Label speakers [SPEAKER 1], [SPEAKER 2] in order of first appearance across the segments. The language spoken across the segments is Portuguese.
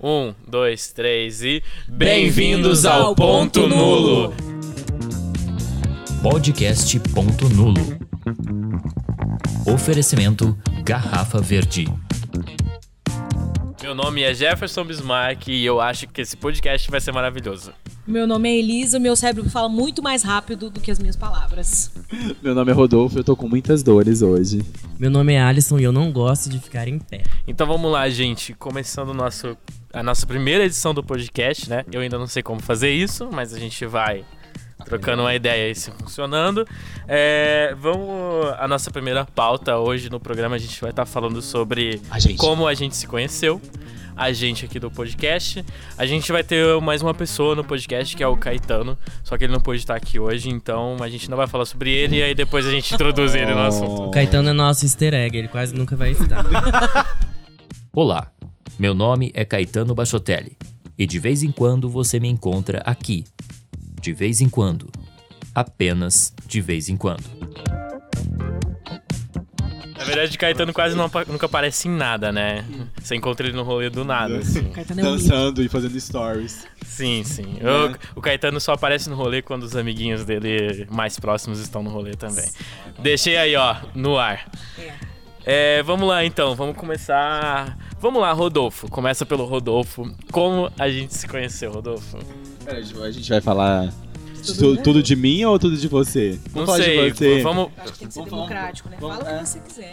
[SPEAKER 1] Um, dois, três e. Bem-vindos ao Ponto Nulo!
[SPEAKER 2] Podcast Ponto Nulo. Oferecimento Garrafa Verde.
[SPEAKER 1] Meu nome é Jefferson Bismarck e eu acho que esse podcast vai ser maravilhoso.
[SPEAKER 3] Meu nome é Elisa, meu cérebro fala muito mais rápido do que as minhas palavras.
[SPEAKER 4] Meu nome é Rodolfo, eu tô com muitas dores hoje.
[SPEAKER 5] Meu nome é Alisson e eu não gosto de ficar em pé.
[SPEAKER 1] Então vamos lá, gente. Começando o nosso, a nossa primeira edição do podcast, né? Eu ainda não sei como fazer isso, mas a gente vai trocando uma ideia e se funcionando. É, vamos a nossa primeira pauta hoje no programa a gente vai estar falando sobre
[SPEAKER 4] A gente.
[SPEAKER 1] como a gente se conheceu. A gente aqui do podcast. A gente vai ter mais uma pessoa no podcast que é o Caetano, só que ele não pôde estar aqui hoje, então a gente não vai falar sobre ele e aí depois a gente introduz ele no
[SPEAKER 4] Oh,
[SPEAKER 1] assunto.
[SPEAKER 5] O Caetano é nosso easter egg, ele quase nunca vai estar.
[SPEAKER 2] Olá, meu nome é Caetano Bachotelli e de vez em quando você me encontra aqui. De vez em quando. Apenas de vez em quando.
[SPEAKER 1] Na verdade, o Caetano quase não apa- nunca aparece em nada, né? Você encontra ele no rolê do nada, assim.
[SPEAKER 3] Caetano é um lixo.
[SPEAKER 4] Dançando e fazendo stories.
[SPEAKER 1] Sim, sim. O, o Caetano só aparece no rolê quando os amiguinhos dele mais próximos estão no rolê também. Deixei aí, ó, no ar. É, vamos lá então, vamos começar. Vamos lá, Rodolfo. Começa pelo Rodolfo. Como a gente se conheceu, Rodolfo?
[SPEAKER 4] Pera, É, a gente- a gente vai falar de
[SPEAKER 3] Tudo,
[SPEAKER 4] tu-
[SPEAKER 3] né?
[SPEAKER 4] tudo de mim ou tudo de você?
[SPEAKER 1] Não
[SPEAKER 4] falar
[SPEAKER 1] sei,
[SPEAKER 4] de você.
[SPEAKER 1] vamos.
[SPEAKER 3] Acho que tem que ser
[SPEAKER 4] Vamos falar um
[SPEAKER 3] democrático, né?
[SPEAKER 4] pouco.
[SPEAKER 3] Fala o que
[SPEAKER 4] Vamos-
[SPEAKER 3] você quiser.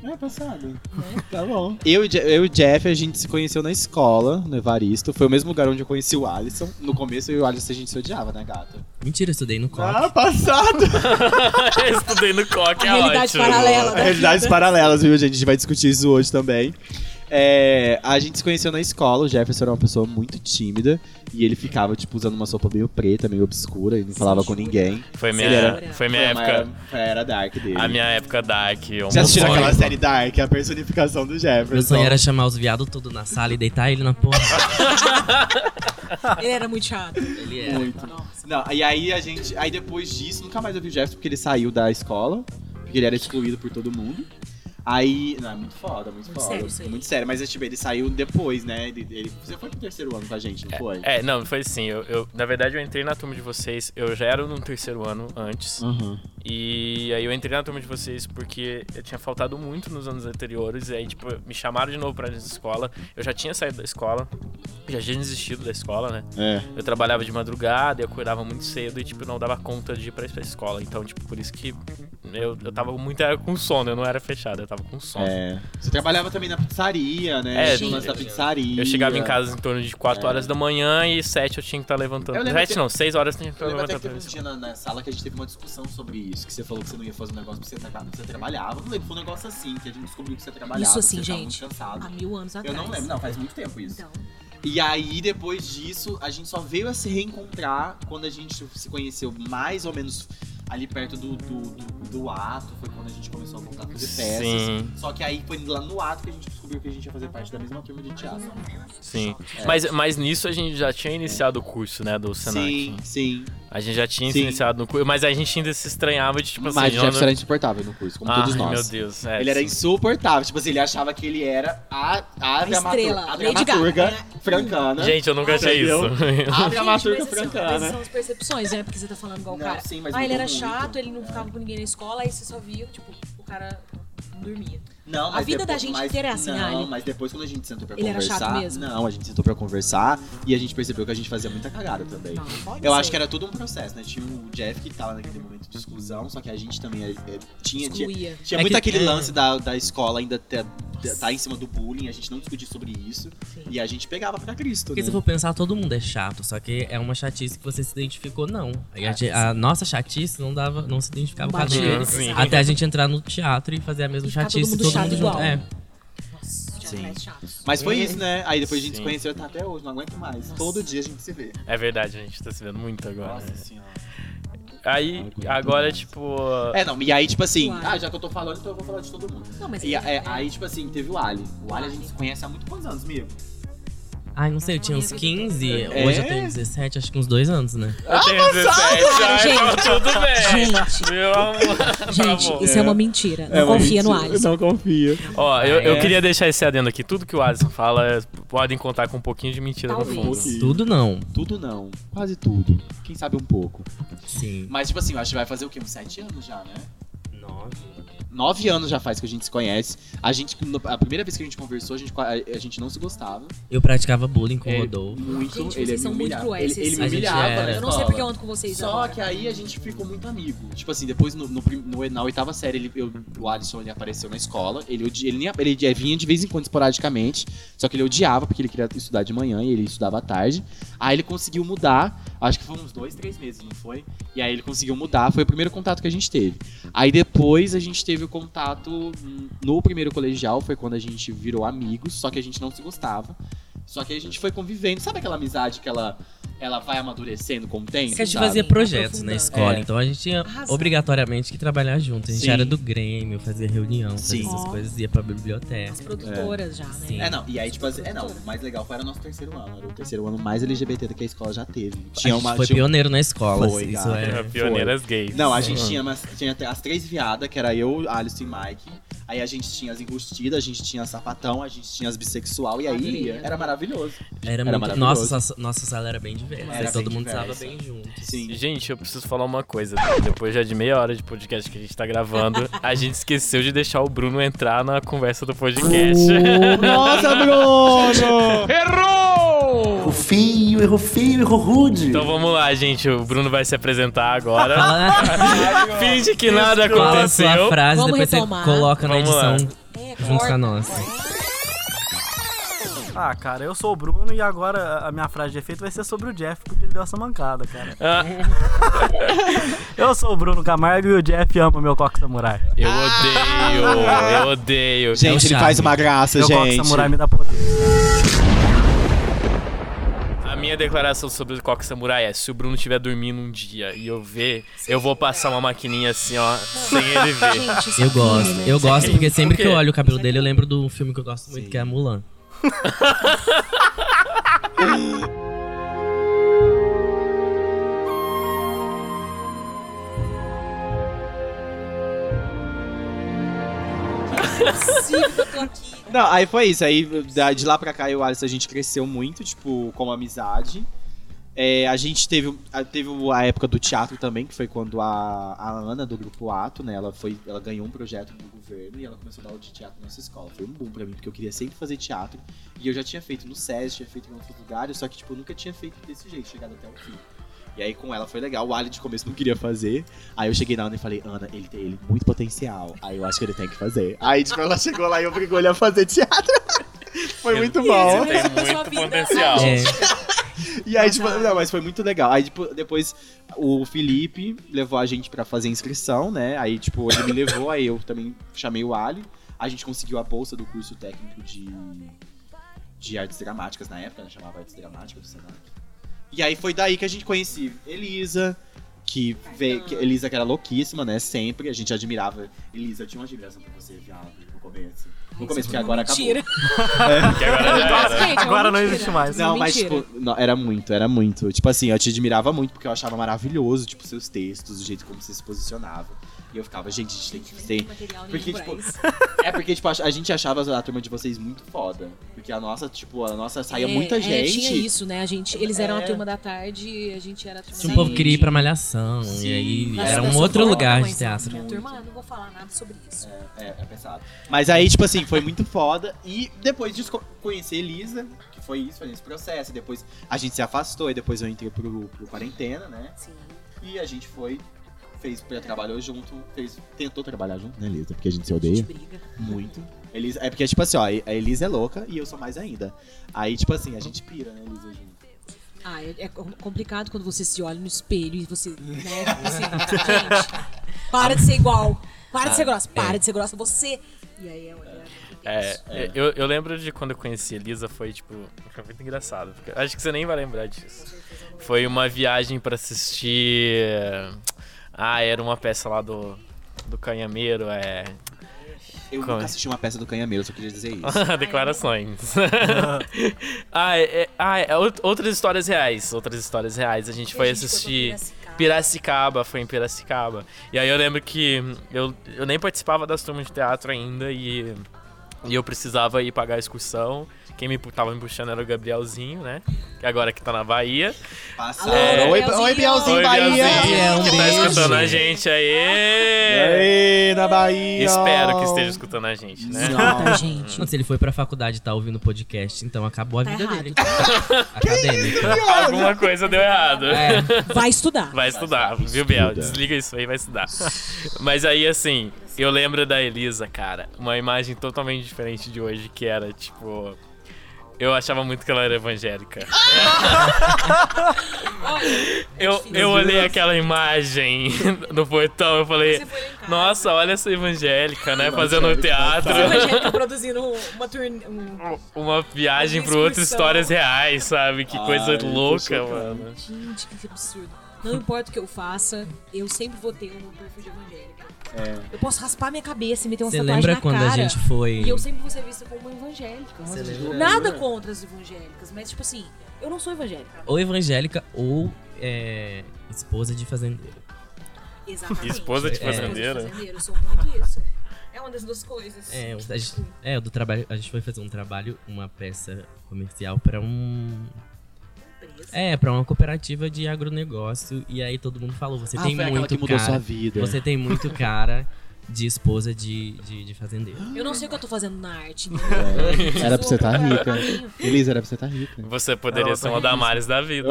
[SPEAKER 4] É,
[SPEAKER 3] Né?
[SPEAKER 4] passado. Tá bom. Eu, e Je- eu e o Jeff, a gente se conheceu na escola, no Evaristo. Foi o mesmo lugar onde eu conheci o Alisson. No começo, eu e o Alisson a gente se odiava, né, gata?
[SPEAKER 5] Mentira, eu estudei no COC.
[SPEAKER 4] Ah, passado!
[SPEAKER 1] Estudei no coque, é
[SPEAKER 3] A realidade
[SPEAKER 1] ótimo.
[SPEAKER 3] paralela. né?
[SPEAKER 4] Realidades paralelas, viu, gente? A gente vai discutir isso hoje também. É, a gente se conheceu na escola, o Jefferson era uma pessoa muito tímida e ele ficava, tipo, usando uma sopa meio preta, meio obscura, e não falava com ninguém.
[SPEAKER 1] Foi
[SPEAKER 4] Ele
[SPEAKER 1] minha,
[SPEAKER 4] era-
[SPEAKER 1] foi minha
[SPEAKER 4] é. Foi uma
[SPEAKER 1] época.
[SPEAKER 4] era- foi a era dark dele.
[SPEAKER 1] A minha época dark.
[SPEAKER 4] Já assistiu
[SPEAKER 1] homofóbica.
[SPEAKER 4] aquela série Dark, a personificação do Jefferson?
[SPEAKER 5] Meu sonho era chamar os viados tudo na sala e deitar ele na porra.
[SPEAKER 3] Ele era muito chato.
[SPEAKER 5] ele é.
[SPEAKER 4] muito. Não, e aí a gente. Aí depois disso, nunca mais eu vi o Jefferson porque ele saiu da escola, porque ele era excluído por todo mundo. Aí. Não, é muito foda, muito,
[SPEAKER 3] Muito
[SPEAKER 4] foda.
[SPEAKER 3] sério isso aí.
[SPEAKER 4] Muito sério, mas tipo, ele saiu depois, né? Ele, ele- você foi pro terceiro ano com a gente, não foi?
[SPEAKER 1] É, não, foi assim. Eu, eu- na verdade, eu entrei na turma de vocês. Eu já era no terceiro ano antes.
[SPEAKER 4] Uhum.
[SPEAKER 1] E aí eu entrei na turma de vocês porque eu tinha faltado muito nos anos anteriores. E aí, tipo, me chamaram de novo pra dentro da escola. Eu já tinha saído da escola. Já tinha desistido da escola, né?
[SPEAKER 4] É.
[SPEAKER 1] Eu trabalhava de madrugada, eu acordava muito cedo e, tipo, não dava conta de ir pra, pra escola. Então, tipo, por isso que eu, eu tava muito era com sono. Eu não era fechado, eu tava com sono.
[SPEAKER 4] É. Você trabalhava também na pizzaria, né?
[SPEAKER 1] É,
[SPEAKER 4] Tinha o lance
[SPEAKER 1] eu-
[SPEAKER 4] da pizzaria.
[SPEAKER 1] Eu chegava em casa em torno de 4 horas da manhã e 7 eu tinha que estar levantando.
[SPEAKER 4] É. Eu lembro
[SPEAKER 1] 7
[SPEAKER 4] que-
[SPEAKER 1] não, 6 horas eu tinha que estar
[SPEAKER 4] Eu lembro até que teve
[SPEAKER 1] levantando.
[SPEAKER 4] um dia na, na sala que a gente teve uma discussão sobre isso, que você falou que você não ia fazer um negócio porque você, tra- você trabalhava. Não lembro, foi um negócio assim, que a gente descobriu que você trabalhava.
[SPEAKER 3] Isso
[SPEAKER 4] que
[SPEAKER 3] assim,
[SPEAKER 4] você tava
[SPEAKER 3] gente.
[SPEAKER 4] Muito cansado.
[SPEAKER 3] Há mil anos
[SPEAKER 4] Eu
[SPEAKER 3] atrás.
[SPEAKER 4] não lembro, não, faz muito tempo isso.
[SPEAKER 3] Então,
[SPEAKER 4] E aí, depois disso, a gente só veio a se reencontrar quando a gente se conheceu mais ou menos ali perto do, do, do- do ato, foi quando a gente começou a voltar a fazer festas.
[SPEAKER 1] Sim.
[SPEAKER 4] assim. Só que aí foi lá no ato que a gente descobriu que a gente ia fazer parte da mesma turma de teatro.
[SPEAKER 1] Sim. Mas, mas nisso a gente já tinha iniciado o curso, né, do Senac.
[SPEAKER 4] Sim, sim.
[SPEAKER 1] A gente já tinha
[SPEAKER 4] Sim.
[SPEAKER 1] iniciado no curso, mas a gente ainda se estranhava de, tipo assim...
[SPEAKER 4] Mas o
[SPEAKER 1] eu
[SPEAKER 4] Jefferson
[SPEAKER 1] não-
[SPEAKER 4] era é insuportável no curso, como
[SPEAKER 1] Ai,
[SPEAKER 4] todos nós.
[SPEAKER 1] meu Deus. é,
[SPEAKER 4] Ele era
[SPEAKER 1] sim.
[SPEAKER 4] insuportável, tipo assim, ele achava que ele era a, a,
[SPEAKER 3] A
[SPEAKER 4] dramatur-
[SPEAKER 3] estrela,
[SPEAKER 4] a
[SPEAKER 3] Lady
[SPEAKER 4] dramaturga
[SPEAKER 3] Gaga. né?
[SPEAKER 4] francana.
[SPEAKER 1] Gente, eu nunca achei isso.
[SPEAKER 4] Entendeu? a dramaturga
[SPEAKER 3] mas assim, ó,
[SPEAKER 4] francana.
[SPEAKER 3] essas são as percepções, né? Porque você tá falando igual o
[SPEAKER 4] Não,
[SPEAKER 3] cara.
[SPEAKER 4] sim, mas
[SPEAKER 3] ah, ele
[SPEAKER 4] mudou
[SPEAKER 3] era
[SPEAKER 4] muito. É.
[SPEAKER 3] chato, ele não ficava com ninguém na escola, aí você só via, tipo, o cara dormia.
[SPEAKER 4] Não,
[SPEAKER 3] A
[SPEAKER 4] mas
[SPEAKER 3] vida da
[SPEAKER 4] depois-
[SPEAKER 3] gente
[SPEAKER 4] mas-
[SPEAKER 3] inteira é assim,
[SPEAKER 4] Não,
[SPEAKER 3] Ali.
[SPEAKER 4] mas depois quando a gente sentou pra
[SPEAKER 3] Ele era
[SPEAKER 4] conversar.
[SPEAKER 3] chato mesmo?
[SPEAKER 4] Não, a gente sentou pra conversar e a gente percebeu que a gente fazia muita cagada também.
[SPEAKER 3] Não, não pode
[SPEAKER 4] Eu
[SPEAKER 3] ser.
[SPEAKER 4] acho que era todo um processo, né? Tinha o Jeff que tava naquele momento de exclusão, só que a gente também é, é, tinha, tinha,
[SPEAKER 3] Excluía.
[SPEAKER 4] tinha
[SPEAKER 5] É
[SPEAKER 4] muito
[SPEAKER 5] que-
[SPEAKER 4] aquele
[SPEAKER 5] é.
[SPEAKER 4] lance da, da escola ainda ter, tá em cima do bullying, a gente não discutia sobre isso
[SPEAKER 3] Sim.
[SPEAKER 4] e a gente pegava pra Cristo.
[SPEAKER 5] Porque
[SPEAKER 4] né?
[SPEAKER 5] se for pensar, todo mundo é chato, só que é uma chatice que você se identificou, não. Aí A, gente- a nossa chatice não dava, não se identificava com a
[SPEAKER 3] Batia,
[SPEAKER 5] dele.
[SPEAKER 1] sim.
[SPEAKER 3] exato.
[SPEAKER 5] Até a gente entrar no teatro e fazer a mesma
[SPEAKER 3] E ficar todo
[SPEAKER 5] chatice
[SPEAKER 3] mundo
[SPEAKER 5] todo
[SPEAKER 3] chato
[SPEAKER 5] mundo
[SPEAKER 3] igual.
[SPEAKER 5] junto. É.
[SPEAKER 3] Nossa, os
[SPEAKER 4] Sim.
[SPEAKER 3] teatrais chatos.
[SPEAKER 4] Mas foi isso, né? Aí depois a gente
[SPEAKER 1] Sim.
[SPEAKER 4] se conheceu tá até hoje, não aguento mais. Todo dia a gente se vê. É.
[SPEAKER 1] É verdade, a gente tá se vendo muito agora. né?
[SPEAKER 4] senhora.
[SPEAKER 1] Aí, agora, tipo...
[SPEAKER 4] É, não, e aí, tipo assim,
[SPEAKER 3] Claro.
[SPEAKER 4] ah, já que eu tô falando, então eu vou falar de todo mundo.
[SPEAKER 3] Não, mas
[SPEAKER 4] E
[SPEAKER 3] é,
[SPEAKER 4] é, aí, tipo assim, teve o Ali. O Ali a gente se conhece há muito quantos anos, Migo?
[SPEAKER 5] Ai, não sei, eu tinha uns 15,
[SPEAKER 4] É?
[SPEAKER 5] hoje eu tenho 17, acho que uns dois anos, né?
[SPEAKER 1] Eu tenho 17, ai,
[SPEAKER 3] Gente.
[SPEAKER 1] então tudo bem.
[SPEAKER 3] Gente,
[SPEAKER 1] Meu amor.
[SPEAKER 3] gente,
[SPEAKER 1] Tá bom.
[SPEAKER 3] isso é uma mentira. Não
[SPEAKER 4] É uma
[SPEAKER 3] confia no
[SPEAKER 4] mentira,
[SPEAKER 3] Alisson.
[SPEAKER 4] Não confia.
[SPEAKER 1] Ó, eu, eu
[SPEAKER 5] É.
[SPEAKER 1] queria deixar esse adendo aqui. Tudo que o Alisson fala, é- podem contar com um pouquinho de mentira no
[SPEAKER 3] Talvez.
[SPEAKER 1] fundo.
[SPEAKER 5] Tudo não.
[SPEAKER 4] Tudo não. Quase tudo. Quem sabe um pouco.
[SPEAKER 5] Sim.
[SPEAKER 4] Mas, tipo assim, eu acho que vai fazer o quê? Uns sete anos já, né?
[SPEAKER 5] Nove.
[SPEAKER 4] Nove anos já faz que a gente se conhece. A gente, no- a primeira vez que a gente conversou, a gente, qua- a gente não se gostava.
[SPEAKER 5] Eu praticava bullying com o
[SPEAKER 4] Ele-
[SPEAKER 5] Rodolfo.
[SPEAKER 4] Muito,
[SPEAKER 3] Gente,
[SPEAKER 4] ele
[SPEAKER 3] vocês
[SPEAKER 4] me
[SPEAKER 3] são muito
[SPEAKER 4] humilhava.
[SPEAKER 3] cruéis,
[SPEAKER 4] Ele, ele
[SPEAKER 3] vocês
[SPEAKER 4] me
[SPEAKER 5] são-
[SPEAKER 4] humilhava.
[SPEAKER 5] A gente
[SPEAKER 4] na
[SPEAKER 5] era.
[SPEAKER 3] Eu não sei porque eu
[SPEAKER 4] escola.
[SPEAKER 3] ando com vocês
[SPEAKER 4] Só
[SPEAKER 3] agora.
[SPEAKER 4] que aí a gente ficou muito amigo. Tipo assim, depois no, no prim- no- na oitava série, ele, eu- o Alisson ele apareceu na escola. Ele, odi- ele, nem- ele é- vinha de vez em quando esporadicamente. Só que ele odiava, porque ele queria estudar de manhã e ele estudava à tarde. Aí ele conseguiu mudar. Acho que foi uns dois, três meses, não foi? E aí ele conseguiu mudar. Foi o primeiro contato que a gente teve. Aí depois a gente teve o contato hum, no primeiro colegial. Foi quando a gente virou amigos. Só que a gente não se gostava. Só que aí a gente foi convivendo. Sabe aquela amizade que ela, ela vai amadurecendo com o tempo?
[SPEAKER 5] Porque a gente
[SPEAKER 4] sabe?
[SPEAKER 5] fazia projetos na
[SPEAKER 3] Aprofundando.
[SPEAKER 5] escola,
[SPEAKER 4] É.
[SPEAKER 5] então a gente tinha
[SPEAKER 3] Tá Arrasou.
[SPEAKER 5] obrigatoriamente que trabalhar junto. A gente
[SPEAKER 4] Sim.
[SPEAKER 5] era do Grêmio, fazia reunião, fazia
[SPEAKER 4] Sim.
[SPEAKER 5] essas
[SPEAKER 3] Ó.
[SPEAKER 5] coisas, ia pra biblioteca.
[SPEAKER 3] As produtoras já, né?
[SPEAKER 5] Sim.
[SPEAKER 4] É, não, e aí, tipo, assim, é, não, o mais legal foi era o nosso terceiro ano. Era o terceiro ano mais LGBT do que a escola já teve. Tinha
[SPEAKER 5] a gente
[SPEAKER 4] uma.
[SPEAKER 5] foi
[SPEAKER 4] tinha-
[SPEAKER 5] pioneiro na escola,
[SPEAKER 4] Foi,
[SPEAKER 5] isso
[SPEAKER 4] gata.
[SPEAKER 5] é.
[SPEAKER 1] Pioneiras gays.
[SPEAKER 4] Não, a gente
[SPEAKER 1] Hum.
[SPEAKER 4] tinha, umas, tinha até as três viadas, que era eu, Alisson e Mike. Aí a gente tinha as enrustidas, a gente tinha as sapatão, a gente tinha as bissexual, e aí
[SPEAKER 3] Adorei.
[SPEAKER 4] era maravilhoso.
[SPEAKER 5] Era,
[SPEAKER 4] Era
[SPEAKER 5] muito...
[SPEAKER 4] maravilhoso.
[SPEAKER 5] Nossa, nossa, nossa sala era bem diversa,
[SPEAKER 4] Era
[SPEAKER 5] e todo
[SPEAKER 4] bem
[SPEAKER 5] mundo estava
[SPEAKER 4] diversa.
[SPEAKER 5] bem junto.
[SPEAKER 4] Sim.
[SPEAKER 1] Gente, eu preciso falar uma coisa. Depois já de meia hora de podcast que a gente tá gravando, a gente esqueceu de deixar o Bruno entrar na conversa do podcast.
[SPEAKER 4] Nossa, Bruno!
[SPEAKER 1] Errou!
[SPEAKER 6] Errou feio, errou feio, errou rude.
[SPEAKER 1] Então vamos lá, gente. O Bruno vai se apresentar agora.
[SPEAKER 5] Fala,
[SPEAKER 1] Finge que nada
[SPEAKER 5] fala a sua
[SPEAKER 1] aconteceu.
[SPEAKER 5] frase,
[SPEAKER 3] Vamos
[SPEAKER 5] depois
[SPEAKER 3] retomar.
[SPEAKER 5] você
[SPEAKER 1] Vamos
[SPEAKER 5] coloca na
[SPEAKER 1] lá.
[SPEAKER 5] edição
[SPEAKER 3] É,
[SPEAKER 5] junto com
[SPEAKER 3] corta.
[SPEAKER 5] a nossa.
[SPEAKER 6] Ah, cara, eu sou o Bruno e agora a minha frase de efeito vai ser sobre o Jeff, porque ele deu essa mancada, cara.
[SPEAKER 1] Ah,
[SPEAKER 6] Eu sou o Bruno Camargo e o Jeff ama o meu coque samurai.
[SPEAKER 1] eu odeio, eu odeio.
[SPEAKER 4] Gente, ele
[SPEAKER 5] charme.
[SPEAKER 4] faz uma graça,
[SPEAKER 6] Meu coque
[SPEAKER 4] gente.
[SPEAKER 6] samurai me dá poder.
[SPEAKER 1] A minha declaração sobre o Coque Samurai é: se o Bruno estiver dormindo um dia e eu ver, eu vou passar uma maquininha assim, ó, sem ele ver.
[SPEAKER 3] Gente, isso
[SPEAKER 5] Eu
[SPEAKER 3] aqui,
[SPEAKER 5] gosto,
[SPEAKER 3] né?
[SPEAKER 5] eu
[SPEAKER 3] Isso
[SPEAKER 5] gosto,
[SPEAKER 3] aqui.
[SPEAKER 5] porque sempre que eu
[SPEAKER 1] quê?
[SPEAKER 5] olho o cabelo dele, eu lembro do filme que eu gosto muito, que é a Mulan.
[SPEAKER 3] né? Sim, eu tô aqui.
[SPEAKER 4] Não, aí foi isso. Aí da- de lá pra cá, eu e o Alisson, a gente cresceu muito, tipo, como amizade. É, a gente teve, a- teve a época do teatro também, que foi quando a, a Ana, do grupo Ato, né, ela, foi, ela ganhou um projeto do governo e ela começou a dar aula de teatro na nossa escola. Foi um boom pra mim, porque eu queria sempre fazer teatro. E eu já tinha feito no SESI, tinha feito em outros lugares, só que, tipo, eu nunca tinha feito desse jeito, chegado até o fim. E aí com ela foi legal. O Ali de começo não queria fazer. Aí eu cheguei na Ana e falei, Ana, ele tem ele muito potencial. Aí eu acho que ele tem que fazer. Aí tipo, ela chegou lá e obrigou ele a fazer teatro. Foi muito
[SPEAKER 3] Isso,
[SPEAKER 4] bom.
[SPEAKER 1] Tem
[SPEAKER 3] mesmo pra sua
[SPEAKER 1] muito
[SPEAKER 3] vida.
[SPEAKER 1] potencial.
[SPEAKER 5] É,
[SPEAKER 4] E aí, tipo, não, mas foi muito legal. Aí tipo, depois o Felipe levou a gente pra fazer inscrição, né? Aí, tipo, ele me levou, aí eu também chamei o Ali. A gente conseguiu a bolsa do curso técnico de, de artes dramáticas na época, né? Chamava artes dramáticas do Senado. E aí foi daí que a gente conheci Elisa, que, veio, que- Elisa que era louquíssima, né? Sempre. A gente admirava. Elisa, eu tinha uma admiração pra você, viado, no começo. No começo, porque agora acabou. né?
[SPEAKER 3] Mentira.
[SPEAKER 1] Que agora já era.
[SPEAKER 3] Gente, é uma
[SPEAKER 6] Agora não
[SPEAKER 3] mentira.
[SPEAKER 6] existe mais.
[SPEAKER 3] Isso é
[SPEAKER 4] Não, mas
[SPEAKER 3] mentira.
[SPEAKER 4] tipo, não, era muito, era muito. Tipo assim, eu te admirava muito porque eu achava maravilhoso, tipo, seus textos, o jeito como você se posicionava. E eu ficava, gente, a gente tem que
[SPEAKER 3] Tem
[SPEAKER 4] ser.
[SPEAKER 3] material nenhum
[SPEAKER 4] tipo, Porque,
[SPEAKER 3] pra
[SPEAKER 4] tipo,
[SPEAKER 3] isso.
[SPEAKER 4] É porque, tipo, a, a gente achava a turma de vocês muito foda. Porque a nossa, tipo, a nossa saía
[SPEAKER 3] É,
[SPEAKER 4] muita
[SPEAKER 3] é,
[SPEAKER 4] gente.
[SPEAKER 3] tinha isso, né? A gente, eles eram
[SPEAKER 4] É.
[SPEAKER 3] a turma da tarde, a gente era a turma
[SPEAKER 5] o
[SPEAKER 3] da
[SPEAKER 5] um povo
[SPEAKER 3] noite.
[SPEAKER 5] queria ir pra malhação,
[SPEAKER 4] Sim.
[SPEAKER 5] e aí
[SPEAKER 3] Nossa,
[SPEAKER 5] era
[SPEAKER 3] eu
[SPEAKER 5] um
[SPEAKER 3] sou
[SPEAKER 5] outro
[SPEAKER 3] fã da
[SPEAKER 5] lugar de
[SPEAKER 3] mãezão,
[SPEAKER 5] teatro.
[SPEAKER 3] minha Turma, eu não vou falar nada sobre isso.
[SPEAKER 4] É, é pesado. Mas aí, tipo assim, foi muito foda. E depois de esco- conhecer Elisa, que foi isso, foi nesse processo. e Depois a gente se afastou e depois eu entrei pro, pro quarentena, né?
[SPEAKER 3] Sim.
[SPEAKER 4] E a gente foi, fez, trabalhou junto, fez, tentou trabalhar junto, né, Elisa? Porque a gente se
[SPEAKER 3] A gente
[SPEAKER 4] odeia.
[SPEAKER 3] briga.
[SPEAKER 4] Muito. Elisa, é porque, tipo assim, ó, a Elisa é louca e eu sou mais ainda. Aí, tipo assim, a gente pira, né, Elisa, junto.
[SPEAKER 3] Ah, é, é complicado quando você se olha no espelho e você, né, tipo assim, gente, para de ser igual. Para de ser grossa, para de ser grossa você. E aí é olhar.
[SPEAKER 1] É, Eu, eu lembro de quando eu conheci Elisa, foi tipo. Foi muito engraçado. porque acho que você nem vai lembrar disso. Foi uma viagem pra assistir. Ah, era uma peça lá do. Do Canhameiro, é.
[SPEAKER 4] Eu
[SPEAKER 1] Qual é?
[SPEAKER 4] nunca assisti uma peça do Canhameiro, só queria dizer isso.
[SPEAKER 1] Declarações. ah, é, é- ah, é out- outras histórias reais. Outras histórias reais. A gente foi
[SPEAKER 3] a gente foi pra
[SPEAKER 1] assistir
[SPEAKER 3] Piracicaba.
[SPEAKER 1] Piracicaba, foi em Piracicaba. E aí eu lembro que eu, eu nem participava das turmas de teatro ainda e, e eu precisava ir pagar a excursão. Quem me pu- tava me puxando era o Gabrielzinho, né? Que agora que tá na Bahia.
[SPEAKER 4] Passaram.
[SPEAKER 3] Alô,
[SPEAKER 4] Oi,
[SPEAKER 3] Bielzinho.
[SPEAKER 4] Oi, Bielzinho,
[SPEAKER 1] Oi,
[SPEAKER 4] Bahia!
[SPEAKER 1] Gabrielzinho, que tá
[SPEAKER 5] beijo.
[SPEAKER 1] escutando a gente aí.
[SPEAKER 4] Aê, na Bahia!
[SPEAKER 1] Espero que esteja escutando a gente, né?
[SPEAKER 3] Escuta, Tá,
[SPEAKER 4] Ah,
[SPEAKER 3] gente.
[SPEAKER 4] Hum.
[SPEAKER 5] Mano, Tipo, se ele foi pra faculdade e tá ouvindo podcast, então acabou a
[SPEAKER 3] Tá
[SPEAKER 5] vida
[SPEAKER 3] errado.
[SPEAKER 5] dele. Acadêmica.
[SPEAKER 1] Alguma coisa deu errado.
[SPEAKER 5] É.
[SPEAKER 3] Vai estudar.
[SPEAKER 1] Vai estudar, viu, Biel? Desliga isso aí, vai estudar. Mas aí, assim, eu lembro da Elisa, cara, uma imagem totalmente diferente de hoje, que era, tipo... Eu achava muito que ela era evangélica.
[SPEAKER 3] Ah!
[SPEAKER 1] eu, eu olhei aquela imagem no portão, eu falei...
[SPEAKER 3] Você foi lá em casa.
[SPEAKER 1] Nossa, olha essa evangélica, né? Fazendo
[SPEAKER 4] Evangélica,
[SPEAKER 1] teatro.
[SPEAKER 3] Você vai gente tá produzindo uma turnê. Um...
[SPEAKER 1] Uma viagem
[SPEAKER 3] Uma
[SPEAKER 1] pro outro
[SPEAKER 3] excursão.
[SPEAKER 1] histórias reais, sabe? Que coisa
[SPEAKER 4] Ai, tô
[SPEAKER 1] louca,
[SPEAKER 4] chocado.
[SPEAKER 1] mano.
[SPEAKER 3] Gente, que absurdo. Não importa o que eu faça, eu sempre vou ter um perfil de evangélica.
[SPEAKER 4] É.
[SPEAKER 3] Eu posso raspar minha cabeça e meter uma
[SPEAKER 5] Você
[SPEAKER 3] tatuagem
[SPEAKER 5] lembra
[SPEAKER 3] na
[SPEAKER 5] quando
[SPEAKER 3] cara.
[SPEAKER 5] a gente foi.
[SPEAKER 3] E eu sempre vou ser vista como uma evangélica. Nada contra as evangélicas, mas tipo assim, eu não sou evangélica.
[SPEAKER 5] Ou evangélica ou é, esposa de fazendeiro.
[SPEAKER 3] Exatamente.
[SPEAKER 1] Esposa de
[SPEAKER 3] Eu sou
[SPEAKER 1] fazendeiro?
[SPEAKER 3] Eu sou muito isso. É uma das duas coisas.
[SPEAKER 5] É, a gente, é, do trabalho. A gente foi fazer um trabalho, uma peça comercial pra um.
[SPEAKER 3] Empresa.
[SPEAKER 5] É, pra uma cooperativa de agronegócio. E aí todo mundo falou: você
[SPEAKER 4] Ah,
[SPEAKER 5] tem
[SPEAKER 4] foi aquela
[SPEAKER 5] muito
[SPEAKER 4] que mudou
[SPEAKER 5] cara.
[SPEAKER 4] sua vida.
[SPEAKER 5] Você tem muito cara de esposa de, de, de fazendeiro.
[SPEAKER 3] Eu não sei o que eu tô fazendo na arte. né?
[SPEAKER 4] É, Era pra você estar
[SPEAKER 3] Eu preciso
[SPEAKER 4] rica.
[SPEAKER 3] procurar um caminho.
[SPEAKER 4] Elisa, era pra você estar rica.
[SPEAKER 1] Você poderia
[SPEAKER 6] Ela
[SPEAKER 1] ser
[SPEAKER 6] tá
[SPEAKER 1] uma
[SPEAKER 6] rindo. Oh!
[SPEAKER 1] Damares da vida.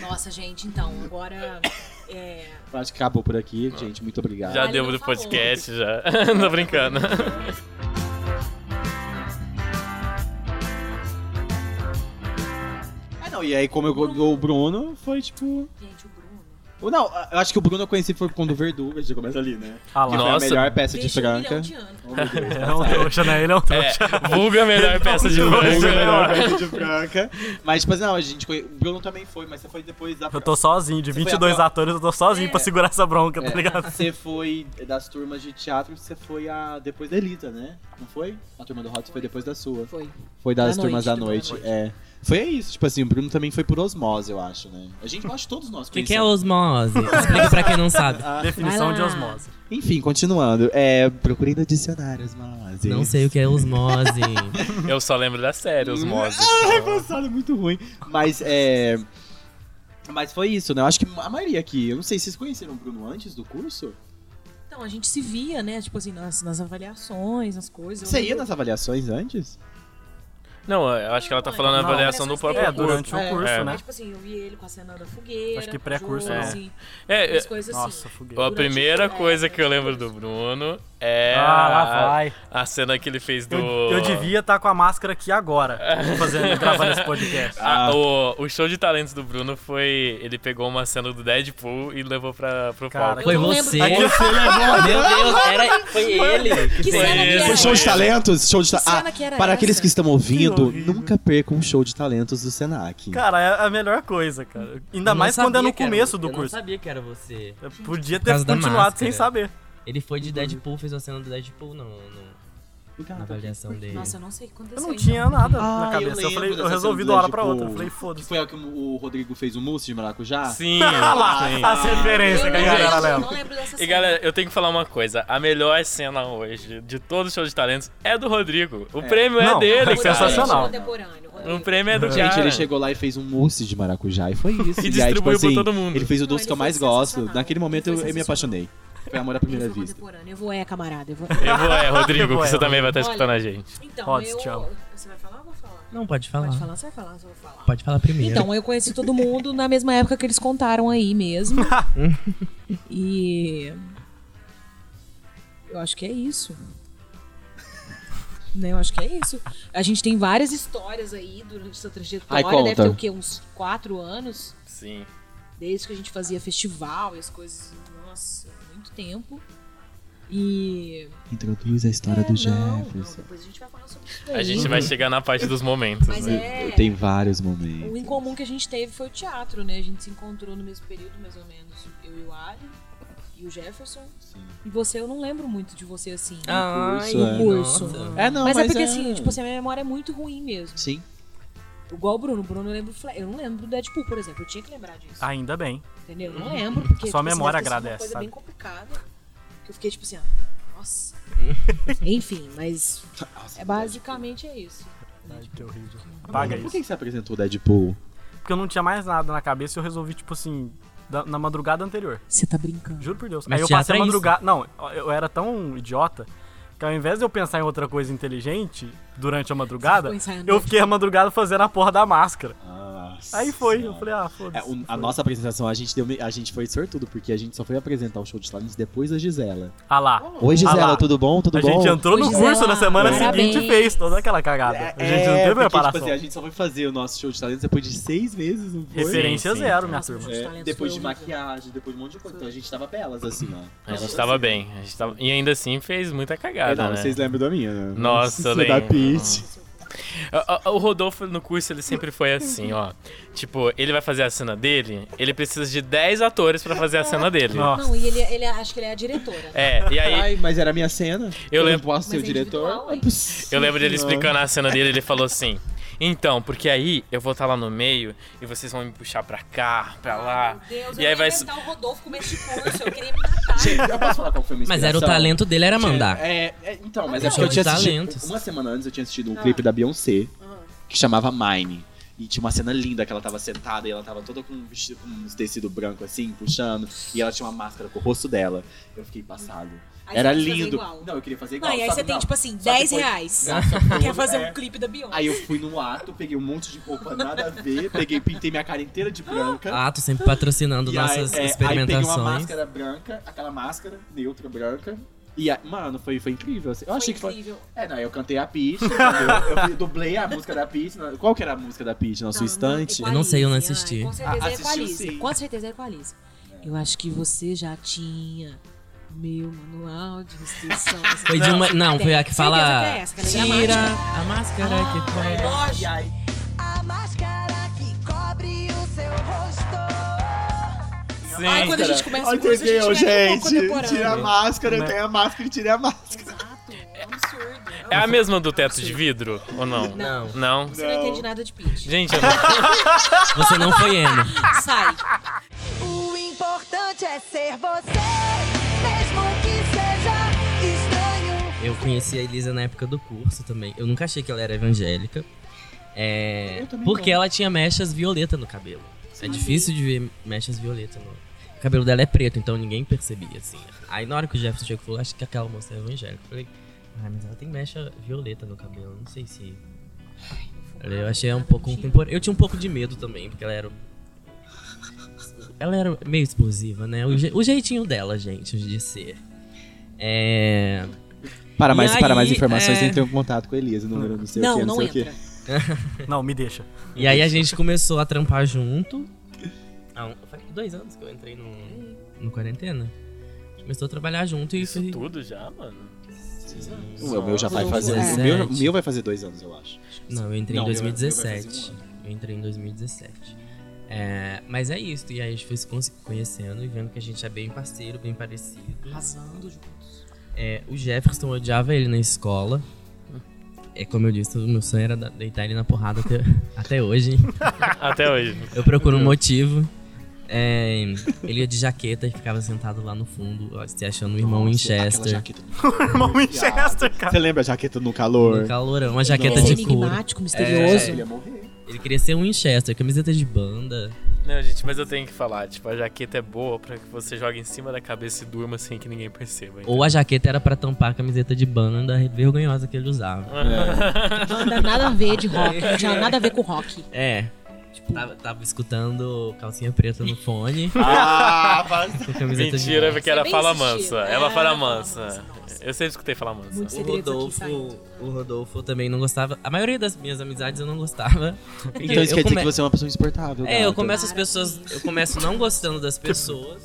[SPEAKER 3] Nossa, gente, então, agora. É,
[SPEAKER 4] Eu acho que acabou por aqui, gente. Muito obrigado.
[SPEAKER 1] Já
[SPEAKER 3] Vale
[SPEAKER 1] deu
[SPEAKER 3] não
[SPEAKER 1] do
[SPEAKER 3] falou.
[SPEAKER 1] podcast, já. Tô brincando.
[SPEAKER 4] Ah, não, e aí, como eu, o Bruno foi tipo.
[SPEAKER 3] gente, o Bruno.
[SPEAKER 4] ou Não, eu acho que o Bruno eu conheci foi quando o Verdugo, já começa ali, né?
[SPEAKER 6] Ah
[SPEAKER 4] Que
[SPEAKER 6] lá.
[SPEAKER 4] foi a
[SPEAKER 1] Nossa.
[SPEAKER 4] melhor peça de
[SPEAKER 3] Deixa um
[SPEAKER 4] Franca.
[SPEAKER 3] milhão de anos.
[SPEAKER 4] Oh, meu Deus,
[SPEAKER 6] É um trouxa, né? Ele é um
[SPEAKER 1] É,
[SPEAKER 6] trouxa.
[SPEAKER 1] vulga a melhor peça de
[SPEAKER 6] Vulga a
[SPEAKER 4] Bruno é a melhor
[SPEAKER 1] hoje.
[SPEAKER 4] peça de Franca. Mas, tipo assim, não, a gente conhe... O Bruno também foi, mas você foi depois da.
[SPEAKER 6] Eu tô sozinho, de
[SPEAKER 4] Você foi
[SPEAKER 6] 22
[SPEAKER 4] a-
[SPEAKER 6] atores, eu tô sozinho
[SPEAKER 4] É.
[SPEAKER 6] pra segurar essa bronca,
[SPEAKER 4] É,
[SPEAKER 6] tá ligado?
[SPEAKER 4] Você foi das turmas de teatro, você foi a depois da Elisa, né? Não foi? A turma do Hot foi depois da sua.
[SPEAKER 3] Foi.
[SPEAKER 4] Foi das
[SPEAKER 3] Da noite,
[SPEAKER 4] turmas da
[SPEAKER 3] da
[SPEAKER 4] noite.
[SPEAKER 3] noite.
[SPEAKER 4] É. Foi isso, tipo assim, o Bruno também foi por osmose, eu acho, né? A gente, eu acho que todos nós
[SPEAKER 5] O que, que é
[SPEAKER 4] conhecemos.
[SPEAKER 5] osmose? Explica pra quem não sabe.
[SPEAKER 6] Definição
[SPEAKER 3] Vai
[SPEAKER 6] de
[SPEAKER 3] lá.
[SPEAKER 6] osmose.
[SPEAKER 4] Enfim, continuando. É, procurei no dicionário osmose.
[SPEAKER 5] Não sei o que é osmose.
[SPEAKER 1] Eu só lembro da série, os Moses.
[SPEAKER 4] Ah, passado muito ruim. Mas é. Mas foi isso, né? Eu acho que a maioria aqui. Eu não sei, vocês conheceram o Bruno antes do curso?
[SPEAKER 3] Então, a gente se via, né? Tipo assim, nas, nas avaliações, nas coisas. Eu
[SPEAKER 4] Você ia
[SPEAKER 3] lembro-
[SPEAKER 4] nas avaliações antes?
[SPEAKER 1] Não, eu acho que ela tá falando a
[SPEAKER 6] Não.
[SPEAKER 1] avaliação do próprio
[SPEAKER 6] É,
[SPEAKER 3] Procura.
[SPEAKER 6] durante o
[SPEAKER 4] É.
[SPEAKER 6] curso,
[SPEAKER 1] É.
[SPEAKER 6] né?
[SPEAKER 3] Mas, tipo assim, eu vi ele com a cena da fogueira.
[SPEAKER 6] Acho que pré-curso, né?
[SPEAKER 3] Josi,
[SPEAKER 1] É,
[SPEAKER 3] umas
[SPEAKER 1] é,
[SPEAKER 3] coisas assim.
[SPEAKER 6] Nossa, fogueira.
[SPEAKER 1] a
[SPEAKER 3] Durante-
[SPEAKER 1] primeira
[SPEAKER 3] é,
[SPEAKER 1] coisa que eu lembro do Bruno é
[SPEAKER 6] Ah, lá
[SPEAKER 1] a,
[SPEAKER 6] vai.
[SPEAKER 1] a cena que ele fez do...
[SPEAKER 6] Eu, eu devia estar com a máscara aqui agora, fazendo, gravando esse podcast.
[SPEAKER 1] Ah, o, o show de talentos do Bruno foi... Ele pegou uma cena do Deadpool e levou pra, pro
[SPEAKER 6] Cara,
[SPEAKER 1] palco.
[SPEAKER 5] Foi
[SPEAKER 3] Eu não
[SPEAKER 5] você.
[SPEAKER 3] lembro.
[SPEAKER 5] Meu Deus, era, foi ele.
[SPEAKER 3] Que
[SPEAKER 1] foi
[SPEAKER 6] é
[SPEAKER 3] cena
[SPEAKER 1] esse?
[SPEAKER 3] que
[SPEAKER 4] O
[SPEAKER 3] era?
[SPEAKER 4] show de talentos? Show de ta- ah,
[SPEAKER 3] Cena que era
[SPEAKER 4] para
[SPEAKER 3] essa?
[SPEAKER 4] aqueles que estão ouvindo,
[SPEAKER 6] horrível.
[SPEAKER 4] nunca percam o show de talentos do Senac.
[SPEAKER 6] Cara, é a melhor coisa, cara. Ainda
[SPEAKER 5] Eu
[SPEAKER 6] mais
[SPEAKER 5] não
[SPEAKER 6] quando é
[SPEAKER 5] sabia
[SPEAKER 6] no
[SPEAKER 5] que era
[SPEAKER 6] começo
[SPEAKER 5] você.
[SPEAKER 6] do
[SPEAKER 5] eu
[SPEAKER 6] curso.
[SPEAKER 5] Não sabia que era você.
[SPEAKER 6] Eu podia ter
[SPEAKER 5] causa da
[SPEAKER 6] continuado sem
[SPEAKER 5] máscara.
[SPEAKER 6] saber.
[SPEAKER 5] Ele foi de Deadpool, fez uma cena do Deadpool não, no- na avaliação dele.
[SPEAKER 3] Nossa, eu não sei o que aconteceu.
[SPEAKER 6] Eu não
[SPEAKER 3] então.
[SPEAKER 6] tinha nada
[SPEAKER 4] Ah,
[SPEAKER 6] na
[SPEAKER 4] eu
[SPEAKER 6] cabeça. Eu,
[SPEAKER 4] lembro
[SPEAKER 6] falei,
[SPEAKER 4] dessa
[SPEAKER 6] eu resolvi
[SPEAKER 4] cena do
[SPEAKER 6] de uma hora pra
[SPEAKER 4] Deadpool.
[SPEAKER 6] outra. Eu falei,
[SPEAKER 4] Que
[SPEAKER 6] foda-se.
[SPEAKER 4] foi a que o o Rodrigo fez o mousse de maracujá?
[SPEAKER 1] Sim.
[SPEAKER 6] Olha
[SPEAKER 1] é?
[SPEAKER 6] lá, as
[SPEAKER 3] Eu
[SPEAKER 6] referências que a
[SPEAKER 3] não
[SPEAKER 6] galera
[SPEAKER 3] lembro,
[SPEAKER 6] lembra.
[SPEAKER 3] não lembro dessa
[SPEAKER 1] E
[SPEAKER 3] cena.
[SPEAKER 1] galera, eu tenho que falar uma coisa. A melhor cena hoje de todo o show de talentos é do Rodrigo. O prêmio é
[SPEAKER 6] Não,
[SPEAKER 1] dele, cara.
[SPEAKER 6] é sensacional.
[SPEAKER 3] Contemporâneo.
[SPEAKER 1] O prêmio é do
[SPEAKER 4] Gente,
[SPEAKER 1] cara.
[SPEAKER 4] ele chegou lá e fez um mousse de maracujá e foi isso.
[SPEAKER 1] E
[SPEAKER 4] aí, tipo
[SPEAKER 1] distribuiu pra todo mundo.
[SPEAKER 4] Ele fez o
[SPEAKER 3] Não,
[SPEAKER 4] doce
[SPEAKER 3] ele
[SPEAKER 4] que eu
[SPEAKER 3] foi
[SPEAKER 4] mais gosto.
[SPEAKER 3] sensacional.
[SPEAKER 4] Naquele momento
[SPEAKER 3] Ele
[SPEAKER 4] eu,
[SPEAKER 3] foi
[SPEAKER 4] eu me
[SPEAKER 3] sensacional.
[SPEAKER 4] apaixonei. Foi amor à primeira
[SPEAKER 3] Eu sou
[SPEAKER 4] vista.
[SPEAKER 3] contemporâneo. Eu vou é, camarada. Eu vou...
[SPEAKER 1] Eu vou, é, Rodrigo,
[SPEAKER 6] Eu vou,
[SPEAKER 1] que
[SPEAKER 6] é,
[SPEAKER 1] você também vai estar
[SPEAKER 3] Olha.
[SPEAKER 1] escutando a gente.
[SPEAKER 3] Então,
[SPEAKER 6] Rods,
[SPEAKER 3] eu...
[SPEAKER 6] tchau.
[SPEAKER 3] Você vai falar ou eu vou falar?
[SPEAKER 5] Não, pode falar.
[SPEAKER 3] Pode
[SPEAKER 5] Pode
[SPEAKER 3] falar,
[SPEAKER 5] falar,
[SPEAKER 3] você vai falar, você vai falar.
[SPEAKER 5] primeiro.
[SPEAKER 3] Então, eu conheci todo mundo na mesma época que eles contaram aí mesmo. e. Eu acho que é isso. Né, eu acho que é isso. A gente tem várias histórias aí durante essa trajetória.
[SPEAKER 4] Ai, conta.
[SPEAKER 3] Deve ter o quê? Uns quatro anos?
[SPEAKER 1] Sim.
[SPEAKER 3] Desde que a gente fazia festival e as coisas. Nossa, muito tempo. E. É,
[SPEAKER 4] Introduz a história do
[SPEAKER 3] não, não,
[SPEAKER 4] Jefferson.
[SPEAKER 3] depois a gente vai falar sobre
[SPEAKER 4] É
[SPEAKER 3] isso.
[SPEAKER 1] A
[SPEAKER 3] daí.
[SPEAKER 1] gente vai chegar na parte dos momentos,
[SPEAKER 3] Mas
[SPEAKER 1] né?
[SPEAKER 3] é. um
[SPEAKER 4] Tem vários momentos.
[SPEAKER 3] O incomum que a gente teve foi o teatro, né? A gente se encontrou no mesmo período, mais ou menos, eu e o Ali. e o Jefferson.
[SPEAKER 4] Sim.
[SPEAKER 3] E você, eu não lembro muito de você assim.
[SPEAKER 1] Ah,
[SPEAKER 5] Ai,
[SPEAKER 4] curso, é.
[SPEAKER 5] nossa.
[SPEAKER 4] É, não,
[SPEAKER 3] mas,
[SPEAKER 4] mas,
[SPEAKER 3] é porque assim, tipo assim, a minha memória é muito ruim mesmo.
[SPEAKER 4] Sim.
[SPEAKER 3] Igual o Bruno, o Bruno eu lembro, Fle- eu não lembro do Deadpool, por exemplo, eu tinha que lembrar
[SPEAKER 1] Ah,
[SPEAKER 3] disso.
[SPEAKER 6] Ainda bem.
[SPEAKER 3] Entendeu? Eu não lembro, porque
[SPEAKER 6] Só a
[SPEAKER 3] assim,
[SPEAKER 6] memória
[SPEAKER 3] deve ter sido
[SPEAKER 6] agradece,
[SPEAKER 3] uma coisa
[SPEAKER 6] sabe?
[SPEAKER 3] bem complicada. Que eu fiquei tipo assim, ah, nossa. Enfim, mas é basicamente é isso.
[SPEAKER 6] Paga
[SPEAKER 4] Por
[SPEAKER 6] isso.
[SPEAKER 4] que que você apresentou o Deadpool?
[SPEAKER 6] Porque eu não tinha mais nada na cabeça e eu resolvi, tipo assim, da- na madrugada anterior.
[SPEAKER 3] Você tá brincando.
[SPEAKER 6] Juro por Deus.
[SPEAKER 5] Mas
[SPEAKER 6] Aí eu
[SPEAKER 5] teatro
[SPEAKER 6] passei a
[SPEAKER 5] é isso.
[SPEAKER 6] madrugada. Não, eu era tão idiota que ao invés de eu pensar em outra coisa inteligente durante a madrugada,
[SPEAKER 3] Você ficou ensaiando.
[SPEAKER 6] eu fiquei a madrugada fazendo a porra da máscara.
[SPEAKER 4] Nossa
[SPEAKER 6] Aí foi, eu
[SPEAKER 4] senhora.
[SPEAKER 6] falei, ah,
[SPEAKER 4] É,
[SPEAKER 6] foda-se.
[SPEAKER 4] o- a nossa apresentação, a gente, deu, a gente foi sortudo, porque a gente só foi apresentar o show de talentos depois da Gisela.
[SPEAKER 6] Ah lá.
[SPEAKER 4] Oi, Gisela,
[SPEAKER 6] Ah lá.
[SPEAKER 4] tudo bom? Tudo
[SPEAKER 6] a
[SPEAKER 4] bom?
[SPEAKER 6] gente entrou no
[SPEAKER 3] Gisela,
[SPEAKER 6] curso na semana
[SPEAKER 3] é. parabéns.
[SPEAKER 6] seguinte e fez toda aquela cagada. a gente não teve
[SPEAKER 4] É, porque,
[SPEAKER 6] preparação.
[SPEAKER 4] Tipo assim, a gente só foi fazer o nosso show de talentos depois de seis meses, não foi?
[SPEAKER 6] Referência
[SPEAKER 1] Sim, sim.
[SPEAKER 6] zero, minha
[SPEAKER 3] Nossa,
[SPEAKER 6] turma.
[SPEAKER 3] gente.
[SPEAKER 4] É,
[SPEAKER 3] Os talentos
[SPEAKER 4] depois de
[SPEAKER 3] foi horrível.
[SPEAKER 4] maquiagem, depois de um monte de coisa. Então a gente tava belas, assim, ó.
[SPEAKER 1] A gente tava bem. A gente tava... E ainda assim fez muita
[SPEAKER 4] É,
[SPEAKER 1] cagada,
[SPEAKER 4] não,
[SPEAKER 1] né?
[SPEAKER 4] vocês lembram da minha, né?
[SPEAKER 1] Nossa, eu
[SPEAKER 4] da
[SPEAKER 1] lembro.
[SPEAKER 4] Peach.
[SPEAKER 1] O, o- o Rodolfo no curso ele sempre foi assim, ó. Tipo, ele vai fazer a cena dele, ele precisa de 10 atores pra fazer a cena dele.
[SPEAKER 6] Nossa.
[SPEAKER 3] Não, e ele, ele acho que ele é a diretora.
[SPEAKER 1] É, e aí
[SPEAKER 4] Ai, mas era a minha cena.
[SPEAKER 1] Eu
[SPEAKER 4] não
[SPEAKER 1] lembro-
[SPEAKER 4] posso ser o
[SPEAKER 3] Mas é individual,
[SPEAKER 4] diretor.
[SPEAKER 3] hein?
[SPEAKER 1] eu lembro dele explicando a cena dele, ele falou assim. Então, porque aí eu vou estar lá no meio e vocês vão me puxar pra cá, pra lá.
[SPEAKER 3] Meu Deus,
[SPEAKER 1] e
[SPEAKER 3] eu
[SPEAKER 1] aí
[SPEAKER 3] ia
[SPEAKER 1] vai.
[SPEAKER 3] inventar o Rodolfo com esse curso, eu queria me matar.
[SPEAKER 4] Eu posso falar é qual foi a minha
[SPEAKER 5] Mas era o
[SPEAKER 4] inspiração?
[SPEAKER 5] talento dele, era mandar.
[SPEAKER 4] É, é, então, mas
[SPEAKER 5] Ah,
[SPEAKER 4] é porque eu
[SPEAKER 5] não,
[SPEAKER 4] tinha
[SPEAKER 5] de
[SPEAKER 4] assistido.
[SPEAKER 5] talentos.
[SPEAKER 4] Uma semana antes eu tinha assistido um
[SPEAKER 3] Ah.
[SPEAKER 4] clipe da Beyoncé que chamava Mine. E tinha uma cena linda que ela tava sentada e ela tava toda com um vestido com uns tecido branco assim, puxando. E ela tinha uma máscara com o rosto dela. Eu fiquei passado.
[SPEAKER 3] Aí
[SPEAKER 4] Era
[SPEAKER 3] você quis fazer
[SPEAKER 4] lindo.
[SPEAKER 3] igual.
[SPEAKER 4] Não, eu queria fazer igual.
[SPEAKER 3] Não, e aí
[SPEAKER 4] sabe?
[SPEAKER 3] você tem,
[SPEAKER 4] Não.
[SPEAKER 3] tipo assim,
[SPEAKER 4] Só que
[SPEAKER 3] 10
[SPEAKER 4] foi-
[SPEAKER 3] reais.
[SPEAKER 4] Nossa,
[SPEAKER 3] Quer fazer
[SPEAKER 4] é.
[SPEAKER 3] um clipe da Beyoncé.
[SPEAKER 4] Aí eu fui no ato, peguei um monte de roupa nada a ver, peguei, pintei minha cara inteira de branca.
[SPEAKER 5] Ah, tô sempre patrocinando
[SPEAKER 4] E
[SPEAKER 5] nossas
[SPEAKER 4] aí, é, Aí peguei uma
[SPEAKER 5] experimentações.
[SPEAKER 4] máscara branca, aquela máscara neutra branca. E, aí, mano, foi, foi incrível. assim. Eu achei que foi.
[SPEAKER 3] incrível.
[SPEAKER 4] É, não, eu cantei a Peach, entendeu? eu fui- dublei a música da Peach. na- Qual que era a música da Peach? Nosso instante?
[SPEAKER 5] Eu não sei, eu não assisti.
[SPEAKER 3] né? Com certeza
[SPEAKER 4] Ah,
[SPEAKER 3] é com a
[SPEAKER 4] assistiu,
[SPEAKER 3] Alice.
[SPEAKER 4] sim.
[SPEAKER 3] Com certeza é com a Alice. Eu acho que você já tinha meu manual de instrução.
[SPEAKER 5] Foi de uma. Não, foi a que
[SPEAKER 3] Certeza
[SPEAKER 5] fala.
[SPEAKER 3] que é essa, que ela é
[SPEAKER 5] Tira
[SPEAKER 3] dramática.
[SPEAKER 5] a máscara que foi.
[SPEAKER 3] Lógico.
[SPEAKER 7] A máscara que cobre o seu rosto.
[SPEAKER 1] Sim.
[SPEAKER 3] Ai, quando a gente começa o curso, a
[SPEAKER 4] Entendeu,
[SPEAKER 3] gente é tão
[SPEAKER 4] gente? Tira a
[SPEAKER 3] contemporâneo.
[SPEAKER 4] máscara, eu tenho a máscara e tirei a máscara.
[SPEAKER 3] Exato, é um absurdo.
[SPEAKER 1] É a mesma do teto de vidro? Ou não?
[SPEAKER 5] Não.
[SPEAKER 1] Não?
[SPEAKER 3] Você não entende nada de pitch.
[SPEAKER 1] Gente, eu não...
[SPEAKER 5] Você não foi emo.
[SPEAKER 3] Sai.
[SPEAKER 7] O importante é ser você, mesmo que seja estranho.
[SPEAKER 5] Eu conheci a Elisa na época do curso também. Eu nunca achei que ela era evangélica. É,
[SPEAKER 4] Eu também
[SPEAKER 5] porque
[SPEAKER 4] não.
[SPEAKER 5] ela tinha mechas violeta no cabelo. É difícil de ver mechas violeta no. O cabelo dela é preto, então ninguém percebia, assim. Aí na hora que o Jefferson chegou e falou, acho que aquela moça é evangélica. Eu falei, ah, mas ela tem mecha violeta no cabelo, não sei se.
[SPEAKER 4] Ah,
[SPEAKER 5] Eu achei um pouco contemporâneo. Eu tinha um pouco de medo também, porque ela era. um Ela era meio explosiva, né? O, je- o jeitinho dela, gente, de ser. É.
[SPEAKER 4] Para
[SPEAKER 5] E
[SPEAKER 4] mais,
[SPEAKER 5] aí,
[SPEAKER 4] para mais informações,
[SPEAKER 5] é-
[SPEAKER 4] entre em contato com a Elisa, número não sei o
[SPEAKER 3] Não,
[SPEAKER 4] que,
[SPEAKER 3] não
[SPEAKER 4] não, sei o
[SPEAKER 3] entra.
[SPEAKER 4] que.
[SPEAKER 6] Não, me deixa.
[SPEAKER 5] E aí a gente começou a trampar junto. Há um, faz dois anos que eu entrei no, no quarentena. A gente começou a trabalhar junto e
[SPEAKER 1] Isso
[SPEAKER 5] foi-
[SPEAKER 1] tudo já, mano?
[SPEAKER 4] O meu já vai
[SPEAKER 3] Não,
[SPEAKER 4] fazer. O
[SPEAKER 5] dezessete.
[SPEAKER 4] meu, o meu vai fazer dois anos, eu acho.
[SPEAKER 5] Não, eu entrei
[SPEAKER 4] Não,
[SPEAKER 5] em
[SPEAKER 4] meu- meu vai fazer
[SPEAKER 5] 2017. Eu entrei em 2017. É, mas é isso, e aí a gente foi se con- conhecendo e vendo que a gente é bem parceiro, bem parecido.
[SPEAKER 3] Arrasando juntos.
[SPEAKER 5] É, o Jefferson eu odiava ele na escola. É como eu disse, o meu sonho era da- deitar ele na porrada até, até hoje.
[SPEAKER 1] Até hoje.
[SPEAKER 5] Eu procuro um motivo. É, ele ia de jaqueta e ficava sentado lá no fundo, ó, se achando o irmão
[SPEAKER 4] Aquela
[SPEAKER 5] Winchester.
[SPEAKER 4] jaqueta
[SPEAKER 6] Irmão
[SPEAKER 4] Viado.
[SPEAKER 6] Winchester, cara.
[SPEAKER 4] Você lembra a jaqueta no
[SPEAKER 5] Um
[SPEAKER 4] calor?
[SPEAKER 5] calorão, uma
[SPEAKER 3] Ele
[SPEAKER 5] jaqueta
[SPEAKER 3] queria ser
[SPEAKER 5] de couro.
[SPEAKER 3] é enigmático, misterioso.
[SPEAKER 4] Ele ia morrer.
[SPEAKER 5] Ele queria ser um Winchester, camiseta de banda.
[SPEAKER 1] Não, gente, mas eu tenho que falar. Tipo, a jaqueta é boa pra que você jogue em cima da cabeça e durma sem que ninguém perceba.
[SPEAKER 5] Ou a jaqueta era pra tampar a camiseta de banda vergonhosa que ele usava.
[SPEAKER 3] Nada- Nada a ver de rock. Não tinha nada a ver com rock.
[SPEAKER 5] É. Tipo, tava, tava escutando calcinha preta no fone.
[SPEAKER 4] Ah, faz-
[SPEAKER 5] com camiseta
[SPEAKER 1] Mentira,
[SPEAKER 5] de banda.
[SPEAKER 1] porque era
[SPEAKER 3] Você bem
[SPEAKER 1] fala
[SPEAKER 3] insistia.
[SPEAKER 1] mansa.
[SPEAKER 3] É,
[SPEAKER 1] Ela fala
[SPEAKER 3] fala
[SPEAKER 1] mansa.
[SPEAKER 3] mansa, nossa.
[SPEAKER 1] Eu sempre escutei falar
[SPEAKER 3] Muito
[SPEAKER 1] mansa.
[SPEAKER 5] O
[SPEAKER 3] segredos aqui
[SPEAKER 5] Rodolfo,
[SPEAKER 3] saindo.
[SPEAKER 5] o Rodolfo também não gostava. A maioria das minhas amizades eu não gostava.
[SPEAKER 4] Então isso
[SPEAKER 5] Eu
[SPEAKER 4] quer dizer
[SPEAKER 5] come-
[SPEAKER 4] que você é uma pessoa insuportável.
[SPEAKER 5] É, eu
[SPEAKER 4] gata.
[SPEAKER 5] começo as pessoas. Eu começo não gostando das pessoas.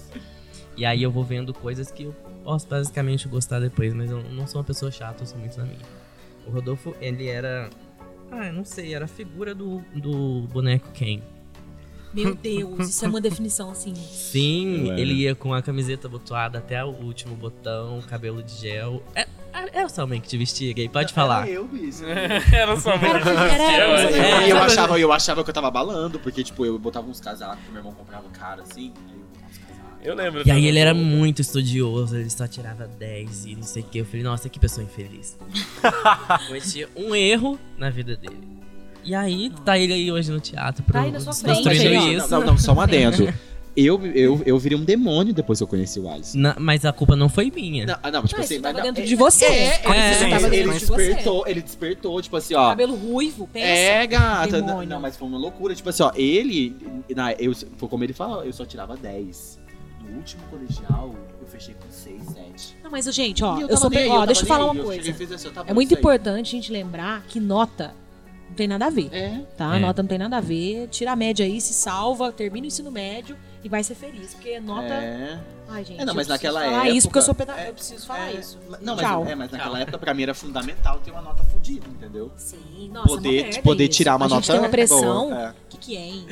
[SPEAKER 5] e aí eu vou vendo coisas que eu posso basicamente gostar depois, mas eu não sou uma pessoa chata, eu sou muito na minha. O Rodolfo, ele era. Ah, eu não sei, era a figura do, do boneco Ken.
[SPEAKER 3] Meu Deus, isso é uma definição assim.
[SPEAKER 5] Sim,
[SPEAKER 4] Ué.
[SPEAKER 5] ele ia com a camiseta botoada até o último botão, cabelo de gel. É, é, é o Salman que te vestia, gay, pode falar.
[SPEAKER 4] É, eu, bicho.
[SPEAKER 1] Era só
[SPEAKER 3] Era, era, né? era, era,
[SPEAKER 4] E É, eu achava, eu achava que eu tava balando, porque, tipo, eu botava uns casacos, meu irmão comprava cara, assim, aí eu botava uns casacos.
[SPEAKER 1] Eu lembro.
[SPEAKER 5] E aí ele era muito estudioso, ele só tirava 10 e não sei o que. Eu falei, nossa, que pessoa infeliz. Cometia um erro na vida dele. E aí, tá ele aí hoje no teatro, pro,
[SPEAKER 3] Tá aí na sua frente,
[SPEAKER 5] construindo
[SPEAKER 3] aí, ó.
[SPEAKER 5] isso.
[SPEAKER 4] Não, não, só um adendo. Eu, eu, eu virei um demônio depois que eu conheci o Alisson.
[SPEAKER 5] Na- mas a culpa não foi minha.
[SPEAKER 4] Não, ah, não, tipo
[SPEAKER 3] Ah,
[SPEAKER 4] assim,
[SPEAKER 3] isso tava
[SPEAKER 4] mas não,
[SPEAKER 3] dentro
[SPEAKER 4] é-
[SPEAKER 3] de você.
[SPEAKER 4] É,
[SPEAKER 3] Ah, isso
[SPEAKER 4] ele,
[SPEAKER 3] tava
[SPEAKER 4] ele
[SPEAKER 3] dentro de você.
[SPEAKER 4] despertou, ele despertou, tipo assim, ó.
[SPEAKER 3] Cabelo ruivo, pensa.
[SPEAKER 4] É, gata. n-
[SPEAKER 3] demônio.
[SPEAKER 4] Não, mas foi uma loucura. Tipo assim, ó, ele. Na, eu, foi como ele falou, eu só tirava 10. No último colegial, eu fechei com 6, 7.
[SPEAKER 3] Não, mas, gente, ó,
[SPEAKER 4] E
[SPEAKER 3] eu,
[SPEAKER 4] tava
[SPEAKER 3] sou.
[SPEAKER 4] nem aí,
[SPEAKER 3] pe- Ó, deixa eu
[SPEAKER 4] tava
[SPEAKER 3] falar
[SPEAKER 4] nem aí,
[SPEAKER 3] uma
[SPEAKER 4] cheguei e
[SPEAKER 3] coisa.
[SPEAKER 4] fiz assim, ó, tá
[SPEAKER 3] É
[SPEAKER 4] bom,
[SPEAKER 3] muito
[SPEAKER 4] isso aí.
[SPEAKER 3] importante a gente lembrar que nota não tem nada a ver,
[SPEAKER 4] É.
[SPEAKER 3] tá?
[SPEAKER 2] É.
[SPEAKER 3] Nota não tem nada a ver. Tira a média aí, se salva, termina o ensino médio e vai ser feliz. Porque nota.
[SPEAKER 4] É.
[SPEAKER 3] Ai, gente.
[SPEAKER 4] É, não, mas
[SPEAKER 3] eu preciso
[SPEAKER 4] naquela
[SPEAKER 3] falar
[SPEAKER 4] época-
[SPEAKER 3] isso porque eu sou pedagoga.
[SPEAKER 4] é,
[SPEAKER 3] eu preciso falar
[SPEAKER 4] é,
[SPEAKER 3] isso.
[SPEAKER 4] ma- Não, mas,
[SPEAKER 3] Tchau.
[SPEAKER 4] é, mas naquela época pra mim era fundamental ter uma nota fodida, entendeu?
[SPEAKER 3] Sim, nossa, é uma merda
[SPEAKER 4] poder poder
[SPEAKER 3] isso.
[SPEAKER 4] tirar uma
[SPEAKER 3] a
[SPEAKER 4] nota
[SPEAKER 3] gente tem uma pressão.
[SPEAKER 4] boa, é.
[SPEAKER 3] O que, que é, hein?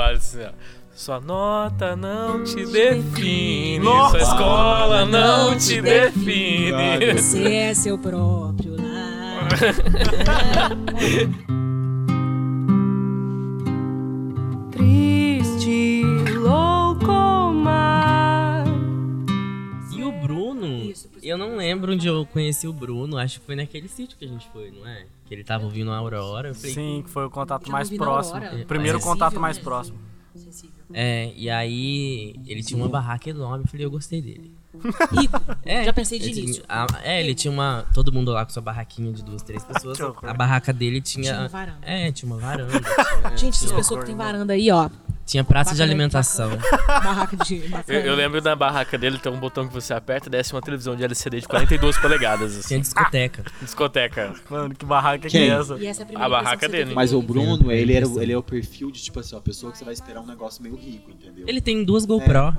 [SPEAKER 1] assim, Sua nota não te define,
[SPEAKER 6] Nossa!
[SPEAKER 1] sua escola não te define.
[SPEAKER 3] Você é seu próprio lar.
[SPEAKER 8] Triste, louco mar.
[SPEAKER 5] E o Bruno,
[SPEAKER 3] Isso, por isso.
[SPEAKER 5] eu não lembro onde eu conheci o Bruno, acho que foi naquele sítio que a gente foi, não é? Que ele tava ouvindo a Aurora, eu falei,
[SPEAKER 6] Sim, que foi o contato
[SPEAKER 3] Já
[SPEAKER 6] mais
[SPEAKER 3] ouvi na
[SPEAKER 6] próximo.
[SPEAKER 3] hora.
[SPEAKER 6] Primeiro
[SPEAKER 5] É.
[SPEAKER 6] contato
[SPEAKER 3] Sensível,
[SPEAKER 6] mais
[SPEAKER 3] né?
[SPEAKER 6] próximo.
[SPEAKER 3] Sensível.
[SPEAKER 5] É, e aí ele tinha uma barraca enorme, eu falei, eu gostei dele.
[SPEAKER 3] Rico.
[SPEAKER 5] É,
[SPEAKER 3] Tipo, Já pensei de
[SPEAKER 5] ele
[SPEAKER 3] início.
[SPEAKER 5] tinha- a- é, ele tinha uma. Todo mundo lá com sua barraquinha de duas, três pessoas.
[SPEAKER 6] Que horror.
[SPEAKER 5] a barraca dele
[SPEAKER 3] Tinha uma
[SPEAKER 5] tinha.
[SPEAKER 3] varanda.
[SPEAKER 5] É, tinha uma varanda.
[SPEAKER 3] Gente, essas
[SPEAKER 6] Sim.
[SPEAKER 3] pessoas que tem varanda aí, ó.
[SPEAKER 5] tinha praça de
[SPEAKER 3] Bacana,
[SPEAKER 5] alimentação.
[SPEAKER 3] Barraca de.
[SPEAKER 1] Eu, eu lembro da barraca dele, tem um botão que você aperta e desce uma televisão de LCD de 42 polegadas, assim,
[SPEAKER 5] Tinha discoteca.
[SPEAKER 1] discoteca.
[SPEAKER 6] Mano, que barraca que
[SPEAKER 4] Quem?
[SPEAKER 6] é essa?
[SPEAKER 3] E essa é a,
[SPEAKER 1] A barraca dele.
[SPEAKER 4] Mas o Bruno,
[SPEAKER 5] Sim,
[SPEAKER 4] ele, era,
[SPEAKER 5] sim.
[SPEAKER 4] o- ele é o perfil de, tipo assim, ó, a pessoa que você vai esperar um negócio meio rico, entendeu?
[SPEAKER 5] Ele tem duas GoPro.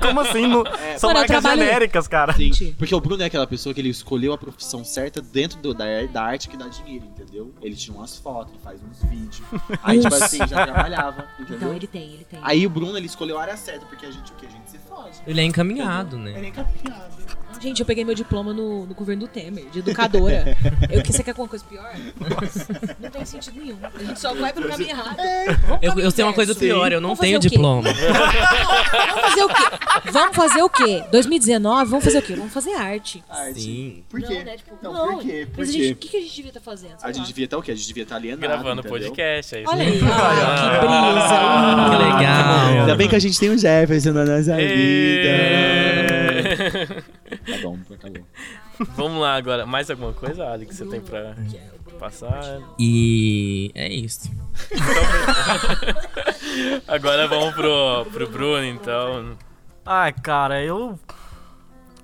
[SPEAKER 6] Como assim? No- São
[SPEAKER 3] Mano, eu
[SPEAKER 6] marcas
[SPEAKER 3] trabalho-
[SPEAKER 6] genéricas, cara.
[SPEAKER 4] É. Sim, porque o Bruno é aquela pessoa que ele escolheu a profissão certa dentro do- da, da arte que dá dinheiro, entendeu? Ele tira umas fotos, faz uns vídeos. Aí, tipo assim, já trabalhava, entendeu?
[SPEAKER 3] Então ele tem, ele tem.
[SPEAKER 4] Aí o Bruno, ele escolheu a área certa, porque a gente, o que? A gente se foge.
[SPEAKER 5] Ele é encaminhado, né?
[SPEAKER 4] Ele é campeado.
[SPEAKER 3] Gente, eu peguei meu diploma no, no governo do Temer, de educadora. eu que você quer alguma coisa pior? Não tem sentido nenhum. A gente só vai pro caminho errado. Vamos pro
[SPEAKER 5] Eu, eu tenho
[SPEAKER 3] inverso.
[SPEAKER 5] uma coisa pior, eu não
[SPEAKER 3] Vamos fazer
[SPEAKER 5] tenho
[SPEAKER 3] o quê?
[SPEAKER 5] diploma.
[SPEAKER 3] Vamos fazer o quê? Vamos fazer o quê? 2019, vamos fazer o quê? Vamos fazer arte.
[SPEAKER 4] Arte.
[SPEAKER 5] Sim.
[SPEAKER 4] Por quê?
[SPEAKER 3] Não, né? Tipo,
[SPEAKER 4] Ah, Não,
[SPEAKER 3] não.
[SPEAKER 4] Então, por quê? Por
[SPEAKER 3] Mas a
[SPEAKER 4] quê?
[SPEAKER 3] gente, o que, que a gente devia estar fazendo? Sei
[SPEAKER 4] A gente
[SPEAKER 3] lá.
[SPEAKER 4] devia estar o quê? A gente devia estar alienado.
[SPEAKER 1] Gravando
[SPEAKER 4] entendeu?
[SPEAKER 1] podcast, é isso.
[SPEAKER 3] Olha aí. Ah,
[SPEAKER 5] Que
[SPEAKER 3] que brisa.
[SPEAKER 5] legal.
[SPEAKER 4] Ainda bem que a gente tem o Jefferson na nossa vida.
[SPEAKER 1] E-
[SPEAKER 4] Tá bom, acabou.
[SPEAKER 1] Vamos lá agora. Mais alguma coisa, Ali, que você tem pra passar?
[SPEAKER 5] E é isso.
[SPEAKER 1] Agora vamos pro, pro Bruno, então.
[SPEAKER 6] Ai, cara, eu.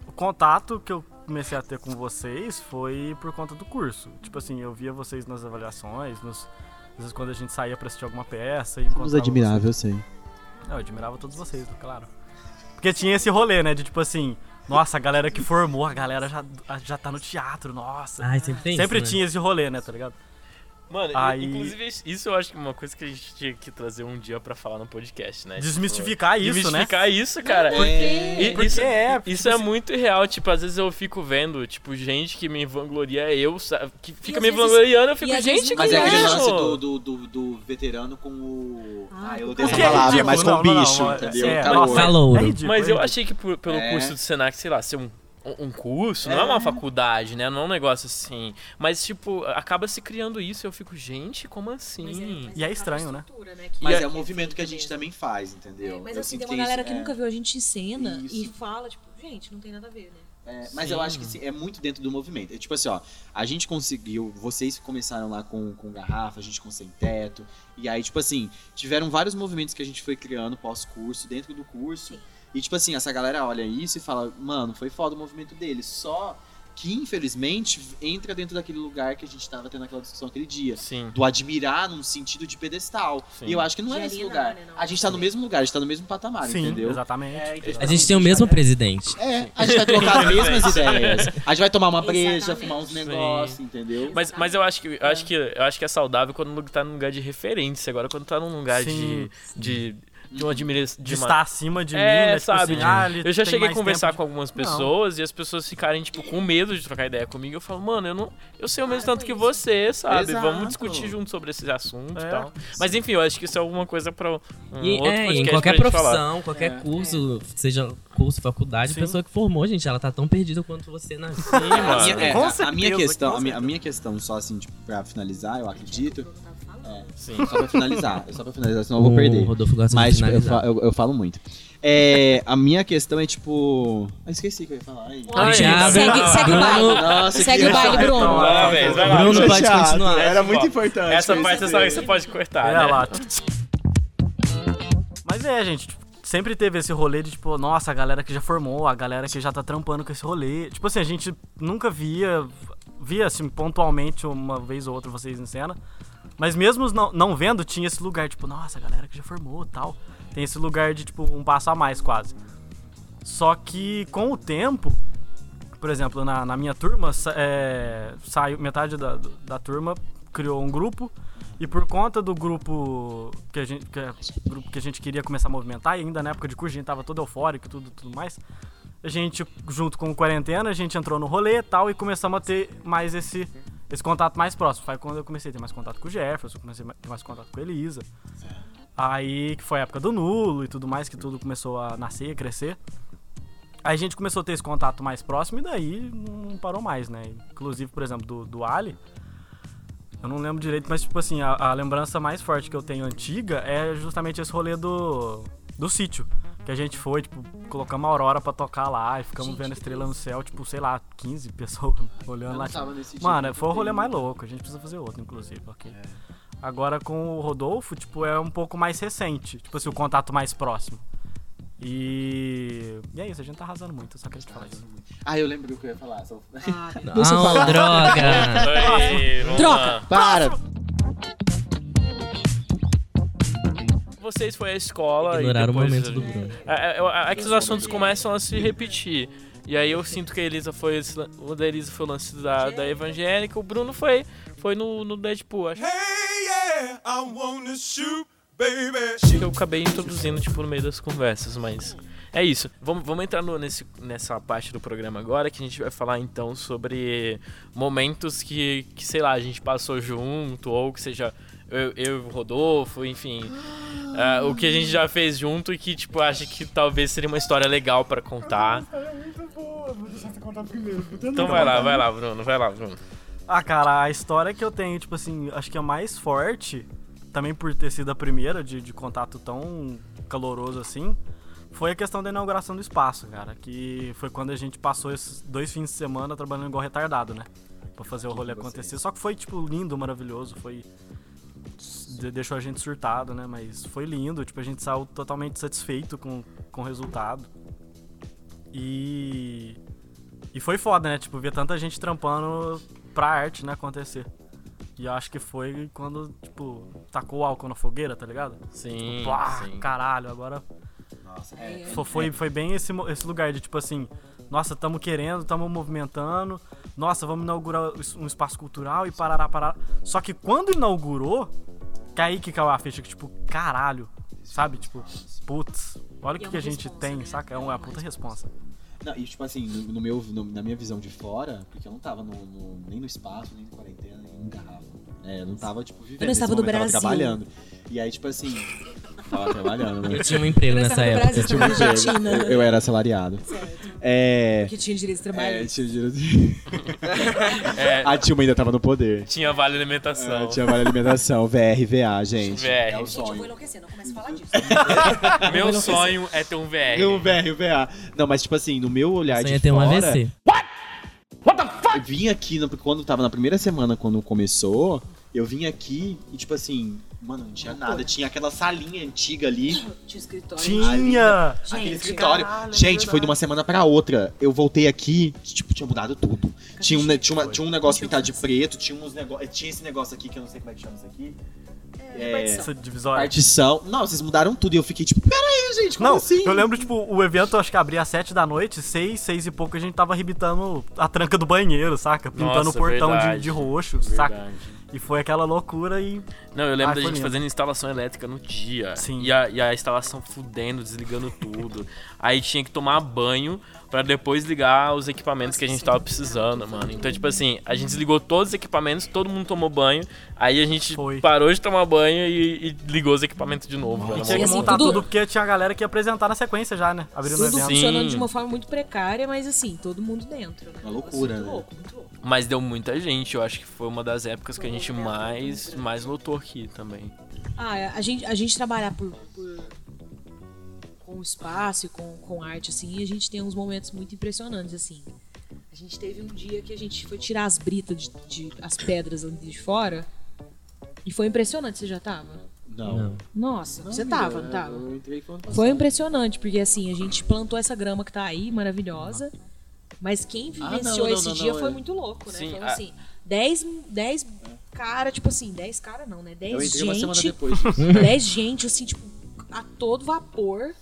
[SPEAKER 6] O contato que eu comecei a ter com vocês foi por conta do curso. Tipo assim, eu via vocês nas avaliações, nos. Às vezes quando a gente saía pra assistir alguma peça e
[SPEAKER 4] Nos
[SPEAKER 6] encontrava
[SPEAKER 4] admirável, eu sei.
[SPEAKER 6] Não, eu admirava todos vocês, né, claro. Porque tinha esse rolê, né? De tipo assim, nossa, a galera que formou, a galera já, já tá no teatro, nossa.
[SPEAKER 5] Ai, sempre tem
[SPEAKER 6] Sempre
[SPEAKER 5] isso, né?
[SPEAKER 6] tinha esse rolê, né, tá ligado?
[SPEAKER 1] Mano,
[SPEAKER 6] Aí-
[SPEAKER 1] inclusive, isso eu acho que é uma coisa que a gente tinha que trazer um dia pra falar no podcast, né?
[SPEAKER 6] Desmistificar
[SPEAKER 1] Tipo,
[SPEAKER 6] isso, né?
[SPEAKER 1] Desmistificar isso, cara.
[SPEAKER 4] É.
[SPEAKER 1] E-
[SPEAKER 6] Porque
[SPEAKER 1] isso
[SPEAKER 6] é, porque
[SPEAKER 1] isso é muito real, tipo, às vezes eu fico vendo, tipo, gente que me vangloria, eu, sabe, que fica
[SPEAKER 3] às
[SPEAKER 1] me
[SPEAKER 3] vezes-
[SPEAKER 1] vangloriando, eu fico,
[SPEAKER 3] e às
[SPEAKER 1] gente,
[SPEAKER 3] vezes
[SPEAKER 1] que
[SPEAKER 4] Mas é aquele
[SPEAKER 1] isso?
[SPEAKER 4] lance do, do, do, do veterano com o.
[SPEAKER 3] Ah,
[SPEAKER 4] Ah, eu
[SPEAKER 3] com
[SPEAKER 4] odeio essa
[SPEAKER 3] o quê?
[SPEAKER 4] palavra,
[SPEAKER 6] é Ridículo,
[SPEAKER 4] mas com
[SPEAKER 6] Tipo, não,
[SPEAKER 4] o
[SPEAKER 6] não, não,
[SPEAKER 4] bicho,
[SPEAKER 6] é-
[SPEAKER 4] entendeu? Tá
[SPEAKER 6] é,
[SPEAKER 4] Calor.
[SPEAKER 5] nossa, Calouro.
[SPEAKER 6] É ridículo,
[SPEAKER 1] Mas
[SPEAKER 6] é
[SPEAKER 1] eu
[SPEAKER 6] ridículo.
[SPEAKER 1] achei que por- pelo
[SPEAKER 4] É.
[SPEAKER 1] curso do Senac, sei lá, ser um, um um curso, não é uma faculdade, né? Não é um negócio assim. Mas, tipo, acaba se criando isso. Eu fico, gente, como assim?
[SPEAKER 6] E é estranho, né?
[SPEAKER 4] Mas é um movimento que a gente também faz, entendeu?
[SPEAKER 3] Mas
[SPEAKER 4] Eu
[SPEAKER 3] assim,
[SPEAKER 4] sinto
[SPEAKER 3] tem uma galera
[SPEAKER 4] isso,
[SPEAKER 3] que
[SPEAKER 4] é.
[SPEAKER 3] nunca viu a gente em cena e
[SPEAKER 4] Isso.
[SPEAKER 3] fala, tipo, gente, não tem nada a ver, né?
[SPEAKER 4] É, mas eu acho que sim, é muito dentro do movimento. É tipo assim, ó, a gente conseguiu, vocês começaram lá com, com garrafa, a gente com sem teto, e aí, tipo assim, tiveram vários movimentos que a gente foi criando pós-curso, dentro do curso. E tipo assim, essa galera olha isso e fala, mano, foi foda o movimento deles. Só que infelizmente entra dentro daquele lugar que a gente tava tendo aquela discussão aquele dia.
[SPEAKER 1] Sim.
[SPEAKER 4] Do admirar num sentido de pedestal.
[SPEAKER 1] Sim.
[SPEAKER 4] E eu acho que não é
[SPEAKER 3] De
[SPEAKER 4] nesse
[SPEAKER 3] alienar,
[SPEAKER 4] lugar.
[SPEAKER 3] né, não.
[SPEAKER 4] A gente tá no mesmo lugar, a gente tá no mesmo patamar,
[SPEAKER 6] Sim,
[SPEAKER 4] entendeu?
[SPEAKER 6] exatamente.
[SPEAKER 5] A gente tem o mesmo presidente.
[SPEAKER 4] É, a gente vai trocar as mesmas ideias. A gente vai tomar uma breja,
[SPEAKER 3] Exatamente.
[SPEAKER 4] fumar uns
[SPEAKER 1] Sim.
[SPEAKER 4] negócios, entendeu?
[SPEAKER 1] Mas, mas eu acho que eu acho que eu acho que é saudável quando tá num lugar de referência. Agora quando tá num lugar
[SPEAKER 6] Sim,
[SPEAKER 1] de, de de uma admiração,
[SPEAKER 6] de
[SPEAKER 1] de uma-
[SPEAKER 6] estar acima de mim,
[SPEAKER 1] é,
[SPEAKER 6] né? Tipo
[SPEAKER 1] sabe?
[SPEAKER 6] assim,
[SPEAKER 1] de-
[SPEAKER 6] ah, ele
[SPEAKER 1] eu já
[SPEAKER 6] tem
[SPEAKER 1] cheguei a
[SPEAKER 6] mais
[SPEAKER 1] conversar
[SPEAKER 6] tempo
[SPEAKER 1] com algumas
[SPEAKER 6] Não.
[SPEAKER 1] pessoas e as pessoas ficarem tipo com medo de trocar ideia comigo. Eu falo, mano, eu não, eu sei o mesmo
[SPEAKER 3] Para
[SPEAKER 1] tanto
[SPEAKER 3] com
[SPEAKER 1] que
[SPEAKER 3] isso.
[SPEAKER 1] você, sabe? Vamos
[SPEAKER 4] Exato.
[SPEAKER 1] discutir junto sobre esses assuntos e
[SPEAKER 6] É.
[SPEAKER 1] tal. Mas enfim, eu acho que isso é alguma coisa para um
[SPEAKER 5] E,
[SPEAKER 1] outro
[SPEAKER 5] é, em
[SPEAKER 1] podcast
[SPEAKER 5] qualquer
[SPEAKER 1] pra gente falar.
[SPEAKER 5] profissão, qualquer
[SPEAKER 3] É,
[SPEAKER 5] curso, seja curso, faculdade,
[SPEAKER 6] Sim.
[SPEAKER 5] a pessoa que formou, gente, ela tá tão perdida quanto você na vida.
[SPEAKER 4] A minha, é,
[SPEAKER 6] Com
[SPEAKER 4] a- a
[SPEAKER 6] certeza,
[SPEAKER 4] minha
[SPEAKER 6] com
[SPEAKER 4] questão, a
[SPEAKER 6] certeza.
[SPEAKER 4] minha, a minha questão só assim, tipo, pra finalizar, eu acredito. é,
[SPEAKER 1] Sim.
[SPEAKER 4] Só pra finalizar, só pra finalizar, senão eu vou perder.
[SPEAKER 5] O Rodolfo gosta
[SPEAKER 4] Mas
[SPEAKER 5] de
[SPEAKER 4] tipo, eu, fa-
[SPEAKER 5] finalizar.
[SPEAKER 4] eu- eu falo muito. É, a minha questão é tipo. Ah, esqueci o que eu ia falar. Ai.
[SPEAKER 1] Ai,
[SPEAKER 5] Thiago,
[SPEAKER 3] segue, segue o baile.
[SPEAKER 4] Nossa, que-
[SPEAKER 3] Segue o baile, Bruno.
[SPEAKER 1] Vai, velho, vai lá.
[SPEAKER 5] Bruno pode
[SPEAKER 4] Chateado,
[SPEAKER 5] continuar.
[SPEAKER 4] Era muito
[SPEAKER 1] Ó,
[SPEAKER 4] importante.
[SPEAKER 1] Essa
[SPEAKER 4] eu
[SPEAKER 1] parte você, só,
[SPEAKER 4] percebi.
[SPEAKER 1] você pode cortar,
[SPEAKER 6] Olha
[SPEAKER 1] né?
[SPEAKER 6] É, lá. Mas é, gente, tipo, sempre teve esse rolê de tipo, nossa, a galera que já formou, a galera que já tá trampando com esse rolê. Tipo assim, a gente nunca via, via assim, pontualmente uma vez ou outra vocês em cena. Mas mesmo os não, não vendo, tinha esse lugar, tipo, nossa, a galera que já formou tal. Tem esse lugar de, tipo, um passo a mais quase. Só que com o tempo, por exemplo, na, na minha turma, sa- é, saiu, metade da, da turma criou um grupo. E por conta do grupo que a gente, que, é- grupo que a gente queria começar a movimentar, e ainda na época de curso a gente tava todo eufórico e tudo, tudo mais, a gente, junto com o quarentena, a gente entrou no rolê e tal e começamos a ter mais esse, esse contato mais próximo. Foi quando eu comecei a ter mais contato com o Jefferson, comecei a ter mais contato com a Elisa. Aí que foi a época do nulo e tudo mais, que tudo começou a nascer e crescer. Aí a gente começou a ter esse contato mais próximo e daí não parou mais, né? Inclusive, por exemplo, do, do Ali. Eu não lembro direito, mas tipo assim, a, a lembrança mais forte que eu tenho antiga é justamente esse rolê do, do sítio. Que a gente foi, tipo, colocamos a Aurora pra tocar lá e ficamos
[SPEAKER 3] Gente,
[SPEAKER 6] vendo a
[SPEAKER 3] que
[SPEAKER 6] estrela no céu, tipo, sei lá, 15 pessoas olhando
[SPEAKER 4] Eu
[SPEAKER 6] lá.
[SPEAKER 4] não
[SPEAKER 6] tipo, É.
[SPEAKER 4] tava nesse dia,
[SPEAKER 6] Mano,
[SPEAKER 4] não
[SPEAKER 6] foi o rolê
[SPEAKER 4] tem-
[SPEAKER 6] mais louco. A gente precisa fazer outro, inclusive, ok? Agora com o Rodolfo, tipo, é um pouco mais recente. Tipo assim, o contato mais próximo. E. E é isso, a gente tá arrasando muito, eu só queria te falar isso.
[SPEAKER 4] Ah, eu lembro o que eu ia falar. só-
[SPEAKER 5] Não, droga!
[SPEAKER 1] Aí, vamos
[SPEAKER 3] Troca.
[SPEAKER 1] lá.
[SPEAKER 4] Para!
[SPEAKER 1] Vocês foi à escola
[SPEAKER 5] Ignoraram
[SPEAKER 1] e
[SPEAKER 5] o
[SPEAKER 1] depois...
[SPEAKER 5] momento do Bruno.
[SPEAKER 1] É, é, é, é que os assuntos começam a se repetir. E aí eu sinto que a Elisa foi. esse lan- O da Elisa foi o lance da, da evangélica, o Bruno foi, foi no, no Deadpool, acho. que eu acabei introduzindo, tipo, no meio das conversas, mas. É isso. Vamos, vamos entrar no- nesse, nessa parte do programa agora, que a gente vai falar então sobre momentos que, que, sei lá, a gente passou junto, ou que seja eu, eu e o Rodolfo, enfim. ah, o que a gente já fez junto e que, tipo, acha que talvez seria uma história legal pra contar.
[SPEAKER 4] é
[SPEAKER 1] Então vai lá, vai lá, Bruno, vai lá, Bruno.
[SPEAKER 6] Ah, cara, a história que eu tenho, tipo assim, acho que a mais forte, também por ter sido a primeira de, de contato tão caloroso assim, foi a questão da inauguração do espaço, cara. Que foi quando a gente passou esses dois fins de semana trabalhando igual retardado, né? Pra fazer o rolê acontecer. Só que foi, tipo, lindo, maravilhoso, foi. de- Deixou a gente surtado, né? Mas foi lindo, tipo, a gente saiu totalmente satisfeito com, com o resultado. E. E foi foda, né? Tipo, ver tanta gente trampando pra arte, né, acontecer. E eu acho que foi quando, tipo, tacou o álcool na fogueira, tá ligado?
[SPEAKER 1] Sim,
[SPEAKER 6] Pá,
[SPEAKER 1] sim.
[SPEAKER 6] caralho, agora
[SPEAKER 4] Nossa, é.
[SPEAKER 6] fo- foi, foi bem esse, mo- esse lugar de, tipo assim, nossa, tamo querendo, tamo movimentando, nossa, vamos inaugurar es- um espaço cultural e parará, parará. Só que quando inaugurou, que é aí que caiu a ficha, que tipo, caralho, sabe? Tipo, putz,
[SPEAKER 3] E
[SPEAKER 6] olha o
[SPEAKER 3] é
[SPEAKER 6] que,
[SPEAKER 3] uma
[SPEAKER 6] que a gente
[SPEAKER 3] responsa,
[SPEAKER 6] tem,
[SPEAKER 3] né?
[SPEAKER 6] saca? É uma puta responsa.
[SPEAKER 4] Não, e tipo assim, no, no meu, no- na minha visão de fora, porque eu não tava no- no- nem no espaço, nem na quarentena, nem no garrafa. É, eu não tava, tipo, vivendo.
[SPEAKER 3] Eu não
[SPEAKER 4] esse
[SPEAKER 3] estava no
[SPEAKER 4] momento, eu
[SPEAKER 3] Brasil.
[SPEAKER 4] Tava trabalhando. E aí, tipo assim, tava trabalhando, né?
[SPEAKER 5] Eu tinha um emprego nessa
[SPEAKER 3] Brasil,
[SPEAKER 5] época.
[SPEAKER 3] estava na Argentina.
[SPEAKER 4] Tipo, Eu, eu era assalariado. É.
[SPEAKER 3] Que tinha direito de
[SPEAKER 4] É,
[SPEAKER 3] trabalho.
[SPEAKER 4] tinha dinheiro. A Dilma ainda tava no poder.
[SPEAKER 1] É, Tinha vale
[SPEAKER 4] É,
[SPEAKER 1] alimentação. um
[SPEAKER 4] tinha vale alimentação, VRVA, gente.
[SPEAKER 1] VR.
[SPEAKER 4] É o
[SPEAKER 3] Gente, eu vou é
[SPEAKER 4] sonho.
[SPEAKER 3] enlouquecer, não começa a falar disso.
[SPEAKER 1] Meu sonho é ter um VR.
[SPEAKER 4] Não, VRVA. Não, mas tipo assim, no meu olhar
[SPEAKER 5] Sonha
[SPEAKER 4] de
[SPEAKER 5] ter um
[SPEAKER 4] fora,
[SPEAKER 5] AVC.
[SPEAKER 4] Eu vim aqui, no- quando tava na primeira semana, quando começou, Eu vim aqui e, tipo assim, mano, não tinha nada. Tinha aquela salinha antiga ali.
[SPEAKER 3] Tinha um escritório.
[SPEAKER 6] Tinha!
[SPEAKER 4] Aquele
[SPEAKER 3] Gente,
[SPEAKER 4] escritório.
[SPEAKER 6] caralho, é
[SPEAKER 4] gente, foi
[SPEAKER 6] verdade.
[SPEAKER 4] de uma semana pra outra. Eu voltei aqui, tipo, tinha mudado tudo. Tinha um, ne- tinha, uma- tinha um negócio pintado de preto, tinha uns negócios. Tinha esse negócio aqui que eu não sei como é que chama isso aqui.
[SPEAKER 3] né?
[SPEAKER 4] É,
[SPEAKER 6] Essa divisória.
[SPEAKER 4] partição. Não, vocês mudaram tudo e eu fiquei tipo, peraí, gente, como
[SPEAKER 6] Não,
[SPEAKER 4] assim?
[SPEAKER 6] eu lembro, tipo, o evento acho que abria às sete da noite, seis, seis e pouco, a gente tava arrebitando a tranca do banheiro, saca? Pintando
[SPEAKER 1] Nossa,
[SPEAKER 6] o portão de,
[SPEAKER 1] verdade.
[SPEAKER 6] de roxo, saca?
[SPEAKER 1] Verdade. Tá
[SPEAKER 6] E foi aquela loucura e.
[SPEAKER 1] Não, eu lembro da
[SPEAKER 6] Ah, foi
[SPEAKER 1] gente
[SPEAKER 6] lindo.
[SPEAKER 1] fazendo instalação elétrica no dia.
[SPEAKER 6] Sim.
[SPEAKER 1] E a, e a instalação fudendo, desligando tudo. Aí tinha que tomar banho pra depois ligar os equipamentos que a gente tava precisando, mano. Então, tipo assim, a gente desligou todos os equipamentos, todo mundo tomou banho. Aí a gente
[SPEAKER 6] Foi.
[SPEAKER 1] parou de tomar banho e, e ligou os equipamentos de novo. velho.
[SPEAKER 6] E tinha
[SPEAKER 3] E
[SPEAKER 6] que
[SPEAKER 3] assim,
[SPEAKER 6] montar
[SPEAKER 3] tudo-
[SPEAKER 6] tudo... porque tinha a galera que ia apresentar na sequência já, né? Abrindo o
[SPEAKER 3] Tudo
[SPEAKER 6] evento.
[SPEAKER 1] Sim.
[SPEAKER 3] funcionando de uma forma muito precária, mas assim, todo mundo dentro. Né?
[SPEAKER 4] Uma loucura,
[SPEAKER 3] Muito
[SPEAKER 4] né?
[SPEAKER 3] louco, muito louco.
[SPEAKER 1] Mas deu muita gente. Eu acho que foi uma das épocas que a gente mais, mais lotou aqui também.
[SPEAKER 3] Ah, é, a gente, a gente trabalhar por, por- com o espaço e com, com arte, assim, a gente tem uns momentos muito impressionantes, assim. A gente teve um dia que a gente foi tirar as britas, de, de- as pedras ali de fora, e foi impressionante, você já tava?
[SPEAKER 4] Não.
[SPEAKER 3] Nossa, você
[SPEAKER 4] Amiga,
[SPEAKER 3] tava, não tava?
[SPEAKER 4] Eu entrei quando
[SPEAKER 3] Foi impressionante, porque assim, a gente plantou essa grama que tá aí, maravilhosa. Mas quem
[SPEAKER 4] não,
[SPEAKER 3] vivenciou
[SPEAKER 4] Ah, não,
[SPEAKER 3] esse
[SPEAKER 4] não,
[SPEAKER 3] dia
[SPEAKER 4] não,
[SPEAKER 3] foi
[SPEAKER 4] é.
[SPEAKER 3] muito louco, né?
[SPEAKER 1] Sim,
[SPEAKER 3] Foram
[SPEAKER 1] a-
[SPEAKER 3] assim, 10 dez cara, tipo assim, 10 cara não, né?
[SPEAKER 4] Eu
[SPEAKER 3] 10
[SPEAKER 4] entrei uma semana
[SPEAKER 3] gente,
[SPEAKER 4] depois. disso.
[SPEAKER 3] 10 gente, assim, tipo, a todo vapor.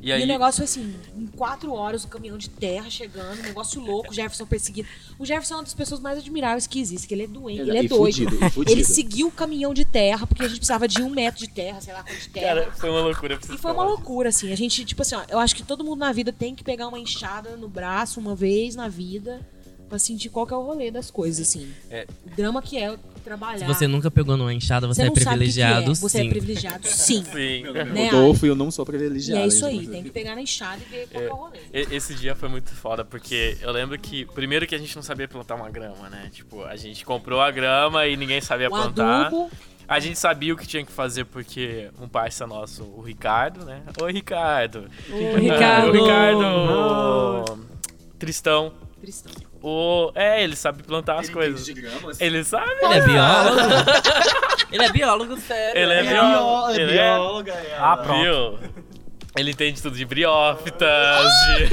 [SPEAKER 1] E
[SPEAKER 3] E,
[SPEAKER 1] aí.
[SPEAKER 3] o negócio foi assim, em 4 horas o caminhão de terra chegando, um negócio louco, o Jefferson perseguido. O Jefferson é uma das pessoas mais admiráveis que existe, que ele é doente, ele é
[SPEAKER 4] E
[SPEAKER 3] doido.
[SPEAKER 4] fudido, e fudido.
[SPEAKER 3] Ele seguiu o caminhão de terra, porque a gente precisava de um metro de terra, sei lá quanto de terra.
[SPEAKER 1] Cara, foi uma loucura. pra
[SPEAKER 3] é, E
[SPEAKER 1] vocês
[SPEAKER 3] foi uma
[SPEAKER 1] falarem.
[SPEAKER 3] loucura, assim. A gente, tipo assim, ó, eu acho que todo mundo na vida tem que pegar uma enxada no braço uma vez na vida pra sentir qual que é o rolê das coisas, assim.
[SPEAKER 1] É.
[SPEAKER 3] O drama que é trabalhar.
[SPEAKER 5] Se você nunca pegou numa enxada, você,
[SPEAKER 3] Você
[SPEAKER 5] é
[SPEAKER 3] não sabe o que que
[SPEAKER 5] privilegiado,
[SPEAKER 3] é. Você é
[SPEAKER 5] sim.
[SPEAKER 3] privilegiado, sim.
[SPEAKER 1] Sim.
[SPEAKER 3] Né,
[SPEAKER 4] Rodolfo e eu não sou
[SPEAKER 3] E
[SPEAKER 4] privilegiado.
[SPEAKER 3] é isso
[SPEAKER 4] hein,
[SPEAKER 3] aí,
[SPEAKER 4] mas-
[SPEAKER 3] tem que pegar na enxada e ver qual que é o rolê.
[SPEAKER 1] E- Esse dia foi muito foda, porque eu lembro que, primeiro que a gente não sabia plantar uma grama, né? Tipo, a gente comprou a grama e ninguém sabia
[SPEAKER 3] O
[SPEAKER 1] plantar.
[SPEAKER 3] adubo,
[SPEAKER 1] A gente sabia o que tinha que fazer porque um parça nosso, o Ricardo, né? Oi, Ricardo.
[SPEAKER 3] o
[SPEAKER 1] O
[SPEAKER 3] Ricardo,
[SPEAKER 1] Ricardo. Tristão.
[SPEAKER 3] Tristão.
[SPEAKER 1] O... É, ele sabe plantar as coisas. Ele sabe.
[SPEAKER 5] Ele é biólogo. Ele é biólogo, sério.
[SPEAKER 1] Ele é
[SPEAKER 4] É bió-
[SPEAKER 1] biólogo.
[SPEAKER 4] é
[SPEAKER 1] Ele é...
[SPEAKER 4] bióloga, é.
[SPEAKER 6] Ah, pronto.
[SPEAKER 1] Viu? Ele entende tudo de briófitas, de...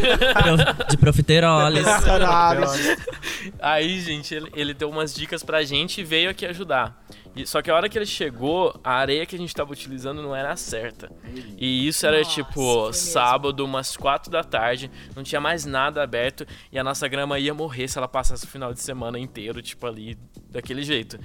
[SPEAKER 5] Pro- De profiteroles.
[SPEAKER 4] Caralho.
[SPEAKER 1] Aí, gente, ele, ele deu umas dicas pra gente e veio aqui ajudar. E- só que a hora que ele chegou, a areia que a gente tava utilizando não era a certa. E isso era
[SPEAKER 3] Nossa, foi
[SPEAKER 1] tipo
[SPEAKER 3] mesmo.
[SPEAKER 1] sábado, umas quatro da tarde, não tinha mais nada aberto e a nossa grama ia morrer se ela passasse o final de semana inteiro, tipo ali, daquele jeito.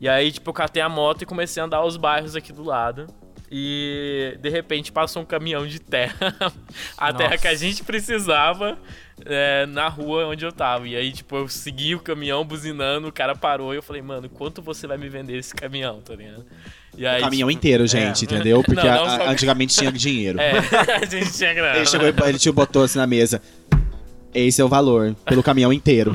[SPEAKER 1] E aí, tipo, eu catei a moto e comecei a andar os bairros aqui do lado. E de repente passou um caminhão de terra. a terra que a gente precisava é, na rua onde eu tava. E aí, tipo, eu segui o caminhão buzinando, o cara parou e eu falei, mano, quanto você vai me vender esse caminhão, tá ligado? E aí.
[SPEAKER 4] O caminhão
[SPEAKER 1] tipo,
[SPEAKER 4] inteiro, gente, entendeu? Porque
[SPEAKER 1] Não, não
[SPEAKER 4] a-
[SPEAKER 1] só-
[SPEAKER 4] antigamente tinha dinheiro.
[SPEAKER 1] É, a gente tinha grana.
[SPEAKER 4] Ele chegou e ele te botou assim na mesa. Esse é o valor, pelo caminhão inteiro.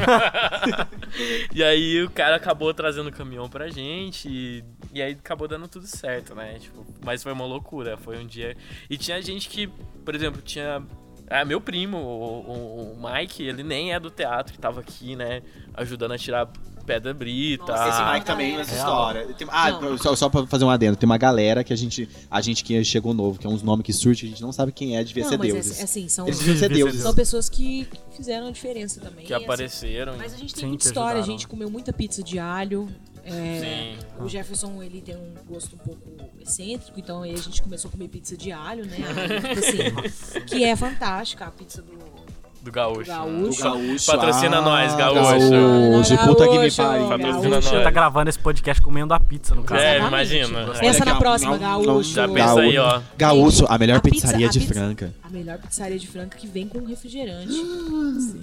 [SPEAKER 1] E aí o cara acabou trazendo o caminhão pra gente e, e aí acabou dando tudo certo, né? Tipo, mas foi uma loucura, foi um dia... E tinha gente que, por exemplo, tinha... Ah, meu primo, o, o- o Mike, ele nem é do teatro, que tava aqui, né, ajudando a tirar pedra brita.
[SPEAKER 3] Nossa, esse Mike
[SPEAKER 4] também é essa
[SPEAKER 3] É,
[SPEAKER 4] história. Tem- ah,
[SPEAKER 3] Não.
[SPEAKER 4] só, só pra fazer um adendo, tem uma galera que a gente. A gente que chegou novo, que é uns nomes que surge, a gente não sabe quem é, devia
[SPEAKER 3] Não,
[SPEAKER 4] ser
[SPEAKER 3] mas
[SPEAKER 4] deuses.
[SPEAKER 3] é- assim, são,
[SPEAKER 4] Eles deviam ser deuses.
[SPEAKER 3] são pessoas que fizeram a diferença também.
[SPEAKER 1] que
[SPEAKER 3] assim.
[SPEAKER 1] apareceram.
[SPEAKER 3] Mas a gente tem
[SPEAKER 6] Sim,
[SPEAKER 3] muita
[SPEAKER 6] que
[SPEAKER 3] história, a
[SPEAKER 6] ajudaram.
[SPEAKER 3] gente comeu muita pizza de alho. é,
[SPEAKER 1] Sim.
[SPEAKER 3] O Jefferson, ele tem um gosto um pouco excêntrico, então aí a gente começou a comer pizza de alho, né? Tipo assim, que é fantástica, a pizza do...
[SPEAKER 1] Do gaúcho.
[SPEAKER 3] Gaúcho.
[SPEAKER 1] né? Patrocina nós, gaúcho.
[SPEAKER 4] Gaúcho, puta que me
[SPEAKER 3] Gaúcho,
[SPEAKER 4] pariu.
[SPEAKER 1] Patrocina
[SPEAKER 3] gaúcho.
[SPEAKER 1] nós.
[SPEAKER 6] Você tá gravando esse podcast comendo a pizza, no caso.
[SPEAKER 1] É,
[SPEAKER 3] Exatamente.
[SPEAKER 1] imagina.
[SPEAKER 3] Pensa na
[SPEAKER 4] Gaú-
[SPEAKER 3] próxima,
[SPEAKER 4] não-
[SPEAKER 3] gaúcho.
[SPEAKER 1] Já pensa aí, ó.
[SPEAKER 4] Gaúcho, a melhor
[SPEAKER 3] A pizza-
[SPEAKER 4] pizzaria
[SPEAKER 3] a
[SPEAKER 4] de
[SPEAKER 3] pizza-
[SPEAKER 4] Franca.
[SPEAKER 3] A melhor pizzaria de Franca que vem com refrigerante.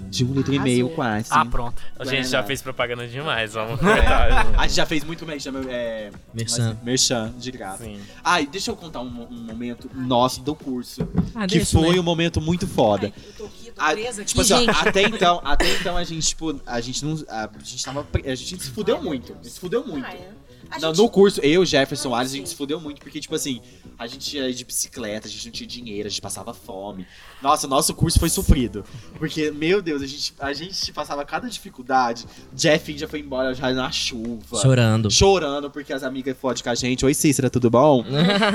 [SPEAKER 4] De um litro e
[SPEAKER 3] Arrasou.
[SPEAKER 4] meio, quase.
[SPEAKER 6] Ah, pronto.
[SPEAKER 1] A gente já
[SPEAKER 4] Verdade.
[SPEAKER 1] fez propaganda demais,
[SPEAKER 3] É.
[SPEAKER 1] vamos cortar.
[SPEAKER 4] A gente já fez muito merchan, é,
[SPEAKER 5] Merchan.
[SPEAKER 4] merchan de graça.
[SPEAKER 1] Sim.
[SPEAKER 4] Ah, e deixa eu contar um, um momento nosso do curso.
[SPEAKER 5] Ah,
[SPEAKER 4] que
[SPEAKER 5] deixa,
[SPEAKER 4] foi
[SPEAKER 5] né?
[SPEAKER 4] um momento muito foda.
[SPEAKER 3] Ai, eu tô aqui, eu tô
[SPEAKER 4] A-
[SPEAKER 3] presa aqui,
[SPEAKER 4] tipo assim, ó,
[SPEAKER 3] gente.
[SPEAKER 4] até então, até então a gente, tipo, a gente não. A gente tava. pre- A gente se fudeu muito. A gente se fudeu muito.
[SPEAKER 3] Ah, é. A
[SPEAKER 4] Não,
[SPEAKER 3] gente-
[SPEAKER 4] no curso, eu, Jefferson, Alice, a gente se fudeu muito, porque, tipo assim, a gente ia de bicicleta, a gente não tinha dinheiro, a gente passava fome. Nossa, nosso curso foi sofrido. Porque, meu Deus, a gente, a gente passava cada dificuldade. Jeff já foi embora já na chuva.
[SPEAKER 5] Chorando.
[SPEAKER 4] Chorando porque as amigas fodem com a gente. Oi, Cícera, tudo bom?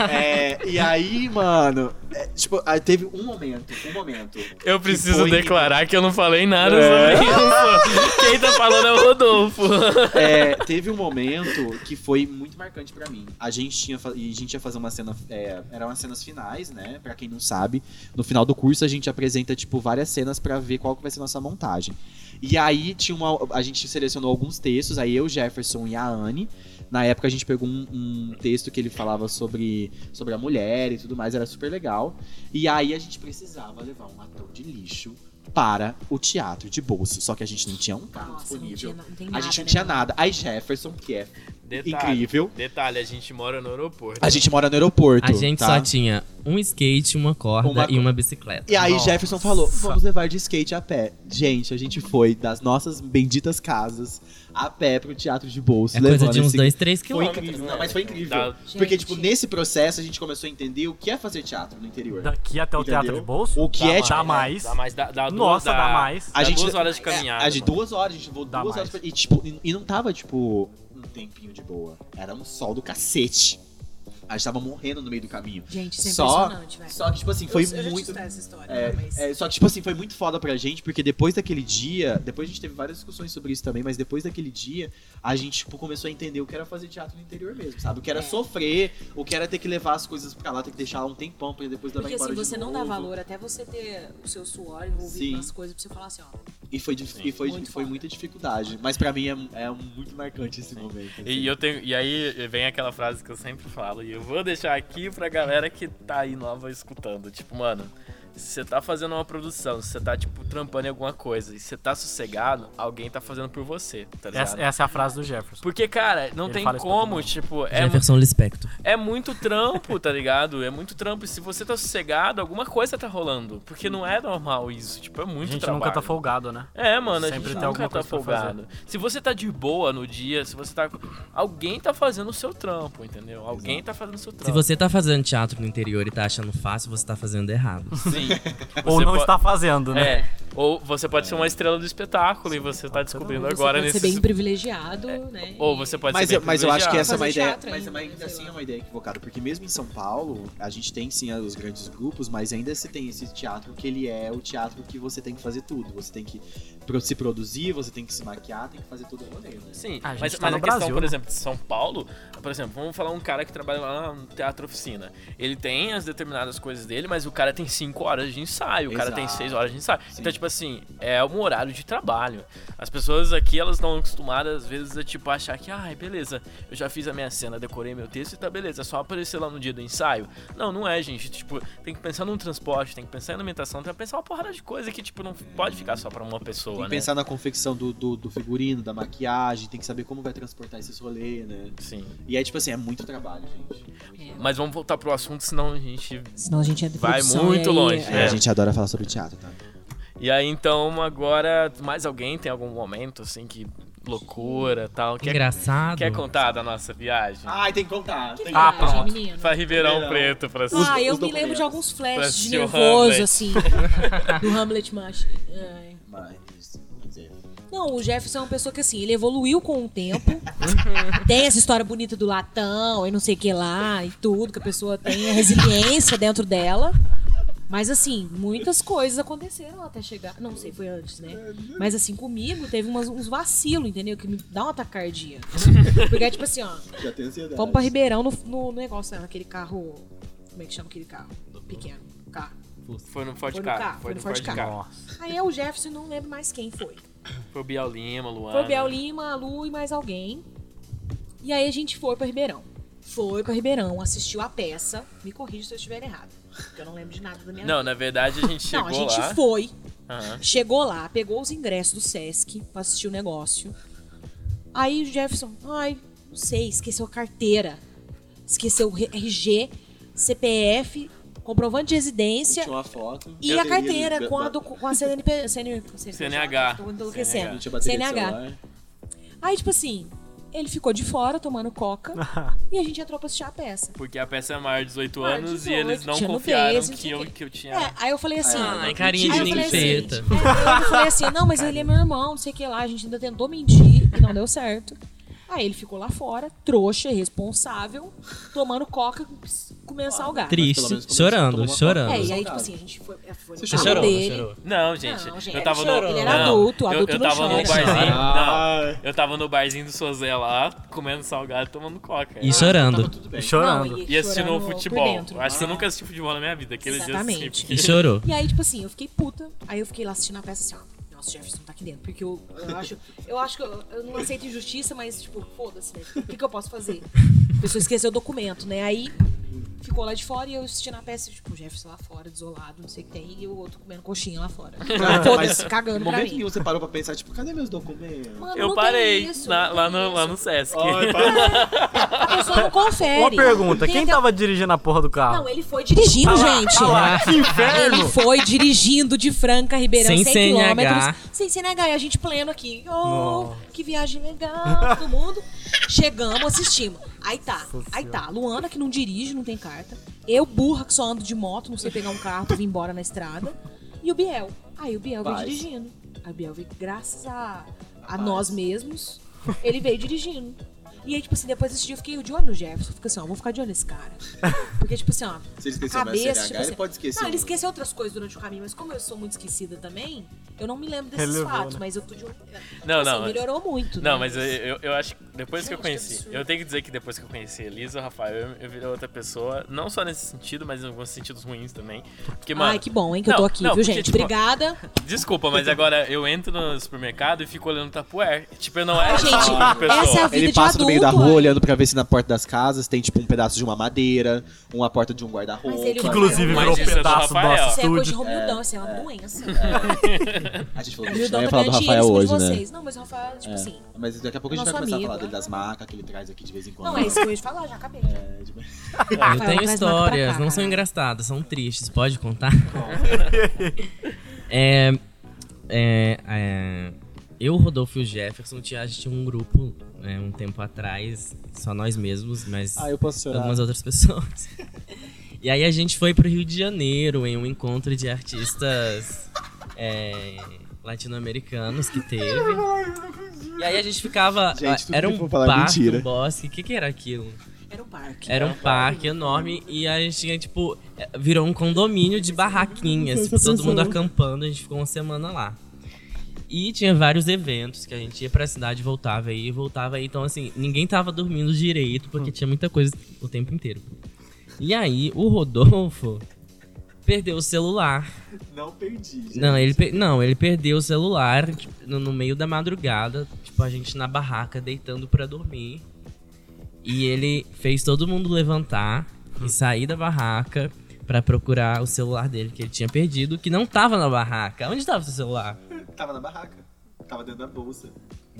[SPEAKER 4] É, e aí, mano, é, tipo, aí teve um momento, um momento.
[SPEAKER 1] Eu preciso
[SPEAKER 4] foi-
[SPEAKER 1] declarar que eu não falei nada
[SPEAKER 4] É.
[SPEAKER 1] sobre isso. Quem tá falando é o Rodolfo.
[SPEAKER 4] É, teve um momento que foi muito marcante pra mim. A gente tinha fa- e a gente ia fazer uma cena, é, eram as cenas finais, né? Pra quem não sabe, no final do curso a gente apresenta tipo várias cenas pra ver qual que vai ser a nossa montagem. E aí tinha uma, a gente selecionou alguns textos, aí eu, Jefferson e a Anne. Na época a gente pegou um, um texto que ele falava sobre, sobre a mulher e tudo mais, era super legal. E aí a gente precisava levar um ator de lixo para o teatro de bolso, só que a gente não tinha um carro
[SPEAKER 3] Nossa, não
[SPEAKER 4] disponível.
[SPEAKER 3] tinha, na- não tem
[SPEAKER 4] A
[SPEAKER 3] nada,
[SPEAKER 4] gente não
[SPEAKER 3] né,
[SPEAKER 4] tinha
[SPEAKER 3] mano?
[SPEAKER 4] nada. Aí Jefferson, que é
[SPEAKER 1] Detalhe,
[SPEAKER 4] incrível.
[SPEAKER 1] Detalhe, a gente mora no aeroporto.
[SPEAKER 4] A gente mora no aeroporto.
[SPEAKER 5] A gente
[SPEAKER 4] tá?
[SPEAKER 5] só tinha um skate, uma corda
[SPEAKER 4] Uma
[SPEAKER 5] e uma bicicleta.
[SPEAKER 4] E aí
[SPEAKER 6] Nossa.
[SPEAKER 4] Jefferson falou: vamos levar de skate a pé. Gente, a gente foi das nossas benditas casas a pé pro teatro de bolso.
[SPEAKER 5] É coisa
[SPEAKER 4] levando
[SPEAKER 5] de uns
[SPEAKER 4] esse-
[SPEAKER 5] 2, 3
[SPEAKER 4] Foi
[SPEAKER 5] quilômetros.
[SPEAKER 4] incrível.
[SPEAKER 1] né?
[SPEAKER 4] Não, mas foi incrível.
[SPEAKER 1] Dá-
[SPEAKER 4] Porque,
[SPEAKER 3] Gente.
[SPEAKER 4] tipo, nesse processo a gente começou a entender o que é fazer teatro no interior.
[SPEAKER 6] Daqui até o
[SPEAKER 4] Entendeu?
[SPEAKER 6] teatro de bolso?
[SPEAKER 4] O que
[SPEAKER 6] dá
[SPEAKER 4] é,
[SPEAKER 6] Dá
[SPEAKER 4] tipo,
[SPEAKER 6] mais.
[SPEAKER 1] Dá mais, dá, dá
[SPEAKER 6] Nossa,
[SPEAKER 1] duas,
[SPEAKER 6] dá
[SPEAKER 1] dá
[SPEAKER 6] mais.
[SPEAKER 4] A gente- é-
[SPEAKER 1] duas horas de caminhada.
[SPEAKER 4] A de
[SPEAKER 1] mano.
[SPEAKER 4] duas horas, a gente voou
[SPEAKER 6] Dá
[SPEAKER 4] duas
[SPEAKER 6] mais.
[SPEAKER 4] horas. pra- E, tipo, e- e não tava, tipo, um tempinho de boa. Era um sol do cacete. A gente tava morrendo no meio do caminho.
[SPEAKER 3] Gente, isso é
[SPEAKER 4] Só,
[SPEAKER 3] impressionante, velho.
[SPEAKER 4] só que, tipo assim, foi
[SPEAKER 3] eu, eu já te
[SPEAKER 4] muito.
[SPEAKER 3] escutei essa história,
[SPEAKER 4] É,
[SPEAKER 3] né, mas...
[SPEAKER 4] é, só que, tipo assim, foi muito foda pra gente, porque depois daquele dia, depois a gente teve várias discussões sobre isso também, mas depois daquele dia, a gente, tipo, começou a entender o que era fazer teatro no interior mesmo, sabe? O que era
[SPEAKER 3] É.
[SPEAKER 4] sofrer, o que era ter que levar as coisas pra lá, ter que deixar lá um tempão pra depois levar
[SPEAKER 3] Porque
[SPEAKER 4] embora
[SPEAKER 3] assim,
[SPEAKER 4] de
[SPEAKER 3] você não dá
[SPEAKER 4] novo.
[SPEAKER 3] valor até você ter o seu suor envolvido
[SPEAKER 4] Sim.
[SPEAKER 3] nas coisas pra você falar assim, ó.
[SPEAKER 4] E foi, dif- e foi,
[SPEAKER 3] Muito
[SPEAKER 4] foi
[SPEAKER 3] foda.
[SPEAKER 4] muita dificuldade, mas pra mim é, é muito marcante esse momento. assim.
[SPEAKER 1] E, eu tenho, e aí vem aquela frase que eu sempre falo, e eu vou deixar aqui pra galera que tá aí nova escutando. Tipo, mano, se você tá fazendo uma produção, se você tá, tipo, trampando em alguma coisa, e você tá sossegado, alguém tá fazendo por você, tá ligado?
[SPEAKER 6] Essa, essa é a frase do Jefferson.
[SPEAKER 1] Porque, cara, não
[SPEAKER 6] Ele
[SPEAKER 1] tem
[SPEAKER 6] fala isso pra todo
[SPEAKER 1] como,
[SPEAKER 6] mundo.
[SPEAKER 1] tipo, é, mu-
[SPEAKER 5] Jefferson Lispector.
[SPEAKER 1] é muito trampo, tá ligado? É muito trampo. E se você tá sossegado, alguma coisa tá rolando. Porque não é normal isso, tipo, é
[SPEAKER 6] A
[SPEAKER 1] muito
[SPEAKER 6] gente
[SPEAKER 1] trabalho.
[SPEAKER 6] nunca tá folgado, né?
[SPEAKER 1] É, mano, a
[SPEAKER 6] Sempre
[SPEAKER 1] gente
[SPEAKER 6] tem
[SPEAKER 1] nunca
[SPEAKER 6] alguma
[SPEAKER 1] tá
[SPEAKER 6] coisa pra
[SPEAKER 1] folgado. Se você tá de boa no dia, se você tá. Alguém tá fazendo o seu trampo, entendeu? Alguém tá fazendo o seu trampo.
[SPEAKER 5] Se você tá fazendo teatro no interior e tá achando fácil, você tá fazendo errado.
[SPEAKER 1] Sim.
[SPEAKER 6] Ou
[SPEAKER 1] Você
[SPEAKER 6] não
[SPEAKER 1] po-
[SPEAKER 6] está fazendo, né? É.
[SPEAKER 1] É. Ou você pode ser uma estrela do espetáculo e você tá descobrindo
[SPEAKER 3] Você
[SPEAKER 1] agora
[SPEAKER 3] pode
[SPEAKER 1] nesse.
[SPEAKER 3] ser bem privilegiado, né?
[SPEAKER 1] Ou você pode
[SPEAKER 4] mas
[SPEAKER 1] ser.
[SPEAKER 4] eu,
[SPEAKER 1] bem
[SPEAKER 4] mas eu acho que essa
[SPEAKER 1] privilegiado.
[SPEAKER 4] é uma
[SPEAKER 3] Fazer
[SPEAKER 4] ideia.
[SPEAKER 3] teatro
[SPEAKER 4] Mas,
[SPEAKER 3] ainda,
[SPEAKER 4] mas ainda
[SPEAKER 3] sei
[SPEAKER 4] assim
[SPEAKER 3] lá.
[SPEAKER 4] é uma ideia equivocada, porque mesmo em São Paulo, a gente tem sim os grandes grupos, mas ainda se tem esse teatro que ele é o teatro que você tem que fazer tudo. Você tem que pro- se produzir, você tem que se maquiar, tem que fazer todo o rolê, né?
[SPEAKER 1] Sim,
[SPEAKER 6] A gente
[SPEAKER 1] mas,
[SPEAKER 6] tá
[SPEAKER 1] mas
[SPEAKER 6] no
[SPEAKER 1] a questão,
[SPEAKER 6] Brasil,
[SPEAKER 1] por
[SPEAKER 6] né?
[SPEAKER 1] exemplo, de São Paulo, por exemplo, vamos falar um cara que trabalha lá no Teatro Oficina. Ele tem as determinadas coisas dele, mas o cara tem 5 horas de ensaio, o cara tem
[SPEAKER 4] Exato.
[SPEAKER 1] 6 horas de ensaio.
[SPEAKER 4] Sim.
[SPEAKER 1] Então, tipo assim, é um horário de trabalho. As pessoas aqui, elas estão acostumadas, às vezes, a tipo achar que, ai, beleza, eu já fiz a minha cena, decorei meu texto e tá beleza, é só aparecer lá no dia do ensaio. Não, não é, gente. Tipo, tem que pensar num transporte, tem que pensar em alimentação, tem que pensar uma porrada de coisa que, tipo, não pode ficar só pra uma pessoa,
[SPEAKER 4] Tem que
[SPEAKER 1] né?
[SPEAKER 4] pensar na confecção do, do, do figurino, da maquiagem, tem que saber como vai transportar esses rolês, né?
[SPEAKER 1] Sim.
[SPEAKER 4] E é tipo assim, é muito trabalho, gente.
[SPEAKER 1] Mas vamos voltar pro assunto, senão a gente
[SPEAKER 3] Senão a gente é
[SPEAKER 1] Vai produção, muito e aí- longe,
[SPEAKER 4] É,
[SPEAKER 1] É.
[SPEAKER 4] a gente adora falar sobre teatro, tá?
[SPEAKER 1] E aí, então, agora, mais alguém tem algum momento, assim, que loucura tal? Quer,
[SPEAKER 5] Engraçado.
[SPEAKER 1] quer contar da nossa viagem?
[SPEAKER 4] Ai, tem que contar. Tem que
[SPEAKER 6] Ah,
[SPEAKER 4] contar.
[SPEAKER 6] pronto.
[SPEAKER 3] menino.
[SPEAKER 1] Pra Ribeirão
[SPEAKER 4] Não.
[SPEAKER 1] Preto, pra
[SPEAKER 4] Os-
[SPEAKER 3] Ah, eu
[SPEAKER 4] os
[SPEAKER 3] me lembro
[SPEAKER 4] documentos.
[SPEAKER 3] de alguns flashes
[SPEAKER 1] Parece
[SPEAKER 3] de
[SPEAKER 1] o Hamlet.
[SPEAKER 3] nervoso, assim. do Hamlet Macho. Ai.
[SPEAKER 4] Mas,
[SPEAKER 3] Não, o Jefferson é uma pessoa que, assim, ele evoluiu com o tempo. tem essa história bonita do latão e não sei o que lá e tudo, que a pessoa tem a resiliência dentro dela. Mas, assim, muitas coisas aconteceram até chegar. Não sei, foi antes, né? Mas, assim, comigo teve umas- uns vacilos, entendeu? Que me dá uma tacardia. Porque é tipo assim, ó.
[SPEAKER 4] já tem ansiedade.
[SPEAKER 3] Fomos pra Ribeirão no, no negócio, né? Naquele carro. Como é que chama aquele carro? Pequeno. Carro.
[SPEAKER 1] Foi no Ford
[SPEAKER 3] Foi no
[SPEAKER 1] Car.
[SPEAKER 3] carro,
[SPEAKER 1] Foi no Ford Car.
[SPEAKER 6] Nossa.
[SPEAKER 3] Aí é o Jefferson, não lembro mais quem foi.
[SPEAKER 1] Foi o Biel Lima, Luana.
[SPEAKER 3] Foi o Biel Lima, a Lu e mais alguém. E aí a gente foi pra Ribeirão. Foi pra Ribeirão, assistiu a peça. Me corrija se eu estiver errado. Porque eu não lembro de nada da minha
[SPEAKER 1] Não, na verdade, a gente
[SPEAKER 3] vida.
[SPEAKER 1] chegou
[SPEAKER 3] Não, a gente
[SPEAKER 1] lá.
[SPEAKER 3] foi, Ah.
[SPEAKER 1] Aham.
[SPEAKER 3] chegou lá, pegou os ingressos do Sesc pra assistir o negócio. Aí o Jefferson, ai, não sei, esqueceu a carteira. Esqueceu o RG, CPF, comprovante de residência
[SPEAKER 4] Tinha uma foto.
[SPEAKER 3] e
[SPEAKER 4] Eu
[SPEAKER 3] a
[SPEAKER 4] teria-
[SPEAKER 3] carteira com a, do, com a CNP, CN,
[SPEAKER 1] CNH.
[SPEAKER 3] Tô
[SPEAKER 4] Não
[SPEAKER 3] enlouquecendo.
[SPEAKER 4] tinha bateria de
[SPEAKER 3] CNH.
[SPEAKER 4] celular.
[SPEAKER 3] Aí, tipo assim, Ele ficou de fora tomando coca e a gente entrou pra assistir a peça.
[SPEAKER 1] Porque a peça é maior de 18
[SPEAKER 3] Maior de
[SPEAKER 1] anos e
[SPEAKER 3] 18,
[SPEAKER 1] eles não
[SPEAKER 3] tinha
[SPEAKER 1] confiaram
[SPEAKER 3] nudez, não
[SPEAKER 1] que,
[SPEAKER 3] sei o
[SPEAKER 1] eu,
[SPEAKER 3] quê.
[SPEAKER 1] que eu tinha.
[SPEAKER 3] É, aí eu falei assim.
[SPEAKER 5] Ai, carinha
[SPEAKER 3] Aí
[SPEAKER 5] de
[SPEAKER 3] eu falei assim,
[SPEAKER 5] ninfeta.
[SPEAKER 3] é, eu falei assim, não, mas ele é meu irmão, não sei o que lá, a gente ainda tentou mentir e não deu certo. Aí ele ficou lá fora, trouxa, irresponsável, tomando coca, comendo salgado.
[SPEAKER 4] pelo menos
[SPEAKER 5] Triste,
[SPEAKER 4] quando
[SPEAKER 5] chorando,
[SPEAKER 4] você toma
[SPEAKER 5] chorando.
[SPEAKER 3] É, e aí,
[SPEAKER 4] Salgado.
[SPEAKER 3] tipo assim, a gente foi, foi no
[SPEAKER 4] Você
[SPEAKER 3] carro
[SPEAKER 4] chorou?
[SPEAKER 3] dele.
[SPEAKER 1] Não, gente.
[SPEAKER 3] Não, gente,
[SPEAKER 1] eu tava no.
[SPEAKER 3] ele era
[SPEAKER 1] não,
[SPEAKER 3] adulto,
[SPEAKER 1] eu-
[SPEAKER 3] adulto né?
[SPEAKER 1] eu,
[SPEAKER 3] não
[SPEAKER 1] tava no
[SPEAKER 3] chora.
[SPEAKER 1] barzinho. Não.
[SPEAKER 4] Ah,
[SPEAKER 1] Eu tava no barzinho do Sozé lá, comendo salgado e tomando coca.
[SPEAKER 5] E chorando.
[SPEAKER 4] tava Ah, tá tudo bem.
[SPEAKER 6] Chorando.
[SPEAKER 3] Não, ele
[SPEAKER 1] E assistindo o
[SPEAKER 3] chorando por
[SPEAKER 1] futebol.
[SPEAKER 3] dentro.
[SPEAKER 1] Acho que eu nunca assisti futebol na minha vida. Aqueles dias
[SPEAKER 3] Exatamente.
[SPEAKER 1] assim.
[SPEAKER 5] E chorou.
[SPEAKER 3] E aí, tipo assim, eu fiquei puta. Aí eu fiquei lá assistindo a peça assim, ó. Nossa, o Jefferson tá aqui dentro. Porque eu, eu acho. Eu acho que eu, eu não aceito injustiça, mas, tipo, foda-se, né? O que, que eu posso fazer? A pessoa esqueceu o documento, né? Aí ficou lá de fora e eu assistindo a peça, tipo, o Jefferson lá fora, desolado, não sei o que tem, e o outro comendo coxinha lá fora. Foda-se,
[SPEAKER 4] No
[SPEAKER 3] cagando pra
[SPEAKER 4] momento
[SPEAKER 3] mim.
[SPEAKER 4] nenhum você parou pra pensar, tipo, cadê meus documentos?
[SPEAKER 3] Mano, não
[SPEAKER 1] Eu
[SPEAKER 3] tem
[SPEAKER 1] parei
[SPEAKER 3] isso,
[SPEAKER 1] na-
[SPEAKER 3] não
[SPEAKER 1] lá,
[SPEAKER 3] tem
[SPEAKER 1] no, lá
[SPEAKER 3] isso.
[SPEAKER 1] no Sesc.
[SPEAKER 3] A pessoa não confere.
[SPEAKER 6] Uma pergunta,
[SPEAKER 3] Tem
[SPEAKER 6] quem
[SPEAKER 3] até-
[SPEAKER 6] tava dirigindo a porra do carro?
[SPEAKER 3] Não, ele foi dirigindo, gente.
[SPEAKER 6] Que
[SPEAKER 3] Ele
[SPEAKER 6] inferno!
[SPEAKER 3] foi dirigindo de Franca, a Ribeirão,
[SPEAKER 5] Sem
[SPEAKER 3] 100
[SPEAKER 5] CNH.
[SPEAKER 3] quilômetros. Sem CNH. E a gente pleno aqui. Oh, que viagem legal, todo mundo. Chegamos, assistimos. Aí tá, aí tá. Luana, que não dirige, não tem carta. Eu, burra, que só ando de moto, não sei pegar um carro pra vir embora na estrada. E o Biel. Aí o Biel
[SPEAKER 4] Paz.
[SPEAKER 3] veio dirigindo. Aí o Biel veio, graças a, a nós mesmos, ele veio dirigindo. E aí, tipo assim, depois desse dia eu fiquei de olho no Jefferson. Fica assim, ó, vou ficar de olho nesse cara. Porque, tipo assim, ó, a
[SPEAKER 4] Se ele esqueceu o
[SPEAKER 3] cabeça, tipo
[SPEAKER 4] SNH,
[SPEAKER 3] assim,
[SPEAKER 4] ele pode esquecer.
[SPEAKER 3] Não, ele
[SPEAKER 4] o-
[SPEAKER 3] esqueceu outras coisas durante o caminho, mas como eu sou muito esquecida também, eu não me lembro desses
[SPEAKER 6] Relevou,
[SPEAKER 3] fatos,
[SPEAKER 6] né?
[SPEAKER 3] mas eu tô de olho.
[SPEAKER 1] Não,
[SPEAKER 3] assim,
[SPEAKER 1] não.
[SPEAKER 3] melhorou muito.
[SPEAKER 1] Não,
[SPEAKER 3] né?
[SPEAKER 1] mas eh, eu, eu, eu acho que depois que eu
[SPEAKER 3] Gente, que é
[SPEAKER 1] conheci.
[SPEAKER 3] absurdo.
[SPEAKER 1] Eu tenho que dizer que depois que eu conheci a Elisa, o Rafael, eu, eu virei outra pessoa. Não só nesse sentido, mas em alguns sentidos ruins também. Porque, mano.
[SPEAKER 3] Ai, que bom, hein, que eu
[SPEAKER 1] Não,
[SPEAKER 3] tô aqui,
[SPEAKER 1] não,
[SPEAKER 3] viu,
[SPEAKER 1] porque,
[SPEAKER 3] gente?
[SPEAKER 1] tipo,
[SPEAKER 3] Obrigada.
[SPEAKER 1] Desculpa, mas agora eu entro no supermercado e fico olhando o Tapuer. Tipo, eu não era
[SPEAKER 3] gente,
[SPEAKER 1] esse tipo de pessoa.
[SPEAKER 3] essa é a vida
[SPEAKER 4] Ele
[SPEAKER 3] de
[SPEAKER 4] passa
[SPEAKER 3] adulto. é.
[SPEAKER 4] no meio da rua
[SPEAKER 3] olha.
[SPEAKER 4] olhando pra ver se na porta das casas tem, tipo, um pedaço de uma madeira, uma porta de um guarda-roupa.
[SPEAKER 3] Mas ele
[SPEAKER 6] Que
[SPEAKER 3] vai-
[SPEAKER 6] inclusive
[SPEAKER 1] Mas
[SPEAKER 6] virou
[SPEAKER 1] isso é do
[SPEAKER 6] pedaço um do
[SPEAKER 1] Rafael.
[SPEAKER 3] Isso é coisa de
[SPEAKER 6] estúdio.
[SPEAKER 3] Romildão, isso é uma doença.
[SPEAKER 4] A gente falou, a gente não
[SPEAKER 3] Romildão
[SPEAKER 4] ia
[SPEAKER 3] tá
[SPEAKER 4] falar do
[SPEAKER 3] ganhando dinheiro em cima
[SPEAKER 4] Rafael
[SPEAKER 3] de
[SPEAKER 4] hoje, né?
[SPEAKER 3] vocês. Não, mas o Rafael, tipo
[SPEAKER 4] É.
[SPEAKER 3] assim.
[SPEAKER 4] Mas daqui a pouco a gente vai
[SPEAKER 3] Nosso
[SPEAKER 4] começar a
[SPEAKER 3] amigo,
[SPEAKER 4] falar dele
[SPEAKER 3] né?
[SPEAKER 4] das macas que ele traz aqui de vez em quando.
[SPEAKER 3] Não, é isso que eu ia te falar, já acabei. já.
[SPEAKER 4] É, de-
[SPEAKER 5] Eu
[SPEAKER 3] Rafael,
[SPEAKER 5] tenho
[SPEAKER 3] traz marca pra
[SPEAKER 5] histórias,
[SPEAKER 3] cá,
[SPEAKER 5] não são
[SPEAKER 3] cara.
[SPEAKER 5] engraçadas, são tristes, pode contar? é, é, é, eu, Rodolfo e o Jefferson, tinha- a gente tinha um grupo é, um tempo atrás, só nós mesmos, mas
[SPEAKER 4] Ah, eu posso chorar.
[SPEAKER 5] algumas outras pessoas. E aí a gente foi pro Rio de Janeiro em um encontro de artistas é, latino-americanos que teve. E aí a gente ficava.
[SPEAKER 4] Gente, tudo
[SPEAKER 5] era
[SPEAKER 4] que
[SPEAKER 5] um
[SPEAKER 4] for falar é
[SPEAKER 5] parque,
[SPEAKER 4] mentira.
[SPEAKER 5] um bosque. O que, que era aquilo?
[SPEAKER 3] Era um
[SPEAKER 4] É.
[SPEAKER 3] parque.
[SPEAKER 5] Era um parque enorme e a gente tinha, tipo, eh, virou um condomínio de barraquinhas. Tipo, todo mundo acampando, a gente ficou uma semana lá. E tinha vários eventos que a gente ia pra cidade, voltava aí, voltava aí. Então, assim, ninguém tava dormindo direito porque tinha muita coisa o tempo inteiro. E aí, o Rodolfo perdeu o celular.
[SPEAKER 4] Não perdi. gente.
[SPEAKER 5] Não ele, pe- não, ele perdeu o celular tipo, no, no meio da madrugada, tipo, a gente na barraca deitando pra dormir. E ele fez todo mundo levantar e sair da barraca pra procurar o celular dele que ele tinha perdido, que não tava na barraca. Onde tava seu celular?
[SPEAKER 4] Tava na barraca. Tava dentro da bolsa.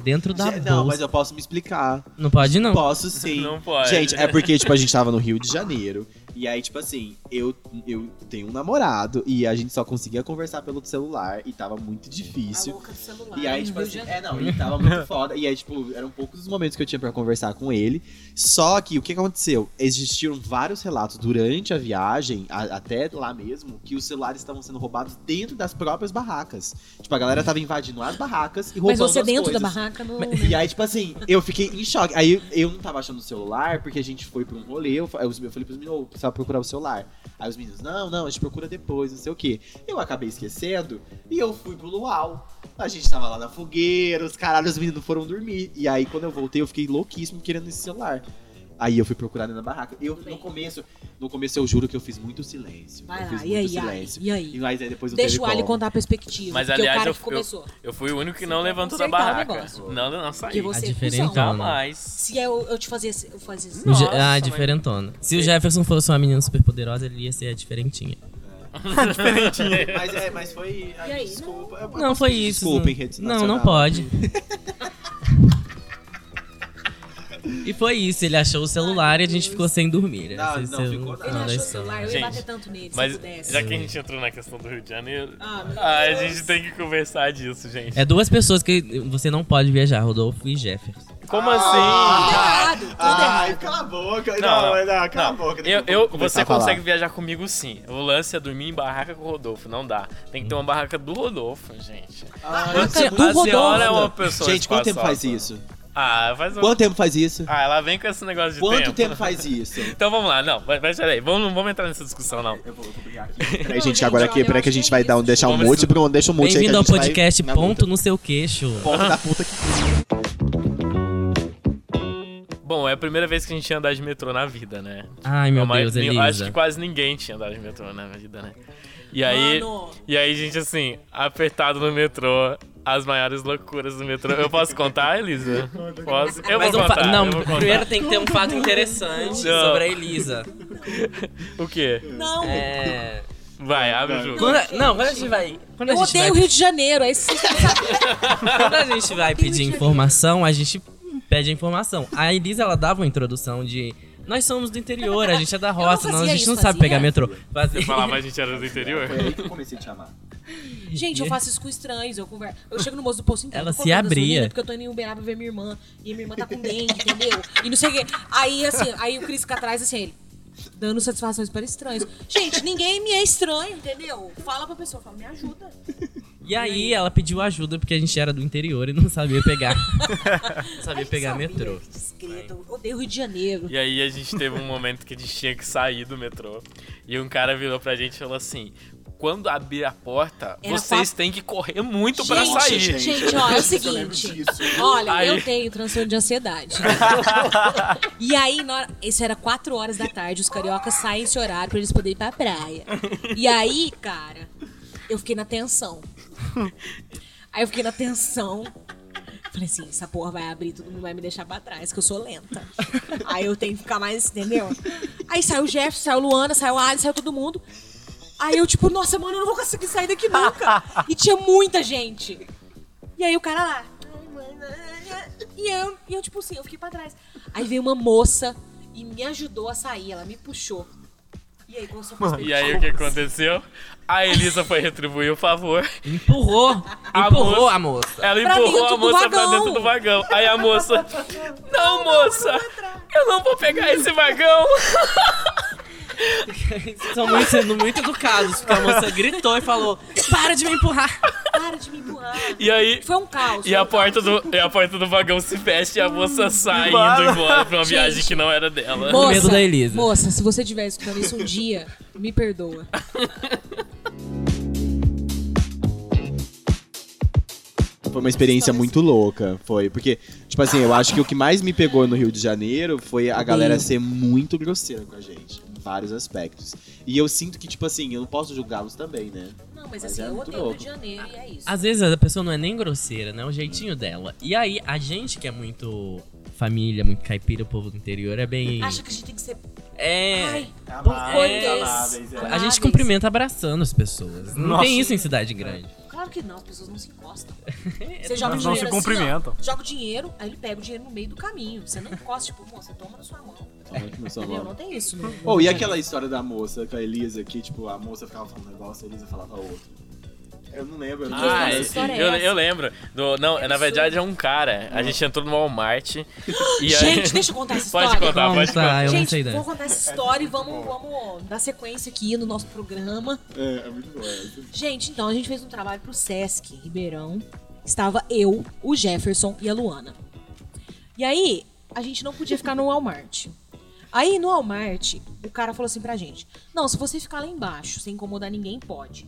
[SPEAKER 5] Dentro da
[SPEAKER 4] Gente,
[SPEAKER 5] bolsa.
[SPEAKER 4] Não, mas eu posso me explicar.
[SPEAKER 5] Não pode não.
[SPEAKER 4] Posso sim.
[SPEAKER 1] Não pode.
[SPEAKER 4] Gente, é porque, tipo, a gente tava no Rio de Janeiro. E aí, tipo assim, eu, eu tenho um namorado e a gente só conseguia conversar pelo celular e tava muito
[SPEAKER 3] A
[SPEAKER 4] difícil.
[SPEAKER 3] louca do celular.
[SPEAKER 4] E aí, tipo
[SPEAKER 3] Rio de
[SPEAKER 4] assim,
[SPEAKER 3] Janeiro.
[SPEAKER 4] é, não, ele tava muito foda. E aí, tipo, eram poucos os momentos que eu tinha pra conversar com ele. Só que o que aconteceu? Existiram vários relatos durante a viagem, a- até lá mesmo, que os celulares estavam sendo roubados dentro das próprias barracas. Tipo, a galera tava invadindo as barracas e roubando
[SPEAKER 3] Mas você é
[SPEAKER 4] as
[SPEAKER 3] dentro da
[SPEAKER 4] coisas.
[SPEAKER 3] barraca não.
[SPEAKER 4] E aí, tipo assim, eu fiquei em choque. Aí eu não tava achando o celular, porque a gente foi pra um rolê. Eu, fa- eu falei pros meninos, ô, precisava procurar o celular. Aí os meninos, não, não, a gente procura depois, não sei o quê. Eu acabei esquecendo e eu fui pro luau. A gente tava lá na fogueira, os caralhos, os meninos foram dormir. E aí, quando eu voltei, eu fiquei louquíssimo querendo esse celular. Aí eu fui procurar dentro da barraca. Eu, no começo, no começo eu juro que eu fiz muito silêncio.
[SPEAKER 3] Vai
[SPEAKER 4] eu
[SPEAKER 3] lá,
[SPEAKER 4] fiz
[SPEAKER 3] e
[SPEAKER 4] muito
[SPEAKER 3] aí,
[SPEAKER 4] silêncio.
[SPEAKER 3] e aí?
[SPEAKER 4] E mas aí depois eu
[SPEAKER 3] Deixa
[SPEAKER 4] teve
[SPEAKER 3] o Ali
[SPEAKER 4] como.
[SPEAKER 3] contar a perspectiva.
[SPEAKER 1] Mas,
[SPEAKER 3] porque
[SPEAKER 1] aliás,
[SPEAKER 3] o cara
[SPEAKER 1] eu-
[SPEAKER 3] que começou.
[SPEAKER 1] Eu fui o único que
[SPEAKER 3] Você
[SPEAKER 1] não
[SPEAKER 3] quer
[SPEAKER 1] levantou da
[SPEAKER 3] consertar o
[SPEAKER 1] barraca.
[SPEAKER 3] negócio.
[SPEAKER 1] Não, não saí.
[SPEAKER 3] Porque você
[SPEAKER 5] A
[SPEAKER 3] é
[SPEAKER 5] diferentona.
[SPEAKER 3] cuzão.
[SPEAKER 1] Jamais.
[SPEAKER 3] Se eu, eu te fazia. Eu fazia assim.
[SPEAKER 5] O Je-
[SPEAKER 1] Nossa,
[SPEAKER 5] ah,
[SPEAKER 1] mas-
[SPEAKER 5] diferentona. Se o Jefferson fosse uma menina super poderosa, ele ia ser a diferentinha.
[SPEAKER 4] Mas, é, mas foi. ai,
[SPEAKER 3] E aí?
[SPEAKER 4] desculpa. Eu-
[SPEAKER 5] Não, foi isso.
[SPEAKER 4] Desculpa,
[SPEAKER 5] não.
[SPEAKER 4] em rede
[SPEAKER 5] Não,
[SPEAKER 4] nacional.
[SPEAKER 5] não
[SPEAKER 4] né?
[SPEAKER 5] pode. e foi isso, ele achou o celular e a gente ficou sem dormir.
[SPEAKER 4] Não,
[SPEAKER 5] Esse
[SPEAKER 4] não
[SPEAKER 5] é o
[SPEAKER 4] ficou
[SPEAKER 5] final
[SPEAKER 4] nada.
[SPEAKER 3] Ele
[SPEAKER 5] da
[SPEAKER 3] achou o
[SPEAKER 5] história.
[SPEAKER 3] celular, eu ia
[SPEAKER 1] Ah, Gente,
[SPEAKER 3] bater tanto nele se eu
[SPEAKER 1] Mas
[SPEAKER 3] pudesse.
[SPEAKER 1] já que a gente entrou na questão do Rio de Janeiro,
[SPEAKER 3] Ah, meu
[SPEAKER 1] ah, a
[SPEAKER 3] Deus.
[SPEAKER 4] É
[SPEAKER 1] gente tem que conversar disso, gente.
[SPEAKER 5] É duas pessoas que você não pode viajar, Rodolfo e Jefferson.
[SPEAKER 4] Ah!
[SPEAKER 1] Como assim?
[SPEAKER 3] Tá errado, tudo
[SPEAKER 4] Ai,
[SPEAKER 3] errado.
[SPEAKER 4] Ah, cala a boca.
[SPEAKER 1] Não,
[SPEAKER 4] Não, não, cala a boca.
[SPEAKER 1] Eu,
[SPEAKER 4] deixa
[SPEAKER 1] eu-
[SPEAKER 4] começar
[SPEAKER 1] você
[SPEAKER 4] a falar.
[SPEAKER 1] consegue viajar comigo sim. O lance é dormir em barraca com o Rodolfo. Não dá. Tem que ter uma barraca do Rodolfo, gente.
[SPEAKER 4] Ai,
[SPEAKER 1] Você-
[SPEAKER 3] do
[SPEAKER 1] a senhora
[SPEAKER 3] Rodolfo.
[SPEAKER 1] é uma pessoa
[SPEAKER 4] Gente, quanto tempo
[SPEAKER 1] espaçosa.
[SPEAKER 4] faz isso?
[SPEAKER 1] Ah, faz um...
[SPEAKER 4] Quanto tempo faz isso?
[SPEAKER 1] Ah, ela vem com esse negócio de
[SPEAKER 4] Quanto
[SPEAKER 1] tempo.
[SPEAKER 4] tempo faz isso?
[SPEAKER 1] Então vamos lá, não, mas mas peraí, vamos, não vamos entrar nessa discussão não.
[SPEAKER 4] Eu vou, eu vou brigar aqui.
[SPEAKER 3] Não,
[SPEAKER 4] Peraí, gente,
[SPEAKER 3] gente,
[SPEAKER 4] agora
[SPEAKER 3] olha,
[SPEAKER 4] aqui,
[SPEAKER 3] eu
[SPEAKER 4] peraí
[SPEAKER 3] acho
[SPEAKER 4] que a gente
[SPEAKER 3] que
[SPEAKER 4] vai
[SPEAKER 3] é
[SPEAKER 4] dar um
[SPEAKER 3] isso.
[SPEAKER 4] deixar um
[SPEAKER 1] Vamos
[SPEAKER 4] mute,
[SPEAKER 1] estudar.
[SPEAKER 4] Bruno, deixa um mute aí que
[SPEAKER 5] Bem-vindo
[SPEAKER 4] a
[SPEAKER 5] ao
[SPEAKER 4] gente vai
[SPEAKER 5] podcast
[SPEAKER 4] na
[SPEAKER 5] Ponto
[SPEAKER 4] luta.
[SPEAKER 5] no Seu Queixo.
[SPEAKER 4] Ponto da puta que...
[SPEAKER 1] Bom, é a primeira vez que a gente ia andar de metrô na vida, né?
[SPEAKER 5] Ai, meu
[SPEAKER 1] Mas
[SPEAKER 5] Deus,
[SPEAKER 1] ni- Acho
[SPEAKER 5] Elisa.
[SPEAKER 1] que quase ninguém tinha andado de metrô na vida, né? E aí,
[SPEAKER 3] Mano.
[SPEAKER 1] e aí, gente, assim, apertado no metrô, as maiores loucuras do metrô. Eu posso contar, Elisa? Posso? Eu
[SPEAKER 5] Mas
[SPEAKER 1] vou
[SPEAKER 5] um fa-
[SPEAKER 1] contar.
[SPEAKER 5] Não,
[SPEAKER 1] eu vou contar.
[SPEAKER 5] primeiro tem que ter um fato interessante
[SPEAKER 1] Não.
[SPEAKER 5] sobre a Elisa.
[SPEAKER 1] O quê?
[SPEAKER 3] Não,
[SPEAKER 5] É...
[SPEAKER 1] Vai, abre o jogo.
[SPEAKER 5] Quando a- Não, quando a gente vai... Quando a
[SPEAKER 3] eu
[SPEAKER 5] gente vai
[SPEAKER 3] odeio o Rio de Janeiro. Aí vocês
[SPEAKER 5] Quando a gente vai pedir informação, a gente pede a informação. A Elisa, ela dava uma introdução de... Nós somos do interior, a gente é da roça,
[SPEAKER 3] fazia
[SPEAKER 5] nós, a gente
[SPEAKER 3] isso,
[SPEAKER 5] não sabe
[SPEAKER 3] fazia?
[SPEAKER 5] pegar metrô. Fazia-
[SPEAKER 1] Falar, mas a gente era do interior?
[SPEAKER 4] Foi aí que eu comecei a te chamar.
[SPEAKER 3] Gente, eu faço isso com estranhos, eu converso. Eu chego no moço do posto então,
[SPEAKER 5] Ela
[SPEAKER 3] eu tô
[SPEAKER 5] se
[SPEAKER 3] colocando
[SPEAKER 5] abria.
[SPEAKER 3] gasolina Porque eu tô indo em Uberaba ver minha irmã. E minha irmã tá com dengue, entendeu? E não sei o quê. Aí, assim, aí o Cris fica atrás, assim, ele. Dando satisfações para estranhos. Gente, ninguém me é estranho, entendeu? Fala pra pessoa, fala, me ajuda.
[SPEAKER 5] E aí ela pediu ajuda porque a gente era do interior e não sabia pegar. não sabia pegar
[SPEAKER 3] Sabia,
[SPEAKER 5] metrô.
[SPEAKER 3] que Descredo, odeio Rio de Janeiro.
[SPEAKER 1] E aí a gente teve um momento que a gente tinha que sair do metrô. E um cara virou pra gente e falou assim: quando abrir a porta,
[SPEAKER 3] Era
[SPEAKER 1] vocês
[SPEAKER 3] quatro-
[SPEAKER 1] têm que correr muito pra sair.
[SPEAKER 3] gente, gente, olha, é o seguinte. Olha,
[SPEAKER 1] Aí.
[SPEAKER 3] eu tenho transtorno de ansiedade. e aí, na hora- isso era 4 horas da tarde, os cariocas saem esse horário pra eles poderem ir pra praia. E aí, cara, eu fiquei na tensão. Aí eu fiquei na tensão. Falei assim, essa porra vai abrir, todo mundo vai me deixar pra trás, que eu sou lenta. Aí eu tenho que ficar mais, entendeu? Aí saiu o Jefferson, saiu a Luana, saiu a Alice, saiu todo mundo. Aí eu, tipo, nossa, mano, eu não vou conseguir sair daqui nunca. E tinha muita gente. E aí o cara lá. E eu, e eu tipo assim, eu fiquei pra trás. Aí veio uma moça e me ajudou a sair, ela me puxou. E aí começou a fazer Tipo,
[SPEAKER 1] E aí o que aconteceu? A Elisa foi retribuir o favor.
[SPEAKER 5] Empurrou!
[SPEAKER 1] A
[SPEAKER 5] Empurrou
[SPEAKER 1] moça-
[SPEAKER 5] a moça.
[SPEAKER 1] Ela
[SPEAKER 3] Pra
[SPEAKER 1] empurrou
[SPEAKER 3] dentro
[SPEAKER 1] a
[SPEAKER 3] do
[SPEAKER 1] moça pra
[SPEAKER 3] vagão.
[SPEAKER 1] dentro do vagão. Aí a moça. Não, moça! Eu não vou pegar esse vagão!
[SPEAKER 5] Estão muito- sendo muito educados, porque a moça gritou e falou: Para de me empurrar!
[SPEAKER 3] para de me empurrar.
[SPEAKER 1] E aí.
[SPEAKER 3] Foi um caos.
[SPEAKER 1] E a, porta do, e a porta do vagão se fecha e a moça sai indo
[SPEAKER 6] Bala.
[SPEAKER 1] embora pra uma viagem
[SPEAKER 3] Gente.
[SPEAKER 1] que não era dela.
[SPEAKER 3] Moça,
[SPEAKER 5] medo da Elisa.
[SPEAKER 3] Moça, se você estiver escutando isso um dia, me perdoa.
[SPEAKER 4] Foi uma experiência muito louca, foi. Porque, tipo assim, eu acho que o que mais me pegou no Rio de Janeiro foi a galera ser muito grosseira com a gente, em vários aspectos. E eu sinto que, tipo assim, eu não posso julgá-los também, né?
[SPEAKER 3] Não, mas, assim,
[SPEAKER 4] assim, é eu
[SPEAKER 3] eu
[SPEAKER 4] muito
[SPEAKER 3] odeio o
[SPEAKER 4] odeio o louco.
[SPEAKER 3] Rio de
[SPEAKER 4] Rio de
[SPEAKER 3] Janeiro e é isso.
[SPEAKER 5] Às vezes a pessoa não é nem grosseira, né? É o jeitinho dela. E aí, a gente que é muito família, muito caipira, o povo do interior, é bem.
[SPEAKER 3] Acha que a gente tem que ser.
[SPEAKER 5] É.
[SPEAKER 3] Ai,
[SPEAKER 5] amáveis,
[SPEAKER 4] é.
[SPEAKER 3] amáveis,
[SPEAKER 5] a gente cumprimenta abraçando as pessoas. Não
[SPEAKER 6] Nossa.
[SPEAKER 5] tem isso em cidade grande.
[SPEAKER 3] Claro que não, as pessoas não se encostam.
[SPEAKER 5] É,
[SPEAKER 3] Você joga
[SPEAKER 6] Elas
[SPEAKER 3] o
[SPEAKER 6] não
[SPEAKER 3] dinheiro
[SPEAKER 6] se
[SPEAKER 3] assim,
[SPEAKER 6] cumprimentam.
[SPEAKER 3] ó, joga o dinheiro, aí ele pega o dinheiro no meio do caminho. Você não encosta, tipo, moça, toma na sua mão. Entendeu? Não tem isso, né?
[SPEAKER 4] Ou e aquela história da moça com a Elisa, que, tipo, a moça ficava falando um negócio, a Elisa falava outro. Eu não lembro. eu não
[SPEAKER 1] Ah,
[SPEAKER 4] lembro,
[SPEAKER 3] Nossa,
[SPEAKER 1] eu-
[SPEAKER 4] assim.
[SPEAKER 3] história é
[SPEAKER 1] eu,
[SPEAKER 3] essa?
[SPEAKER 1] eu lembro. Do, não, na
[SPEAKER 3] absurdo.
[SPEAKER 1] verdade é um cara. A gente entrou no Walmart. e aí-
[SPEAKER 3] Gente, deixa eu contar essa
[SPEAKER 1] Pode
[SPEAKER 3] história.
[SPEAKER 1] contar, pode
[SPEAKER 5] Conta,
[SPEAKER 1] contar.
[SPEAKER 5] Ah, eu não sei
[SPEAKER 3] Gente,
[SPEAKER 5] dessa.
[SPEAKER 3] vou contar essa história e vamos, vamos dar sequência aqui no nosso programa.
[SPEAKER 4] É, é muito bom. essa.
[SPEAKER 3] Gente, então a gente fez um trabalho pro Sesc Ribeirão. Estava eu, o Jefferson e a Luana. E aí, a gente não podia ficar no Walmart. Aí, no Walmart, o cara falou assim pra gente: Não, se você ficar lá embaixo, sem incomodar ninguém, pode.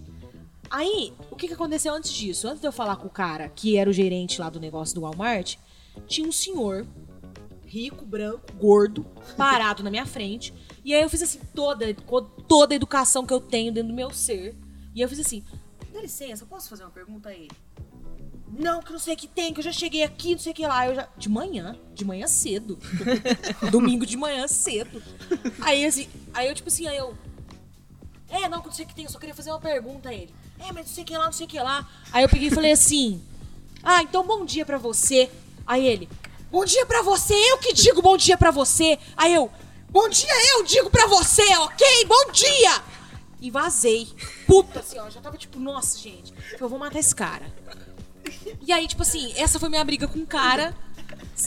[SPEAKER 3] Aí, o que, que aconteceu antes disso? Antes de eu falar com o cara, que era o gerente lá do negócio do Walmart, tinha um senhor rico, branco, gordo, parado na minha frente. E aí eu fiz assim, toda, co- toda a educação que eu tenho dentro do meu ser. E eu fiz assim, dá licença, eu posso fazer uma pergunta a ele? Não, que não sei o que tem, que eu já cheguei aqui, não sei o que lá. Eu já... De manhã, de manhã cedo. Domingo de manhã cedo. Aí assim, aí eu tipo assim, aí eu. É, não, que não sei o que tem, eu só queria fazer uma pergunta a ele. É, mas não sei o que lá, não sei o que lá. Aí eu peguei e falei assim. Ah, então bom dia pra você. Aí ele, bom dia pra você, eu que digo bom dia pra você. Aí eu, bom dia eu digo pra você, ok? Bom dia! E vazei. Puta, assim, ó, já tava tipo, nossa, gente, eu vou matar esse cara. E aí, tipo assim, essa foi minha briga com o cara.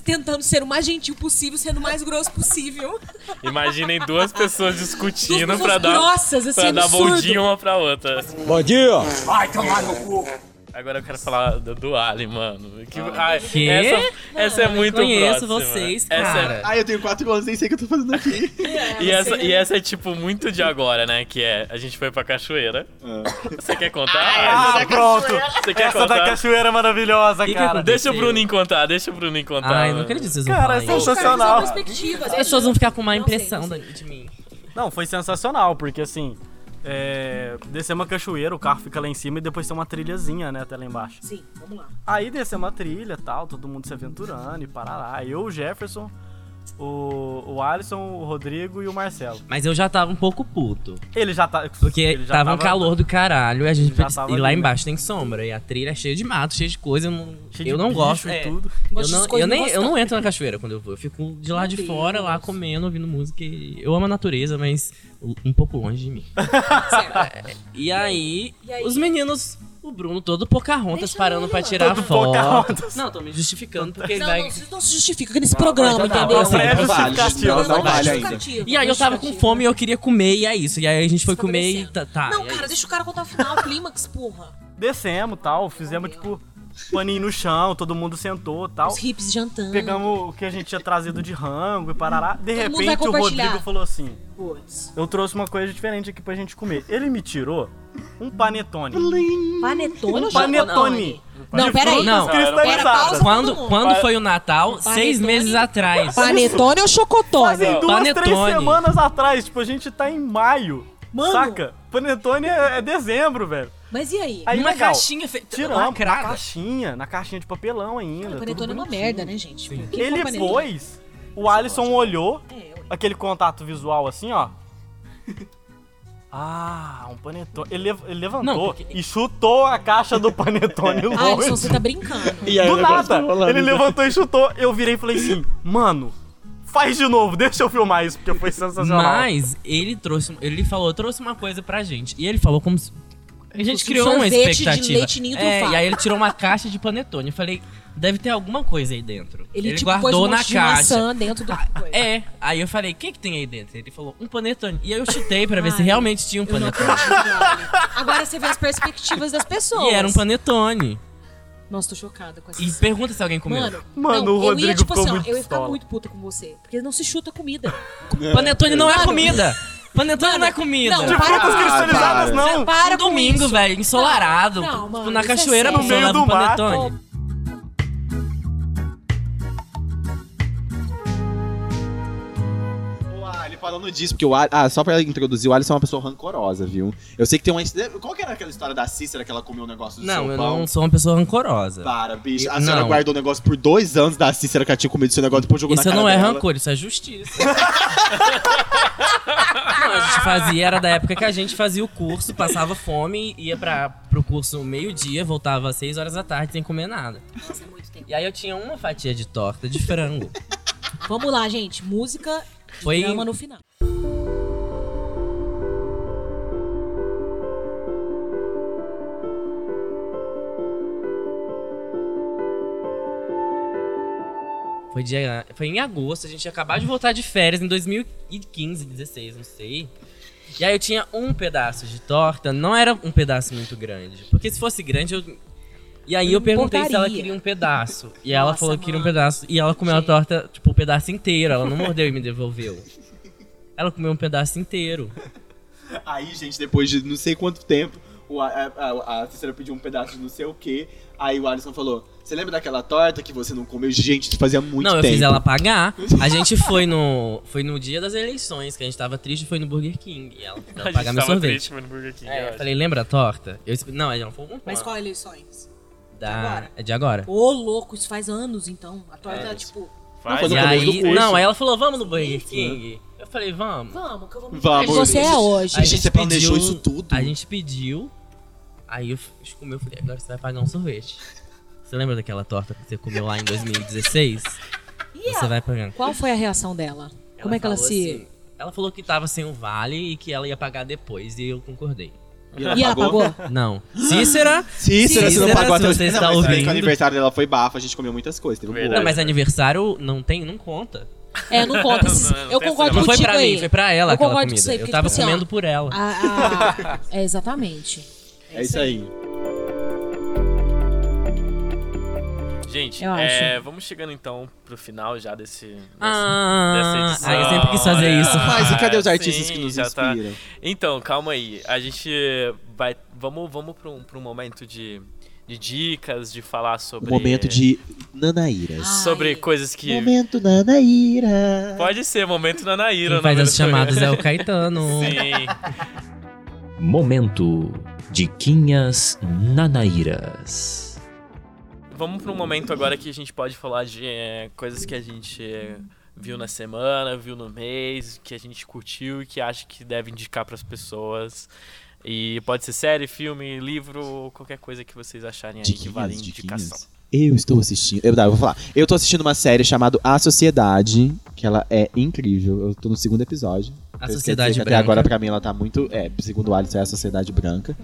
[SPEAKER 3] tentando ser o mais gentil possível, sendo o mais grosso possível.
[SPEAKER 1] Imaginem duas pessoas
[SPEAKER 3] Duas
[SPEAKER 1] discutindo
[SPEAKER 3] pessoas
[SPEAKER 1] pra dar,
[SPEAKER 3] grossas, assim,
[SPEAKER 1] pra dar bom
[SPEAKER 3] absurdo.
[SPEAKER 1] dia uma pra outra.
[SPEAKER 9] Bom dia!
[SPEAKER 1] Agora eu quero falar do, do Ali, mano. Que, ai,
[SPEAKER 5] Quê?
[SPEAKER 1] Essa, essa é muito
[SPEAKER 5] conheço
[SPEAKER 1] próxima.
[SPEAKER 5] vocês,
[SPEAKER 1] Essa é-
[SPEAKER 5] cara.
[SPEAKER 4] Ai, Ah, eu tenho quatro anos, nem sei o que eu tô fazendo aqui.
[SPEAKER 1] e, essa, e essa é tipo muito de agora, né? Que é, a gente foi pra cachoeira. Você quer contar?
[SPEAKER 6] Ah, pronto!
[SPEAKER 3] né?
[SPEAKER 1] Você quer
[SPEAKER 6] Essa da
[SPEAKER 1] contar?
[SPEAKER 6] cachoeira é tipo, maravilhosa,
[SPEAKER 5] Que que
[SPEAKER 6] cara.
[SPEAKER 1] Deixa o Bruninho contar, deixa o Bruninho contar.
[SPEAKER 5] Ai, não
[SPEAKER 1] mano.
[SPEAKER 5] acredito que vocês vão
[SPEAKER 6] Cara,
[SPEAKER 5] falar
[SPEAKER 6] é
[SPEAKER 5] isso.
[SPEAKER 6] sensacional.
[SPEAKER 5] As pessoas
[SPEAKER 3] né?
[SPEAKER 5] vão ficar com má
[SPEAKER 3] Não sei,
[SPEAKER 5] impressão
[SPEAKER 3] não
[SPEAKER 5] da- de mim.
[SPEAKER 6] Não, foi sensacional, porque assim. É, descemos a cachoeira, o carro fica lá em cima e depois tem uma trilhazinha, né, até lá embaixo.
[SPEAKER 3] Sim, vamos lá.
[SPEAKER 6] Aí descemos a trilha tal, todo mundo se aventurando e parará. Eu, o Jefferson, o, o Alisson, o Rodrigo e o Marcelo.
[SPEAKER 5] Mas eu já tava um pouco puto.
[SPEAKER 6] Ele já tá.
[SPEAKER 5] Porque
[SPEAKER 6] ele já
[SPEAKER 5] tava um calor do caralho e a gente
[SPEAKER 6] Ele já
[SPEAKER 5] precisa-
[SPEAKER 6] tava
[SPEAKER 5] E lá
[SPEAKER 6] ali, né?
[SPEAKER 5] embaixo tem sombra. E a trilha é cheia de mato, cheia de coisa. Eu não,
[SPEAKER 6] cheio de
[SPEAKER 5] eu não
[SPEAKER 6] bicho
[SPEAKER 5] gosto.
[SPEAKER 6] e
[SPEAKER 5] é.
[SPEAKER 6] tudo.
[SPEAKER 5] Eu
[SPEAKER 3] Gosto
[SPEAKER 5] não,
[SPEAKER 3] de coisa
[SPEAKER 5] eu, nem, eu
[SPEAKER 3] gostosa.
[SPEAKER 5] não entro na cachoeira quando eu vou. Eu fico de lá de
[SPEAKER 3] Meu
[SPEAKER 5] fora, lá
[SPEAKER 3] Deus.
[SPEAKER 5] comendo, ouvindo música. e- Eu amo a natureza, mas um pouco longe de mim.
[SPEAKER 3] Certo.
[SPEAKER 5] E aí,
[SPEAKER 3] E aí?
[SPEAKER 5] os meninos, o Bruno todo pocarrontas
[SPEAKER 3] Deixa
[SPEAKER 5] parando
[SPEAKER 3] ele
[SPEAKER 5] pra
[SPEAKER 3] lá.
[SPEAKER 5] tirar
[SPEAKER 6] Todo
[SPEAKER 5] foto.
[SPEAKER 6] Pocahontas.
[SPEAKER 5] Não, tô me justificando porque ele
[SPEAKER 3] Não,
[SPEAKER 5] vai.
[SPEAKER 3] não, vocês não se justificam nesse programa,
[SPEAKER 6] tá,
[SPEAKER 3] entendeu?
[SPEAKER 6] não vale,
[SPEAKER 3] Não,
[SPEAKER 4] não vale,
[SPEAKER 6] justificativa,
[SPEAKER 4] não, não
[SPEAKER 3] é
[SPEAKER 4] vale ainda.
[SPEAKER 3] justificativa,
[SPEAKER 5] E aí eu tava com
[SPEAKER 3] justificativa.
[SPEAKER 5] fome e eu queria comer, e é isso. E aí a gente foi comer e tá.
[SPEAKER 3] Estabelecendo.
[SPEAKER 5] tá,
[SPEAKER 3] Não,
[SPEAKER 5] e é
[SPEAKER 3] cara,
[SPEAKER 5] isso.
[SPEAKER 3] deixa o cara contar o final, o clímax, porra.
[SPEAKER 6] Descemos tal, fizemos tipo paninho no chão, todo mundo sentou tal.
[SPEAKER 3] Os hips jantando.
[SPEAKER 6] Pegamos o que a gente tinha trazido de rango e parará. De
[SPEAKER 3] Hum, Todo mundo vai
[SPEAKER 6] repente o
[SPEAKER 3] compartilhar.
[SPEAKER 6] Rodrigo falou assim:
[SPEAKER 3] Puts.
[SPEAKER 6] Eu trouxe uma coisa diferente aqui pra gente comer. Ele me tirou um panetone.
[SPEAKER 3] Hum, Panetone ou
[SPEAKER 6] Panetone.
[SPEAKER 3] Não,
[SPEAKER 6] De
[SPEAKER 3] peraí.
[SPEAKER 5] Não,
[SPEAKER 6] frutas
[SPEAKER 1] era-
[SPEAKER 3] Era pausa
[SPEAKER 6] cristalizadas.
[SPEAKER 3] pra tá todo
[SPEAKER 5] Quando,
[SPEAKER 3] mundo.
[SPEAKER 5] quando foi o Natal? Seis
[SPEAKER 3] Panetone.
[SPEAKER 5] meses atrás.
[SPEAKER 3] Panetone ou chocotone?
[SPEAKER 6] Fazem duas, três
[SPEAKER 5] Panetone.
[SPEAKER 6] semanas atrás. Tipo, a gente tá em maio.
[SPEAKER 3] Mano.
[SPEAKER 6] Saca? Panetone é, é dezembro, velho.
[SPEAKER 3] Mas e aí?
[SPEAKER 6] Aí,
[SPEAKER 5] Uma
[SPEAKER 6] legal,
[SPEAKER 5] caixinha feita
[SPEAKER 6] Tiramos na
[SPEAKER 5] lacrada.
[SPEAKER 6] caixinha, na caixinha de papelão ainda.
[SPEAKER 3] Cara,
[SPEAKER 6] tudo
[SPEAKER 3] panetone é uma
[SPEAKER 6] bonitinho.
[SPEAKER 3] merda, né, gente? Por que
[SPEAKER 6] Ele é
[SPEAKER 3] que panetone?
[SPEAKER 6] pôs, o Alisson olhou,
[SPEAKER 3] É, ué.
[SPEAKER 6] aquele contato visual assim, ó. Ah, um panetone. Ele, lev- ele levantou
[SPEAKER 5] Não, porque-
[SPEAKER 6] e chutou a caixa do panetone
[SPEAKER 3] Ah, Edson,
[SPEAKER 6] longe.
[SPEAKER 3] você tá brincando.
[SPEAKER 4] E aí o
[SPEAKER 6] Do
[SPEAKER 4] negócio
[SPEAKER 6] nada,
[SPEAKER 4] tá rolando,
[SPEAKER 6] ele
[SPEAKER 4] tá?
[SPEAKER 6] levantou e chutou. Eu virei e falei assim, mano, faz de novo, deixa eu filmar isso, porque foi sensacional.
[SPEAKER 5] Mas ele trouxe. Ele falou, "Eu trouxe uma coisa pra gente. E ele falou como se. A gente
[SPEAKER 3] um
[SPEAKER 5] criou uma
[SPEAKER 3] sorvete de
[SPEAKER 5] expectativa.
[SPEAKER 3] leite ninho
[SPEAKER 5] é,
[SPEAKER 3] trufado.
[SPEAKER 5] e aí ele tirou uma caixa de panetone. Eu falei, deve ter alguma coisa aí dentro.
[SPEAKER 3] Ele, tipo, pôs
[SPEAKER 5] guardou
[SPEAKER 3] um
[SPEAKER 5] na
[SPEAKER 3] monte de
[SPEAKER 5] caixa.
[SPEAKER 3] maçã dentro do... coisa.
[SPEAKER 5] É, aí eu falei, o que que tem aí dentro? Ele falou, um panetone. E aí eu chutei pra ver se
[SPEAKER 3] Ai,
[SPEAKER 5] realmente tinha um
[SPEAKER 3] Eu não
[SPEAKER 5] panetone.
[SPEAKER 3] acredito, olha. Agora você vê as perspectivas das pessoas.
[SPEAKER 5] E era um panetone.
[SPEAKER 3] Nossa, tô chocada com essa
[SPEAKER 5] E pergunta se alguém comeu.
[SPEAKER 3] Mano,
[SPEAKER 6] Mano,
[SPEAKER 3] não,
[SPEAKER 6] o
[SPEAKER 3] eu ia,
[SPEAKER 6] Rodrigo
[SPEAKER 3] tipo
[SPEAKER 6] ficou
[SPEAKER 3] assim, ó,
[SPEAKER 6] muito
[SPEAKER 3] eu ia ficar
[SPEAKER 6] pistola.
[SPEAKER 3] muito puta com você. Porque não se chuta comida.
[SPEAKER 5] panetone não é
[SPEAKER 3] Mano.
[SPEAKER 5] comida. Panetone não é comida.
[SPEAKER 3] não,
[SPEAKER 6] De
[SPEAKER 3] para
[SPEAKER 6] frutas
[SPEAKER 3] com isso.
[SPEAKER 6] cristalizadas,
[SPEAKER 4] Ah,
[SPEAKER 6] não.
[SPEAKER 3] Para
[SPEAKER 5] um
[SPEAKER 3] com
[SPEAKER 5] domingo,
[SPEAKER 3] isso.
[SPEAKER 5] velho, ensolarado.
[SPEAKER 3] Não,
[SPEAKER 5] tipo,
[SPEAKER 3] mano,
[SPEAKER 5] na
[SPEAKER 3] isso é
[SPEAKER 5] cachoeira,
[SPEAKER 3] sério.
[SPEAKER 5] no meio do
[SPEAKER 6] mar.
[SPEAKER 5] panetone.
[SPEAKER 4] O Ali, falando disso, porque o Ali, ah, só pra introduzir, o Alisson é uma pessoa rancorosa, viu? Eu sei que tem uma. Qual que era aquela história da Cícera que ela comeu o negócio do
[SPEAKER 5] Não,
[SPEAKER 4] seu
[SPEAKER 5] eu
[SPEAKER 4] pão?
[SPEAKER 5] não sou uma pessoa rancorosa.
[SPEAKER 4] Para, bicho. A
[SPEAKER 5] Eu-
[SPEAKER 4] senhora
[SPEAKER 5] não.
[SPEAKER 4] guardou o negócio por dois anos da Cícera que ela tinha comido seu negócio, depois jogou
[SPEAKER 5] Isso
[SPEAKER 4] na cara
[SPEAKER 5] não é
[SPEAKER 4] dela.
[SPEAKER 5] rancor, isso é justiça. não, a gente fazia, era da época que a gente fazia o curso, passava fome, ia pra, pro curso meio-dia, voltava às 6 horas da tarde sem comer nada.
[SPEAKER 3] Nossa, é muito tempo.
[SPEAKER 5] E aí eu tinha uma fatia de torta de frango.
[SPEAKER 3] Vamos lá, gente. Música
[SPEAKER 5] Foi-
[SPEAKER 3] e drama no final.
[SPEAKER 5] Foi, dia, foi em agosto, a gente ia acabar de voltar de férias em 2015, 16, não sei. E aí eu tinha um pedaço de torta, não era um pedaço muito grande. Porque se fosse grande, eu. E aí
[SPEAKER 3] Eu
[SPEAKER 5] eu
[SPEAKER 3] não
[SPEAKER 5] perguntei se ela
[SPEAKER 3] importaria.
[SPEAKER 5] queria um pedaço. E ela
[SPEAKER 3] Nossa,
[SPEAKER 5] falou que queria um
[SPEAKER 3] mano.
[SPEAKER 5] pedaço. E ela comeu
[SPEAKER 3] Gente.
[SPEAKER 5] a torta, tipo, o pedaço inteiro. Ela não mordeu e me devolveu. Ela comeu um pedaço inteiro.
[SPEAKER 4] Aí, gente, depois de não sei quanto tempo, o, a, a, a Cícera pediu um pedaço de não sei o quê. Aí o Alisson falou: Você lembra daquela torta que você não comeu? Gente, isso fazia muito
[SPEAKER 5] não,
[SPEAKER 4] tempo.
[SPEAKER 5] eu fiz ela pagar. A gente foi no. Foi no dia das eleições, que a gente tava triste, foi no Burger King. E ela, fez
[SPEAKER 1] A
[SPEAKER 5] ela
[SPEAKER 1] gente
[SPEAKER 5] pagar meu
[SPEAKER 1] tava
[SPEAKER 5] sorvete.
[SPEAKER 1] triste, mano, Burger King.
[SPEAKER 5] É,
[SPEAKER 1] eu
[SPEAKER 5] eu falei, lembra a torta? Eu exp- Não, ela falou um
[SPEAKER 3] Mas
[SPEAKER 5] ponto.
[SPEAKER 3] qual é eleições?
[SPEAKER 5] Da...
[SPEAKER 3] agora?
[SPEAKER 5] É de agora.
[SPEAKER 3] Ô, louco, isso faz anos, então. A torta, tipo,
[SPEAKER 1] acho. Faz,
[SPEAKER 4] Não, foi
[SPEAKER 5] E
[SPEAKER 4] no
[SPEAKER 1] né?
[SPEAKER 4] começo do
[SPEAKER 5] aí,
[SPEAKER 4] curso.
[SPEAKER 5] não, é aí ela falou, vamos no Burger King. Eu falei, vamos.
[SPEAKER 3] né? vamos, que eu vou me
[SPEAKER 4] Vamos.
[SPEAKER 3] Você é hoje.
[SPEAKER 5] A
[SPEAKER 4] Gente, você planejou isso tudo?
[SPEAKER 5] A gente pediu. Aí eu f- comeu, eu falei, agora você vai pagar um sorvete. Você lembra daquela torta que você comeu lá em 2016?
[SPEAKER 3] E
[SPEAKER 5] Você
[SPEAKER 3] ela?
[SPEAKER 5] vai pagando.
[SPEAKER 3] Qual foi a reação dela? Como é que ela
[SPEAKER 5] falou
[SPEAKER 4] assim,
[SPEAKER 3] se.
[SPEAKER 5] assim, ela falou que tava sem o vale e que ela ia pagar depois, e eu concordei.
[SPEAKER 3] E ela pagou?
[SPEAKER 5] Não. Cícera?
[SPEAKER 4] Cícera, você não
[SPEAKER 5] Cícera,
[SPEAKER 4] pagou até
[SPEAKER 5] se
[SPEAKER 4] hoje.
[SPEAKER 5] você
[SPEAKER 4] Não,
[SPEAKER 5] está
[SPEAKER 4] mas é que
[SPEAKER 5] ouvindo.
[SPEAKER 4] o aniversário dela foi bafo, a gente comeu muitas coisas. Teve um
[SPEAKER 1] Verdade.
[SPEAKER 5] Não,
[SPEAKER 4] bolo.
[SPEAKER 5] mas aniversário não tem, não conta.
[SPEAKER 3] É, não conta esses.
[SPEAKER 1] Não, não
[SPEAKER 3] eu
[SPEAKER 1] tem
[SPEAKER 3] concordo
[SPEAKER 5] Não foi
[SPEAKER 3] contigo
[SPEAKER 5] pra
[SPEAKER 3] aí.
[SPEAKER 5] mim, foi pra ela
[SPEAKER 3] Eu
[SPEAKER 5] aquela
[SPEAKER 3] concordo com
[SPEAKER 5] comida.
[SPEAKER 3] você, porque,
[SPEAKER 5] eu tava
[SPEAKER 3] tipo assim, ó,
[SPEAKER 5] comendo por ela.
[SPEAKER 3] A- a- é, exatamente.
[SPEAKER 4] É isso aí.
[SPEAKER 1] Gente,
[SPEAKER 3] Eu
[SPEAKER 1] é, vamos chegando então pro final já desse. desse-
[SPEAKER 5] Ah,
[SPEAKER 1] dessa edição.
[SPEAKER 5] ah, eu sempre quis fazer
[SPEAKER 1] Olha.
[SPEAKER 5] isso.
[SPEAKER 4] Mas e cadê os
[SPEAKER 1] sim,
[SPEAKER 4] artistas que nos
[SPEAKER 1] já tá.
[SPEAKER 4] inspiram?
[SPEAKER 1] Então, calma aí. A gente vai. Vamos, vamos pra, um, pra um momento de, de dicas, de falar
[SPEAKER 4] O
[SPEAKER 1] sobre.
[SPEAKER 4] momento de Nanaíras.
[SPEAKER 1] Sobre
[SPEAKER 3] Ai.
[SPEAKER 1] coisas que.
[SPEAKER 4] Momento Nanaíra.
[SPEAKER 1] Pode ser, momento na Naira,
[SPEAKER 5] Quem faz as chamadas é o Caetano.
[SPEAKER 1] Sim.
[SPEAKER 2] Momento Diquinhas Nanaíras.
[SPEAKER 1] Vamos para um momento agora que a gente pode falar de é, coisas que a gente é, viu na semana, viu no mês, que a gente curtiu e que acha que deve indicar para as pessoas. E pode ser série, filme, livro, qualquer coisa que vocês acharem aí que vale indicação.
[SPEAKER 4] Eu estou assistindo. Eu, tá, eu vou falar. Eu tô assistindo uma série chamada A Sociedade, que ela é incrível. Eu tô no segundo episódio.
[SPEAKER 5] A
[SPEAKER 4] Isso quer
[SPEAKER 5] sociedade
[SPEAKER 4] dizer que
[SPEAKER 5] branca.
[SPEAKER 4] Até agora, pra mim, ela tá muito. É, segundo o Alisson, é a Sociedade Branca.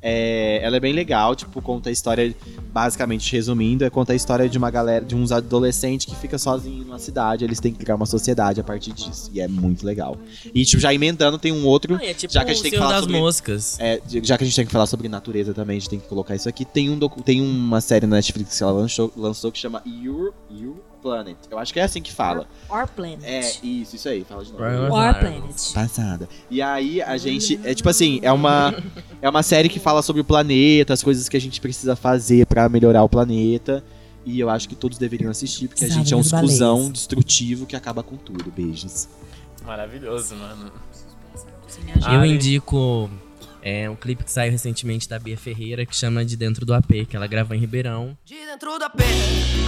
[SPEAKER 4] É, ela é bem legal, tipo, conta a história, basicamente resumindo, é conta a história de uma galera, de uns adolescentes que fica sozinho numa cidade, eles têm que criar uma sociedade a partir disso. E é muito legal. E, tipo, já emendando, tem um outro.
[SPEAKER 5] Ah, é tipo
[SPEAKER 4] Já que a gente
[SPEAKER 5] o
[SPEAKER 4] tem que
[SPEAKER 5] Senhor
[SPEAKER 4] falar
[SPEAKER 5] das
[SPEAKER 4] sobre-
[SPEAKER 5] moscas.
[SPEAKER 4] é, de- já que a gente tem que falar sobre natureza também, a gente tem que colocar isso aqui. Tem, um docu- tem uma série na Netflix que ela lançou, lançou que chama Your, Your Planet. Eu acho que é assim que fala.
[SPEAKER 3] Our Planet.
[SPEAKER 4] É, isso, isso aí, fala de novo
[SPEAKER 3] Our Planet.
[SPEAKER 4] passada. E aí a gente é tipo assim, é uma é uma série que fala sobre o planeta, as coisas que a gente precisa fazer pra melhorar o planeta. E eu acho que todos deveriam assistir, porque a
[SPEAKER 3] Sabe
[SPEAKER 4] gente é um
[SPEAKER 3] das baleias.
[SPEAKER 4] cuzão destrutivo que acaba com tudo. Beijos.
[SPEAKER 1] Maravilhoso, mano.
[SPEAKER 3] Você me ajuda.
[SPEAKER 5] Eu
[SPEAKER 1] Ai.
[SPEAKER 5] indico é, um clipe que saiu recentemente da Bia Ferreira que chama De Dentro do AP, que ela gravou em Ribeirão.
[SPEAKER 7] De dentro do AP,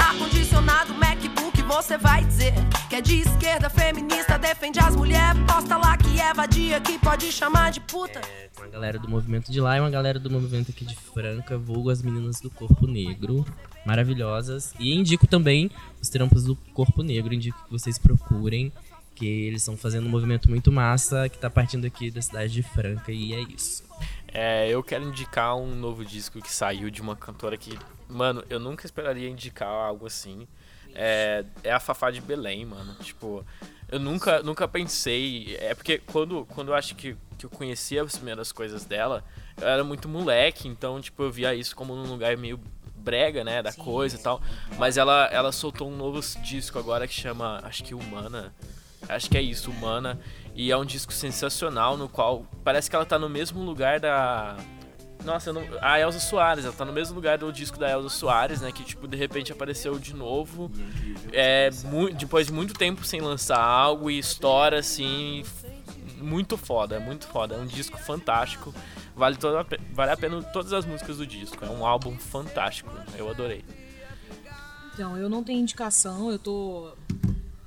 [SPEAKER 7] ar-condicionado, MacBook, você vai dizer que é de esquerda, feminista, defende as mulheres, posta lá que é vadia, que pode chamar de puta.
[SPEAKER 5] Uma galera do movimento de lá e uma galera do movimento aqui de Franca, vulgo as meninas do Corpo Negro, maravilhosas. E indico também os trampos do Corpo Negro, indico que vocês procurem, que eles estão fazendo um movimento muito massa que tá partindo aqui da cidade de Franca e é isso.
[SPEAKER 1] É, eu quero indicar um novo disco que saiu de uma cantora que, mano, eu nunca esperaria indicar algo assim. É, é a Fafá de Belém, mano. Tipo, eu nunca, nunca pensei. É porque quando, quando eu acho que, que eu conhecia as primeiras coisas dela, eu era muito moleque, então, tipo, eu via isso como num lugar meio brega, né, da coisa e tal. Mas ela, ela soltou um novo disco agora que chama, acho que Humana. Acho que é isso, Humana. E é um disco sensacional no qual parece que ela tá no mesmo lugar da. Nossa, eu não... a Elza Soares, ela tá no mesmo lugar do disco da Elza Soares, né? Que, tipo, de repente apareceu de novo. É, mu- depois de muito tempo sem lançar algo e estoura, assim. f- Muito foda, muito foda. É um disco fantástico. Vale, toda a pe- vale a pena todas as músicas do disco. É um álbum fantástico. Eu adorei.
[SPEAKER 3] Então, eu não tenho indicação, eu tô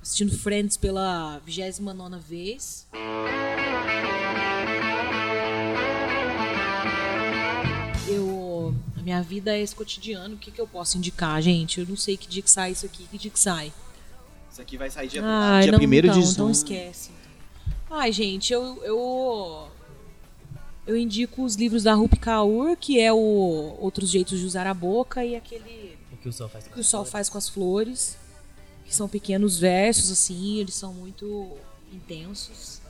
[SPEAKER 3] assistindo Friends pela 29 vez. Eu. A minha vida é esse cotidiano, o que, que eu posso indicar, gente? Eu não sei que dia que sai isso aqui, que dia que sai.
[SPEAKER 4] Isso aqui vai sair dia,
[SPEAKER 3] Ai,
[SPEAKER 4] dia
[SPEAKER 3] não,
[SPEAKER 4] primeiro
[SPEAKER 3] então,
[SPEAKER 4] de
[SPEAKER 3] então
[SPEAKER 4] junho.
[SPEAKER 3] esquece. Ai, gente, eu, eu eu indico os livros da Rupi Kaur, que é o Outros Jeitos de Usar a Boca e aquele
[SPEAKER 5] O que o sol faz
[SPEAKER 3] que o sol faz com as flores, que são pequenos versos assim, eles são muito intensos.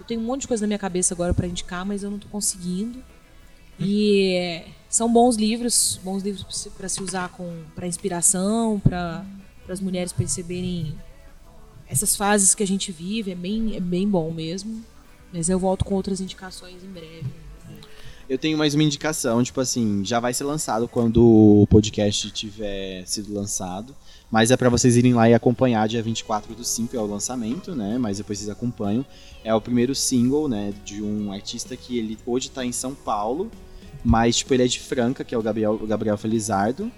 [SPEAKER 3] Eu tenho um monte de coisa na minha cabeça agora pra indicar, mas eu não tô conseguindo. E é, são bons livros, bons livros pra se- pra se usar com para inspiração, pra as mulheres perceberem essas fases que a gente vive, é bem é bem bom mesmo. Mas eu volto com outras indicações em breve.
[SPEAKER 4] Eu tenho mais uma indicação, tipo assim, já vai ser lançado quando o podcast tiver sido lançado. Mas é pra vocês irem lá e acompanhar dia 24 do 5, é o lançamento, né? Mas depois vocês acompanham. É o primeiro single, né, de um artista que ele hoje tá em São Paulo, mas tipo, ele é de Franca, que é o Gabriel, o Gabriel Felizardo.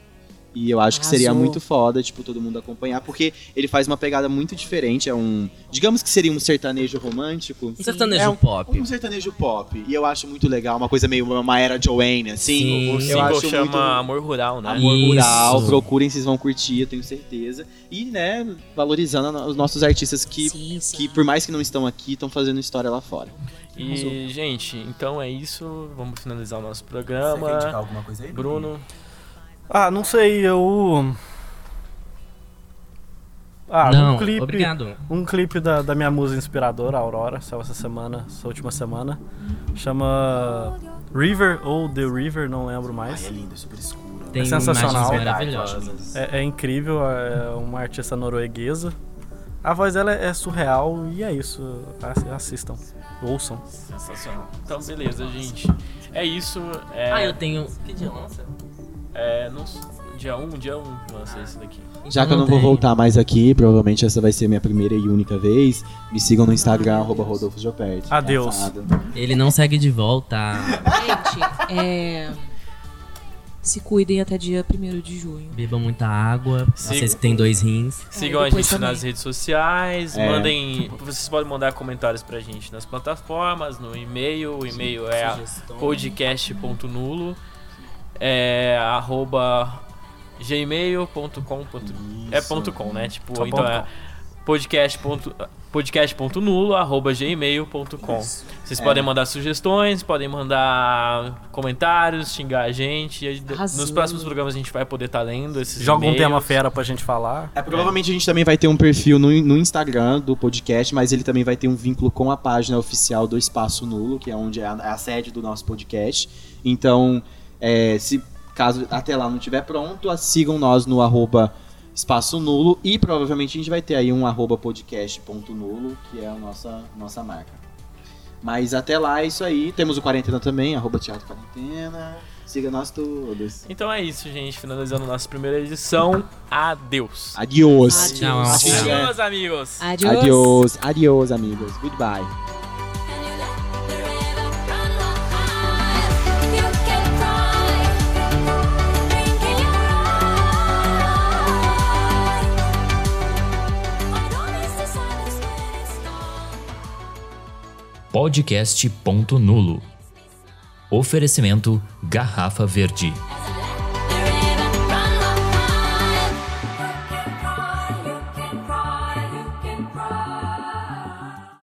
[SPEAKER 4] E eu acho que seria
[SPEAKER 3] Arrasou.
[SPEAKER 4] muito foda, tipo, todo mundo acompanhar, porque ele faz uma pegada muito diferente. É um. Digamos que seria um sertanejo romântico.
[SPEAKER 5] Um sertanejo
[SPEAKER 4] É um-
[SPEAKER 5] pop.
[SPEAKER 4] Um sertanejo pop. E eu acho muito legal, uma coisa meio uma era Joanne, assim.
[SPEAKER 5] Sim.
[SPEAKER 4] eu
[SPEAKER 1] O
[SPEAKER 4] acho
[SPEAKER 1] single
[SPEAKER 4] muito-
[SPEAKER 1] chama Amor Rural, né?
[SPEAKER 4] Amor
[SPEAKER 5] Isso.
[SPEAKER 4] rural, procurem, vocês vão curtir, eu tenho certeza. E, né, valorizando os nossos artistas que,
[SPEAKER 3] Sim, sim.
[SPEAKER 4] que por mais que não estão aqui, estão fazendo história lá fora.
[SPEAKER 1] E, gente, então é isso. Vamos finalizar o nosso
[SPEAKER 9] Você quer indicar
[SPEAKER 1] programa.
[SPEAKER 9] alguma coisa aí?
[SPEAKER 1] Bruno,
[SPEAKER 6] Ah, não sei, eu. Ah,
[SPEAKER 5] não,
[SPEAKER 6] um clipe.
[SPEAKER 5] obrigado.
[SPEAKER 4] É
[SPEAKER 6] Um clipe da, da minha musa inspiradora, Aurora, saiu essa semana, essa última semana. Chama River ou The River, não lembro
[SPEAKER 9] Ai, é
[SPEAKER 6] mais.
[SPEAKER 9] lindo, é super escuro.
[SPEAKER 5] Tem
[SPEAKER 6] É sensacional.
[SPEAKER 5] imagens
[SPEAKER 9] Verdade, eu acho
[SPEAKER 5] maravilhosas.
[SPEAKER 9] lindo.
[SPEAKER 6] É, é incrível, é uma artista norueguesa. A voz dela é surreal e é isso. Ass- Assistam, ouçam.
[SPEAKER 1] sensacional. Então, beleza, gente. É isso. É,
[SPEAKER 5] Ah, eu tenho. Que dia lança?
[SPEAKER 1] é, não s- dia 1, um, dia 1 um, lança esse daqui.
[SPEAKER 4] Já que eu não vou
[SPEAKER 5] tem.
[SPEAKER 4] voltar mais aqui, provavelmente essa vai ser minha primeira e única vez. Me sigam no Instagram, arroba Rodolfo Jopert. Tá
[SPEAKER 6] Adeus.
[SPEAKER 4] Passado.
[SPEAKER 5] Ele não segue de volta.
[SPEAKER 3] Gente, é, se cuidem até dia 1 de junho.
[SPEAKER 5] Bebam muita água.
[SPEAKER 1] Sim.
[SPEAKER 5] Vocês que têm dois rins.
[SPEAKER 1] Sigam a
[SPEAKER 3] É, depois
[SPEAKER 1] gente
[SPEAKER 3] também.
[SPEAKER 1] nas redes sociais,
[SPEAKER 4] É.
[SPEAKER 1] mandem. Vocês podem mandar comentários pra gente nas plataformas, no e-mail. O e-mail é podcast.nulo, é, arroba gmail.com. É ponto com, né? Tipo,
[SPEAKER 6] Só
[SPEAKER 1] então
[SPEAKER 6] ponto
[SPEAKER 1] é podcast. ponto- podcast.nulo, arroba gmail.com. Vocês podem
[SPEAKER 6] É.
[SPEAKER 1] mandar sugestões, podem mandar comentários, xingar a gente. E Nos
[SPEAKER 3] Arrasou.
[SPEAKER 1] próximos programas a gente vai poder estar lendo esses
[SPEAKER 6] Joga um
[SPEAKER 1] e-mails.
[SPEAKER 6] tema fera pra gente falar.
[SPEAKER 4] É, provavelmente a gente também vai ter um perfil no, no Instagram do podcast, mas ele também vai ter um vínculo com a página oficial do Espaço Nulo, que é onde é a, é a sede do nosso podcast. Então, é, se caso até lá não estiver pronto, a- sigam nós no arroba Espaço Nulo e provavelmente a gente vai ter aí um arroba podcast.nulo, que é a nossa, nossa marca. Mas até lá é isso aí. Temos o Quarentena também, arroba Teatro Quarentena. Siga nós todos.
[SPEAKER 1] Então é isso, gente. Finalizando nossa primeira edição. Adeus.
[SPEAKER 4] Adiós.
[SPEAKER 3] Adiós.
[SPEAKER 5] Tchau,
[SPEAKER 4] Assim
[SPEAKER 5] tchau.
[SPEAKER 4] é.
[SPEAKER 1] Adeus, amigos.
[SPEAKER 3] Adiós.
[SPEAKER 4] Adiós, adiós, amigos. Goodbye.
[SPEAKER 2] Podcast Ponto Nulo. Oferecimento Garrafa Verde.
[SPEAKER 10] As I